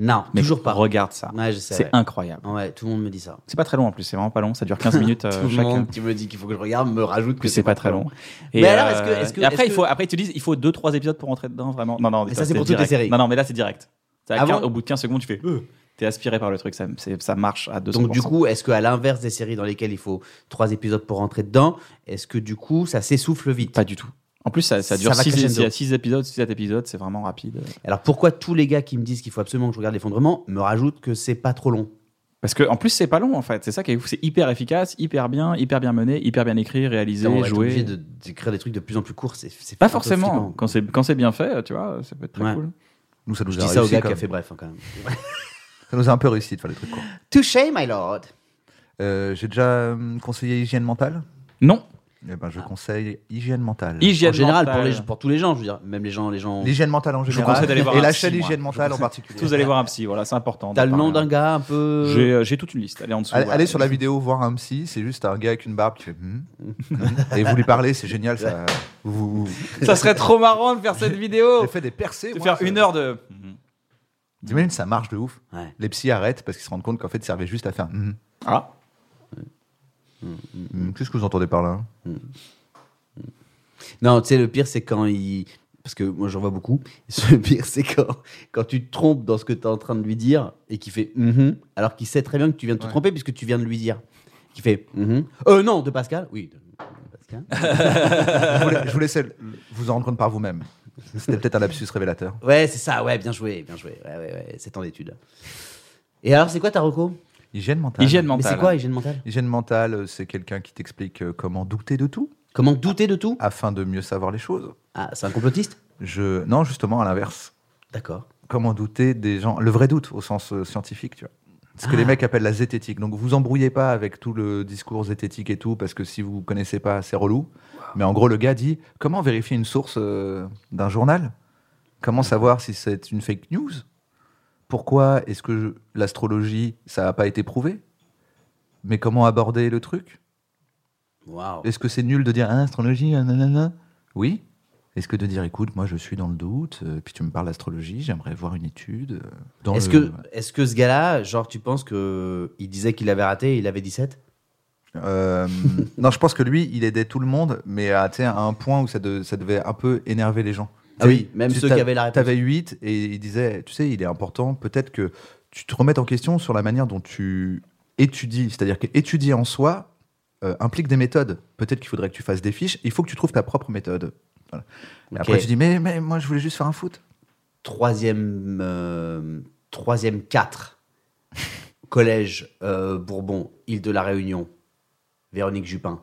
C: Non,
A: Mais
C: toujours pas.
A: Regarde ça.
C: Ouais, je sais.
A: C'est
C: ouais.
A: incroyable.
C: Ouais, tout le monde me dit ça.
A: C'est pas très long en plus, c'est vraiment pas long. Ça dure 15 minutes euh,
C: tout le
A: chacun.
C: monde qui me dit qu'il faut que je regarde me rajoute que
A: que c'est pas très long. Et, euh,
C: Mais alors, est-ce que- est-ce que-
A: et après,
C: est-ce
A: il faut,
C: que-
A: après, ils te disent, il faut 2-3 épisodes pour rentrer dedans, vraiment. Non, non,
C: Mais
A: dis
C: ça,
A: pas,
C: c'est pour toutes les
A: direct.
C: séries.
A: Non, non, mais là, c'est direct. C'est à
C: Ah bon
A: 15 au bout de 15 secondes, tu fais. euh, T'es aspiré par le truc, ça, c'est- ça marche à 200%.
C: Donc du coup, est-ce qu'à l'inverse des séries dans lesquelles il faut trois épisodes pour rentrer dedans, est-ce que du coup ça s'essouffle vite
A: Pas du tout. En plus, ça, ça dure
C: va
A: 6
C: crescendo.
A: épisodes, 7 épisodes, c'est vraiment rapide.
C: Alors pourquoi tous les gars qui me disent qu'il faut absolument que je regarde l'effondrement me rajoutent que c'est pas trop long
A: Parce que en plus, c'est pas long en fait. C'est ça qui est ouf. C'est hyper efficace, hyper bien, hyper bien mené, hyper bien écrit, réalisé,
C: On va être
A: joué.
C: obligé de- d'écrire des trucs de plus en plus courts, c'est c'est hein.
A: Pas
C: un peu
A: forcément.
C: flippant.
A: Quand c'est quand c'est bien fait, tu vois, ça peut être très
C: Ouais.
A: cool.
B: Nous, ça nous
C: Je
B: a
C: dis
B: réussi.
C: ça au gars
B: quand
C: qui a
B: même.
C: fait bref hein, quand même.
B: Ça nous a un peu réussi de faire les trucs courts.
C: Touché, my lord.
B: Euh, J'ai déjà euh, conseillé Hygiène Mentale
A: Non.
B: Eh ben, je conseille Hygiène Mentale.
A: Hygiène
C: en général, pour,
A: mentale.
C: les, pour tous les gens, je veux dire, même les gens, les gens.
B: L'hygiène mentale en
A: Je vous
B: général.
A: conseille d'aller voir
B: et
A: un
B: la
A: psy,
B: chaîne
A: moi.
B: Hygiène Mentale en particulier.
A: Tous allez voir un psy, voilà, c'est important. d'en
C: T'as le nom d'un
A: parler.
C: gars un peu.
A: J'ai euh, j'ai toute une liste. Elle est en dessous.
B: Allez,
A: voilà.
B: allez sur la vidéo voir un psy, c'est juste un gars avec une barbe qui fait Hmm, hmm et vous lui parlez, c'est génial. Ça, vous,
A: Ça serait trop marrant de faire cette vidéo.
B: j'ai fait des percées.
A: Oh. De
B: moi,
A: faire
B: ça- Hum,
A: une heure de.
B: T'imagines, ça marche de ouf.
C: Ouais.
B: Les psys arrêtent parce qu'ils se rendent compte qu'en fait, ça servait juste à faire Hmm,
A: Ah.
B: hmm. Qu'est-ce que vous entendez par là
C: Non, tu sais, le pire, c'est quand il. Parce que moi, j'en vois beaucoup. Le pire, c'est quand, quand tu te trompes dans ce que tu es en train de lui dire et qu'il fait Mhm alors qu'il sait très bien que tu viens de te tromper puisque tu viens de lui dire. Qui fait Mhm. Euh, non, de Pascal Oui, de Pascal.
B: je, vous la- je vous laisse vous en rendre compte par vous-même. C'était peut-être un lapsus révélateur.
C: ouais, c'est ça, ouais, bien joué, bien joué. Ouais, ouais, ouais, c'est temps d'étude. Et alors, c'est quoi ta reco
B: Hygiène mentale.
A: Hygiène
C: Mais
A: mentale.
C: c'est quoi, hygiène mentale
B: Hygiène mentale, euh, c'est quelqu'un qui t'explique euh, comment douter de tout
C: Comment douter de tout
B: afin de mieux savoir les choses.
C: Ah, c'est un complotiste
B: Je... Non, justement, à l'inverse.
C: D'accord.
B: comment douter des gens, le vrai doute au sens euh, scientifique, tu vois. Ce que les mecs appellent la zététique. Donc vous embrouillez pas avec tout le discours zététique et tout, parce que si vous connaissez pas, c'est relou. Mais en gros, le gars dit comment vérifier une source euh, d'un journal Comment savoir si c'est une fake news Pourquoi est-ce que je- l'astrologie, ça n'a pas été prouvé Mais comment aborder le truc
C: Waouh.
B: Est-ce que c'est nul de dire ah, astrologie ah, nanana Oui. Est-ce que de dire écoute, moi je suis dans le doute, euh, puis tu me parles d'astrologie, j'aimerais voir une étude. euh, dans
C: Est-ce
B: le-
C: que, est que ce gars-là, genre, tu penses que il disait qu'il avait raté et il avait 17
B: Euh, non, je pense que lui, il aidait tout le monde, mais à, tu sais, à un point où ça, de- ça devait un peu énerver les gens.
C: Ah oui, même ceux qui
B: t'a-
C: avaient la réponse.
B: T'avais 8 et il disait, tu sais, il est important, peut-être que tu te remettes en question sur la manière dont tu étudies. C'est-à-dire qu'étudier en soi euh, implique des méthodes. Peut-être qu'il faudrait que tu fasses des fiches, il faut que tu trouves ta propre méthode. Voilà. Et
C: Ok.
B: Après, tu dis, mais, mais moi, je voulais juste faire un foot.
C: troisième, euh, troisième 4, collège euh, Bourbon, île de la Réunion, Véronique Jupin.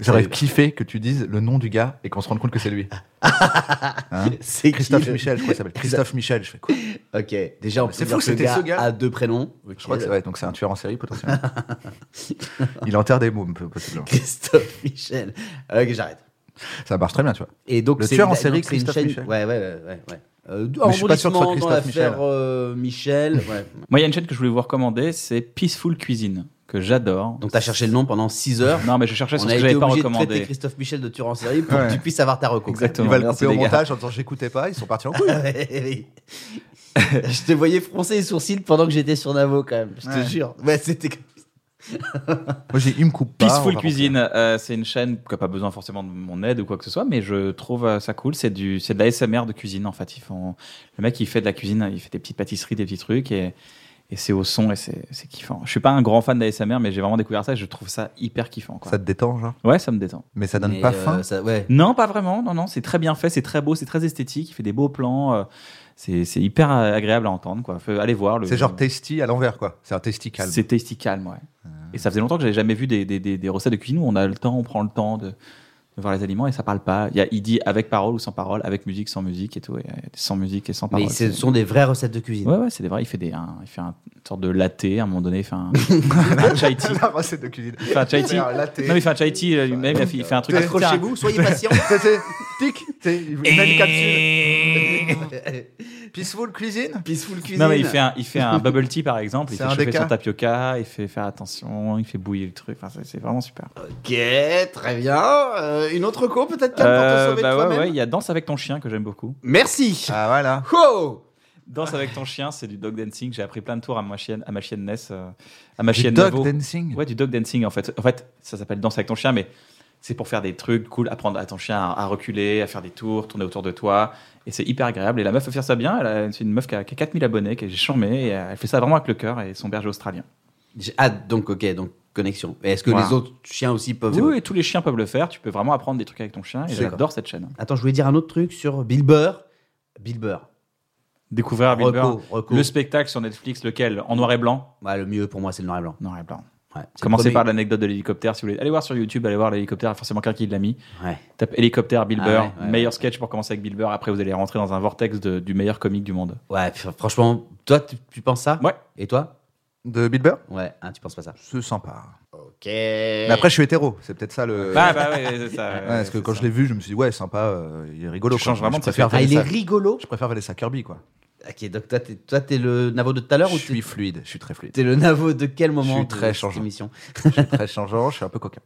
B: J'aurais kiffé que tu dises le nom du gars et qu'on se rende compte que c'est lui. Hein
C: C'est qui,
B: Ah, Christophe
C: le-
B: Michel, je crois qu'il s'appelle. Christophe Michel, je fais quoi
C: Ok, déjà on
B: C'est
C: peut
B: fou,
C: dire que le
B: c'était
C: gars,
B: ce gars.
C: a deux prénoms. Ok.
B: Je crois que c'est ouais, donc c'est un tueur en série potentiellement. Il enterre des mômes peu- possiblement.
C: Christophe Michel. Ok, j'arrête.
B: Ça marche très bien, tu vois.
C: Et donc
B: Le
C: c'est
B: tueur
C: une-
B: en série,
C: donc, c'est une
B: Christophe
C: chaîne-
B: Michel.
C: Ouais, ouais, ouais, ouais. ouais. Euh,
B: je suis pas sûr que ce soit
C: rebondissement dans
B: Christophe Michel. hein.
C: l'affaire, euh, Michel. ouais.
A: Moi, il y a une chaîne que je voulais vous recommander, c'est Peaceful Cuisine, que j'adore.
C: Donc t'as cherché le nom pendant 6 heures.
A: Non, mais je cherchais sur
C: On
A: ce
C: a
A: que
C: été
A: j'avais pas
C: obligé de traiter
A: recommandé.
C: Christophe Michel de tueur en série pour
B: Ouais.
C: que tu puisses avoir ta recours.
A: Exactement.
B: Il va le
A: merci,
B: couper au
A: les gars.
B: montage en disant j'écoutais pas, ils sont partis en couille.
C: Oui. je te voyais froncer les sourcils pendant que j'étais sur Navo quand même, je te
B: Ouais.
C: jure. Ouais, c'était
B: Moi j'ai il me coupe pas. on
A: Peaceful
B: va
A: Cuisine, euh, c'est une chaîne qui n'a pas besoin forcément de mon aide ou quoi que ce soit, mais je trouve euh, ça cool. C'est du, c'est de la SMR de cuisine en fait. Ils font, le mec il fait de la cuisine, il fait des petites pâtisseries, des petits trucs et, et c'est au son et c'est, c'est kiffant. Je suis pas un grand fan de la SMR, mais j'ai vraiment découvert ça et je trouve ça hyper kiffant.
B: reprendre.
A: Quoi.
B: Ça te détend, genre.
A: Ouais, ça me détend.
B: Mais ça donne pas
A: euh,
B: faim.
C: euh, ouais.
A: Non, pas vraiment. Non, non, c'est très bien fait, c'est très beau, c'est très esthétique. Il fait des beaux plans. euh, c'est, c'est hyper euh, agréable à entendre. Quoi. Faut- allez voir. Le,
B: C'est genre testy à l'envers, quoi. C'est un testy calme. Ah.
A: C'est tasty calme, ouais. Et ça faisait longtemps que j'avais jamais vu des, des- des- des recettes de cuisine où on a le temps, on prend le temps de, de voir les aliments et ça parle pas. Il, y a, il dit avec parole ou sans parole, avec musique, sans musique et tout, et, euh, sans musique et sans parole.
C: Mais ce sont des vraies recettes de cuisine.
A: Ouais, ouais, c'est des vrais. Il fait, des, un- il fait un- une sorte de latte à un moment donné, il fait un, un chai tea.
B: La recette de cuisine.
A: Il fait un chai tea.
B: Faire un latte.
A: Non, mais il fait un chai tea euh, lui-même, il fait- il fait un truc.
C: Accrochez-vous, soyez patients.
B: Tu sais, tic, tu sais, il met une capsule. Peaceful Cuisine
C: Peaceful cuisine.
A: Non, mais il fait un, il fait un bubble tea par exemple, il fait
B: C'est un
A: chauffer
B: des
A: son
B: cas.
A: tapioca, il fait faire attention, il fait bouillir le truc. Enfin, c'est- c'est vraiment super.
C: Ok, très bien. Euh, une autre co peut-être Cam,
A: Euh,
C: pour te sauver
A: bah ouais,
C: toi-même.
A: ouais, il y a Danse avec ton chien que j'aime beaucoup.
C: Merci.
B: Ah voilà.
C: Wow.
A: Danse avec ton chien, c'est du dog dancing. J'ai appris plein de tours à ma chienne, à ma chienne Ness, euh, à ma
B: Du
A: chienne
B: dog
A: Navo.
B: dancing.
A: Ouais, du dog dancing en fait. En fait, ça s'appelle Danse avec ton chien, mais c'est pour faire des trucs cool, apprendre à ton chien à, à reculer, à faire des tours, tourner autour de toi. Et c'est hyper agréable. Et la meuf veut faire ça bien. Elle a- C'est une meuf qui a, qui a 4000 abonnés, qui est charmée. Et euh, elle fait ça vraiment avec le cœur et son berger australien.
C: J'ai hâte, donc ok, donc connexion. Et Est-ce que
A: Voilà.
C: les autres chiens aussi peuvent
A: Oui, oui, tous les chiens peuvent le faire. Tu peux vraiment apprendre des trucs avec ton chien. Et
C: D'accord.
A: j'adore cette chaîne.
C: Attends, je voulais dire un autre truc sur Bill Burr. Bill Burr.
A: Découvrir à Ah, Bill
C: Reco,
A: Burr.
C: reco.
A: le spectacle sur Netflix, lequel En noir et blanc
C: Ouais, le mieux pour moi, c'est le noir et blanc.
A: Noir et blanc.
C: Ouais, c'est
A: Commencez
C: le premier.
A: par l'anecdote de l'hélicoptère. Si vous voulez, allez voir sur YouTube, allez voir l'hélicoptère. Il y a forcément quelqu'un qui l'a mis.
C: Ouais.
A: Tape hélicoptère Bill
C: Ah
A: Burr.
C: ouais, ouais,
A: meilleur sketch pour commencer avec Bill Burr. Après, vous allez rentrer dans un vortex de- du meilleur comique du monde.
C: Ouais, fr- franchement, toi, tu, tu penses ça
A: Ouais.
C: Et toi
B: De Bill Burr
C: Ouais, hein, tu penses pas ça.
B: C'est sympa.
C: Ok.
B: Mais après, je suis hétéro. C'est peut-être ça le.
A: Bah, bah, ouais, c'est ça.
B: Ouais, parce que quand je l'ai vu, je me suis dit, ouais, sympa, euh, il est rigolo.
A: Tu
B: quoi.
A: changes vraiment
B: je
A: de sa
B: préfère
C: Ah, il est
B: Vanessa-
C: rigolo.
B: Je préfère Vanessa Kirby, quoi.
C: Ok, donc toi, t'es, toi, t'es le Navo de tout à l'heure
B: Je
C: ou t'es,
B: suis fluide, je suis très fluide.
C: t'es le Navo de quel moment
B: Je suis
C: de
B: très
C: cette
B: changeant.
C: émission
B: je suis très changeant, je suis un peu coquin.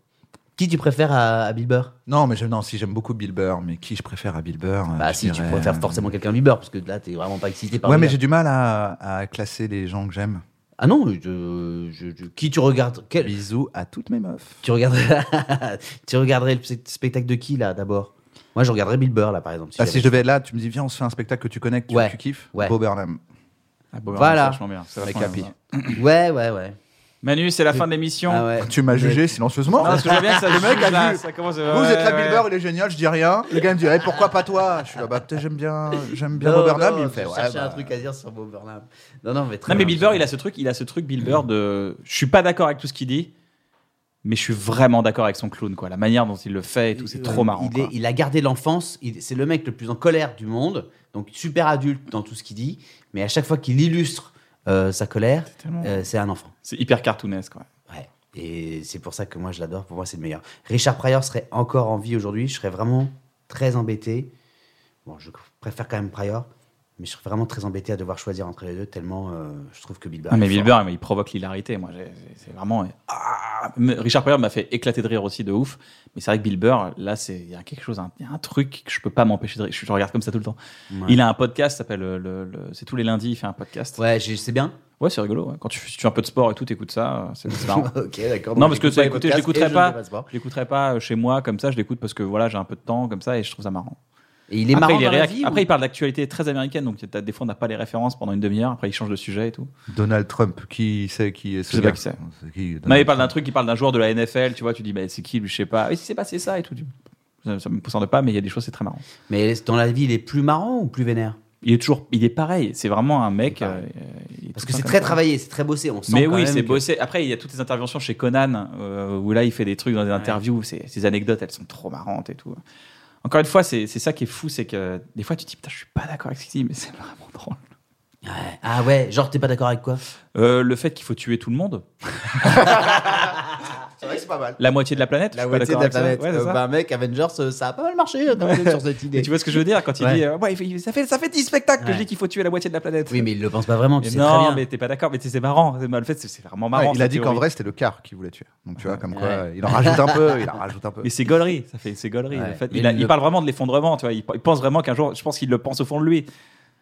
C: Qui tu préfères à, à Bill Burr
B: Non, mais je, non, si j'aime beaucoup Bill Burr, mais qui je préfère à Bill Burr euh,
C: Bah
B: je
C: si, tu
B: dirais,
C: préfères
B: euh,
C: forcément quelqu'un de Bill Burr, parce que là, t'es vraiment pas excité par
B: Ouais,
C: Bill
B: mais
C: Burr.
B: j'ai du mal à, à classer les gens que j'aime.
C: Ah non, je- je- je- qui tu regardes quel-
B: Bisous à toutes mes meufs.
C: Tu regarderais, tu regarderais le spe- spectacle de qui là d'abord Moi je regarderais Bill Burr là par exemple. si
B: Ah,
C: j'avais-
B: si je devais être là, tu me dis, viens, on se fait un spectacle que tu connais, que tu,
C: Ouais.
B: tu kiffes.
C: Ouais.
B: Bob Burnham.
A: Ah, bon,
C: Voilà.
A: c'est vachement bien, c'est
B: Avec
A: vachement bien.
B: Happy.
C: Ouais, ouais, ouais.
A: Manu, c'est la fin de l'émission.
C: Ah ouais.
B: Tu m'as
C: Mais-
B: jugé silencieusement.
A: Non, parce que je vois bien que ça,
B: Le mec a
A: ça-
B: vu.
A: ça commence.
B: Vous êtes la Bill Burr, il est génial, je dis rien. Le gars il me dit, Eh, pourquoi pas toi Je suis là, bah peut-être j'aime bien, j'aime bien
C: Non,
B: Bob Burnham.
C: non,
B: Il me fait,
C: je
B: ouais.
C: cherchais
B: bah,
C: un truc à dire sur Bob Burnham. Non, non, mais très
A: Non, mais
C: bien.
A: Bill Burr, il a ce truc, il a ce truc, Bill
C: Mm.
A: Burr, de. Je suis pas d'accord avec tout ce qu'il dit, mais je suis vraiment d'accord avec son clown, quoi. La manière dont il le fait et tout, c'est
C: Ouais,
A: trop marrant.
C: Euh, Il, est-
A: quoi.
C: il a gardé l'enfance. il- C'est le mec le plus en colère du monde. Donc super adulte dans tout ce qu'il dit. Mais à chaque fois qu'il illustre euh, sa colère,
A: tellement-
C: euh, c'est un enfant.
A: C'est hyper cartoonesque, quoi.
C: Ouais. Et c'est pour ça que moi je l'adore. Pour moi, c'est le meilleur. Richard Pryor serait encore en vie aujourd'hui. Je serais vraiment très embêté. Bon, je préfère quand même Pryor. Mais je serais vraiment très embêté à devoir choisir entre les deux, tellement euh, je trouve que Bill Burr.
A: Ah, mais
C: est
A: Bill
C: fort.
A: Burr, il provoque l'hilarité. Moi, j'ai- j'ai- c'est vraiment. Ah Me- Richard Pryor m'a fait éclater de rire aussi de ouf. Mais c'est vrai que Bill Burr, là, c'est- il y a quelque chose, un- il y a un truc que je peux pas m'empêcher de rire. Je je regarde comme ça tout le temps.
C: Ouais.
A: Il a un podcast, ça s'appelle. euh, Le, le- c'est tous les lundis, il fait un podcast. Ouais,
C: Ouais, je sais bien.
A: c'est rigolo. ouais. Quand tu, si tu fais un peu de sport et tout, t'écoutes ça. euh, C'est c'est marrant.
C: ok, d'accord.
A: Non,
C: donc
A: parce que
C: j'écoute pas
A: ça, écoutez,
C: les
A: je
C: podcasts et
A: l'écouterai
C: ne
A: pas.
C: fais ce sport.
A: Je l'écouterai pas euh, chez moi comme ça. Je l'écoute parce que voilà, j'ai un peu de temps comme ça et je trouve ça marrant.
C: Et il est
A: après,
C: marrant
A: il, est
C: dans la
A: réac-
C: vie,
A: après,
C: ou-
A: il parle d'actualité très américaine, donc t'as- des fois on n'a pas les références pendant une demi-heure. Après, il change de sujet et tout.
B: Donald Trump, qui sait qui est ce
A: Je sais pas
B: gars
A: qui c'est.
B: C'est qui,
A: Non, il
B: Donald
A: parle d'un
B: Trump
A: truc, il parle d'un joueur de la NFL. Tu vois, tu dis, bah, c'est qui lui, je sais pas. Et si c'est passé ça et tout. tu- Ça, ça me concerne pas, mais il y a des choses, c'est très marrant.
C: Mais dans la vie, il est plus marrant ou plus vénère
A: Il est toujours, il est pareil. C'est vraiment un mec.
C: Il est pareil.
A: euh, il est
C: Parce
A: tout
C: que c'est
A: comme
C: très
A: ça.
C: travaillé, c'est très bossé. On sent
A: Mais
C: quand
A: oui,
C: même
A: c'est
C: que-
A: bossé. Après, il y a toutes les interventions chez Conan, euh, où là, il fait des trucs dans des interviews. Ses, ses anecdotes, elles sont trop marrantes et tout. Encore une fois, c'est c'est ça qui est fou, c'est que des fois, tu te dis, putain, je suis pas d'accord avec ce qu'il dit, mais c'est vraiment drôle.
C: Ouais. Ah ouais, genre t'es pas d'accord avec quoi
A: Euh, le fait qu'il faut tuer tout le monde.
B: C'est vrai que c'est pas mal.
A: La moitié de la planète je suis pas d'accord avec ça. Ouais, c'est
C: Euh,
A: ça.
C: bah, mec, Avengers, euh, ça a pas mal marché euh, dans- sur cette idée.
A: Mais tu vois ce que je veux dire quand il
C: Ouais.
A: dit euh, ouais, il fait- ça fait ça fait 10 spectacles que
C: Ouais.
A: je dis qu'il faut tuer la moitié de la planète.
C: Oui, mais il le pense pas vraiment, tu
A: Mais
C: sais
A: non,
C: très bien.
A: mais t'es pas d'accord, mais c'est c'est marrant. C'est- Le fait, c'est- c'est vraiment marrant.
B: Ouais, il a
A: cette
B: dit qu'en
A: théorie.
B: vrai, c'était le quart qui voulait tuer. Donc tu vois, comme quoi,
C: Ouais.
B: euh, il en rajoute un peu, il en rajoute un peu.
A: Mais c'est gaulerie, ça fait c'est gaulerie.
C: Ouais.
A: le fait.
C: Mais
A: il, a-
C: le-
A: il parle vraiment de l'effondrement, tu vois. Il, il pense vraiment qu'un jour, je pense qu'il le pense au fond de lui.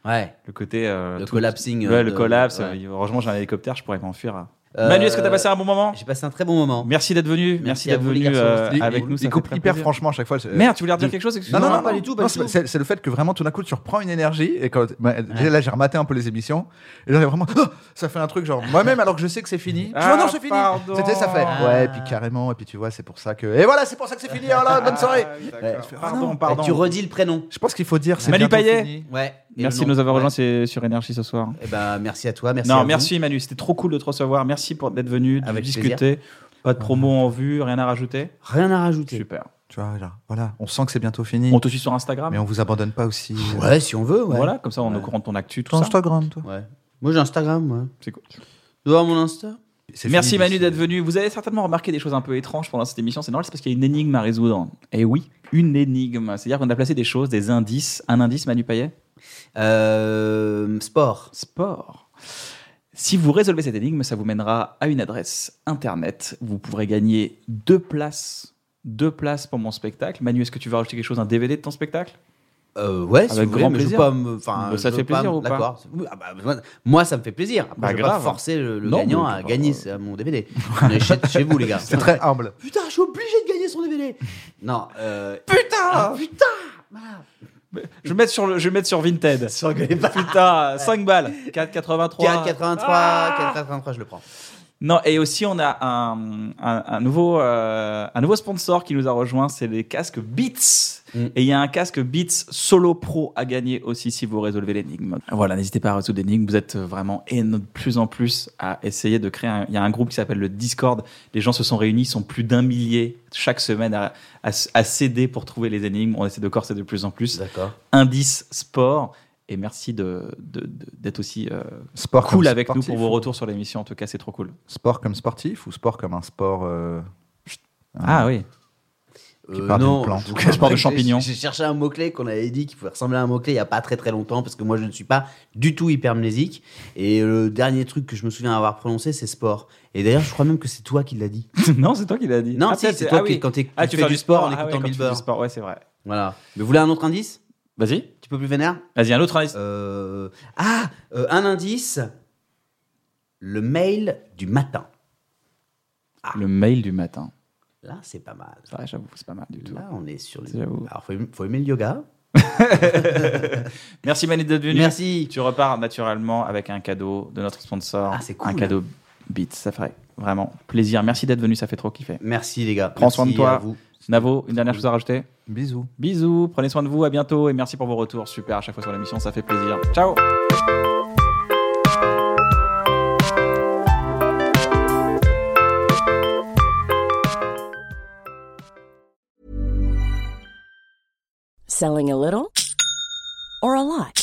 C: Ouais,
A: Le côté. euh,
C: le
A: tout-
C: collapsing. euh,
A: Ouais, le
C: de-
A: collapse.
C: ouais.
A: euh, Heureusement, j'ai un hélicoptère, je pourrais m'enfuir.
C: Euh,
A: Manu, est-ce que t'as passé un bon moment
C: J'ai passé un très bon moment.
A: Merci d'être venu. Merci,
C: Merci à
A: d'être
C: vous, les
A: venu
C: garçons.
A: euh,
B: Il-
A: avec
B: il-
A: nous. ça
B: Il
A: fait
B: coupe
A: très
B: hyper
A: plaisir.
B: franchement à chaque fois. je-
A: Merde, tu voulais dire
B: de-
A: quelque chose Ah,
B: Non, non, non,
C: pas du tout, pas
B: non,
C: du
B: c'est-
C: tout.
B: C'est c'est le fait que vraiment tout d'un coup tu reprends une énergie et quand bah, déjà, là j'ai rematé un peu les émissions et là j'ai vraiment Ah ça fait un truc genre moi-même alors que je sais que c'est fini. Je fais,
A: Ah,
B: non c'est fini.
A: pardon.
B: C'était ça fait.
C: Ah.
B: Ouais et puis carrément et puis tu vois c'est pour ça que et voilà c'est pour ça que c'est fini. Voilà bonne soirée.
A: Ah, Pardon,
C: Ouais,
A: pardon.
C: Euh, Tu redis le prénom.
B: Je pense qu'il faut dire c'est
A: Manu
B: bientôt
A: Payet.
B: fini.
C: Ouais. et
A: Merci
C: le
A: de
C: nom.
A: nous avoir
C: Ouais.
A: rejoints c'est- sur Énergie ce soir.
C: Eh ben, merci à toi, merci à
A: non,
C: vous.
A: merci Manu, c'était trop cool de te recevoir. Merci pour d'être venu, de
C: Avec
A: discuter.
C: plaisir.
A: Pas de promo en vue, rien à rajouter.
C: Rien à rajouter.
A: Super.
B: Tu vois genre voilà on sent que c'est bientôt fini.
A: On te suit sur Instagram.
B: Mais on vous abandonne pas aussi.
C: Ouais, si on veut, ouais.
A: Voilà, comme ça on est au
C: Ouais.
A: courant de ton actu, tout
B: Toi,
A: ça.
B: Instagram toi.
C: Ouais. Moi, j'ai Instagram, moi.
A: C'est cool.
C: Tu vois mon Insta
B: C'est
A: Merci
B: fini,
A: Manu
B: c'est-
A: d'être venu. Vous avez certainement remarqué des choses un peu étranges pendant cette émission. C'est normal, c'est parce qu'il y a une énigme à résoudre. Et oui, une énigme. C'est-à-dire qu'on a placé des choses, des indices. Un indice, Manu Payet
C: Euh, Sport.
A: Sport. Si vous résolvez cette énigme, ça vous mènera à une adresse internet. Vous pourrez gagner deux places. Deux places pour mon spectacle. Manu, est-ce que tu vas rajouter quelque chose, un DVD de ton spectacle
C: Euh, ouais, si
A: Avec
C: vous voulez,
A: grand
C: mais je veux
A: plaisir.
C: pas me- enfin,
A: Bah, ça
C: je
A: te
C: veux
A: fait plaisir
C: me-
A: ou pas
C: D'accord. Oui, ah bah, moi- Moi, ça me fait plaisir. Après,
A: Bah,
C: je vais pas
A: grave.
C: forcer le, le
A: Non,
C: gagnant
A: mais
C: à gagner à mon DVD. On achète chez vous, les gars. Ah,
B: C'est très humble.
C: Putain, je suis obligé de gagner son DVD. Non. euh,
A: Ah, Putain
C: putain.
A: Je vais mettre sur, le, je vais mettre sur Vinted. Putain, 5 balles. 4,83.
C: 4,83, 4,83, je le prends.
A: Non, et aussi, on a un, un, un nouveau, euh, un nouveau sponsor qui nous a rejoint, c'est les casques Beats.
C: Mm.
A: Et il y a un casque Beats Solo Pro à gagner aussi si vous résolvez l'énigme. Voilà, n'hésitez pas à résoudre l'énigme. Vous êtes vraiment et de plus en plus à essayer de créer. un- Il y a un groupe qui s'appelle le Discord. Les gens se sont réunis, ils sont plus d'un millier chaque semaine à, à, à s'aider pour trouver les énigmes. On essaie de corser de plus en plus.
C: D'accord.
A: Indice Sport. Et merci de- de- de- d'être aussi euh,
B: Sport comme
A: cool avec nous
B: sportif
A: pour vos retours sur l'émission. En tout cas, c'est trop cool.
B: Sport comme sportif ou sport comme un sport. euh,
A: Ah oui.
B: Qui
C: Euh,
B: part d'une
C: non,
B: plante.
C: je-
A: Sport de
C: j'ai-
A: champignons.
C: J'ai cherché un mot-clé qu'on avait dit qui pouvait ressembler à un mot-clé il n'y a pas très très longtemps parce que moi je ne suis pas du tout hypermnésique. Et le dernier truc que je me souviens avoir prononcé, c'est sport. Et d'ailleurs, je crois même que c'est toi qui l'as dit.
A: non, c'est toi qui l'as dit.
C: Non,
A: Ah,
C: si,
A: peut-être,
C: c'est toi
A: ah
C: qui,
A: oui.
C: quand t'es-
A: Ah,
C: tu
A: tu
C: fais
A: fais
C: du sport en
A: ah ouais,
C: écoutant
A: quand tu fais
C: Billboard.
A: du sport, ouais, c'est vrai.
C: Voilà. Mais vous voulez un autre indice
A: Vas-y.
C: Un petit peu plus vénère
A: Vas-y, un autre indice.
C: Euh, Ah euh, Un indice le mail du matin. Ah.
A: Le mail du matin.
C: Là, c'est pas mal.
A: C'est vrai, j'avoue, c'est pas mal du tout.
C: Là, on est sur le.
A: J'avoue.
C: Alors, faut, aimer- faut aimer le yoga.
A: Merci Manu d'être venu.
C: Merci.
A: Tu repars naturellement avec un cadeau de notre sponsor.
C: Ah, c'est cool.
A: Un cadeau Beats, ça ferait vraiment plaisir. Merci d'être venu, ça fait trop kiffer.
C: Merci les gars.
A: Prends soin de
C: Merci
A: toi.
C: à vous.
A: Navo, une dernière chose à rajouter
B: Bisous.
A: Bisous, prenez soin de vous, à bientôt et merci pour vos retours. Super, à chaque fois sur l'émission, ça fait plaisir. Ciao
I: Selling a little or a lot?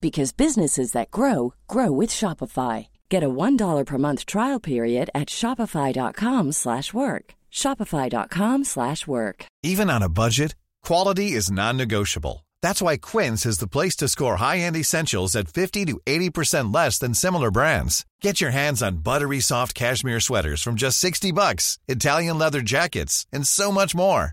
I: because businesses that grow grow with Shopify. Get a $1 per month trial period at shopify.com/work. shopify.com/work.
J: Even on a budget, quality is non-negotiable. That's why Quince is the place to score high-end essentials at 50 to 80% less than similar brands. Get your hands on buttery soft cashmere sweaters from just 60 bucks, Italian leather jackets, and so much more.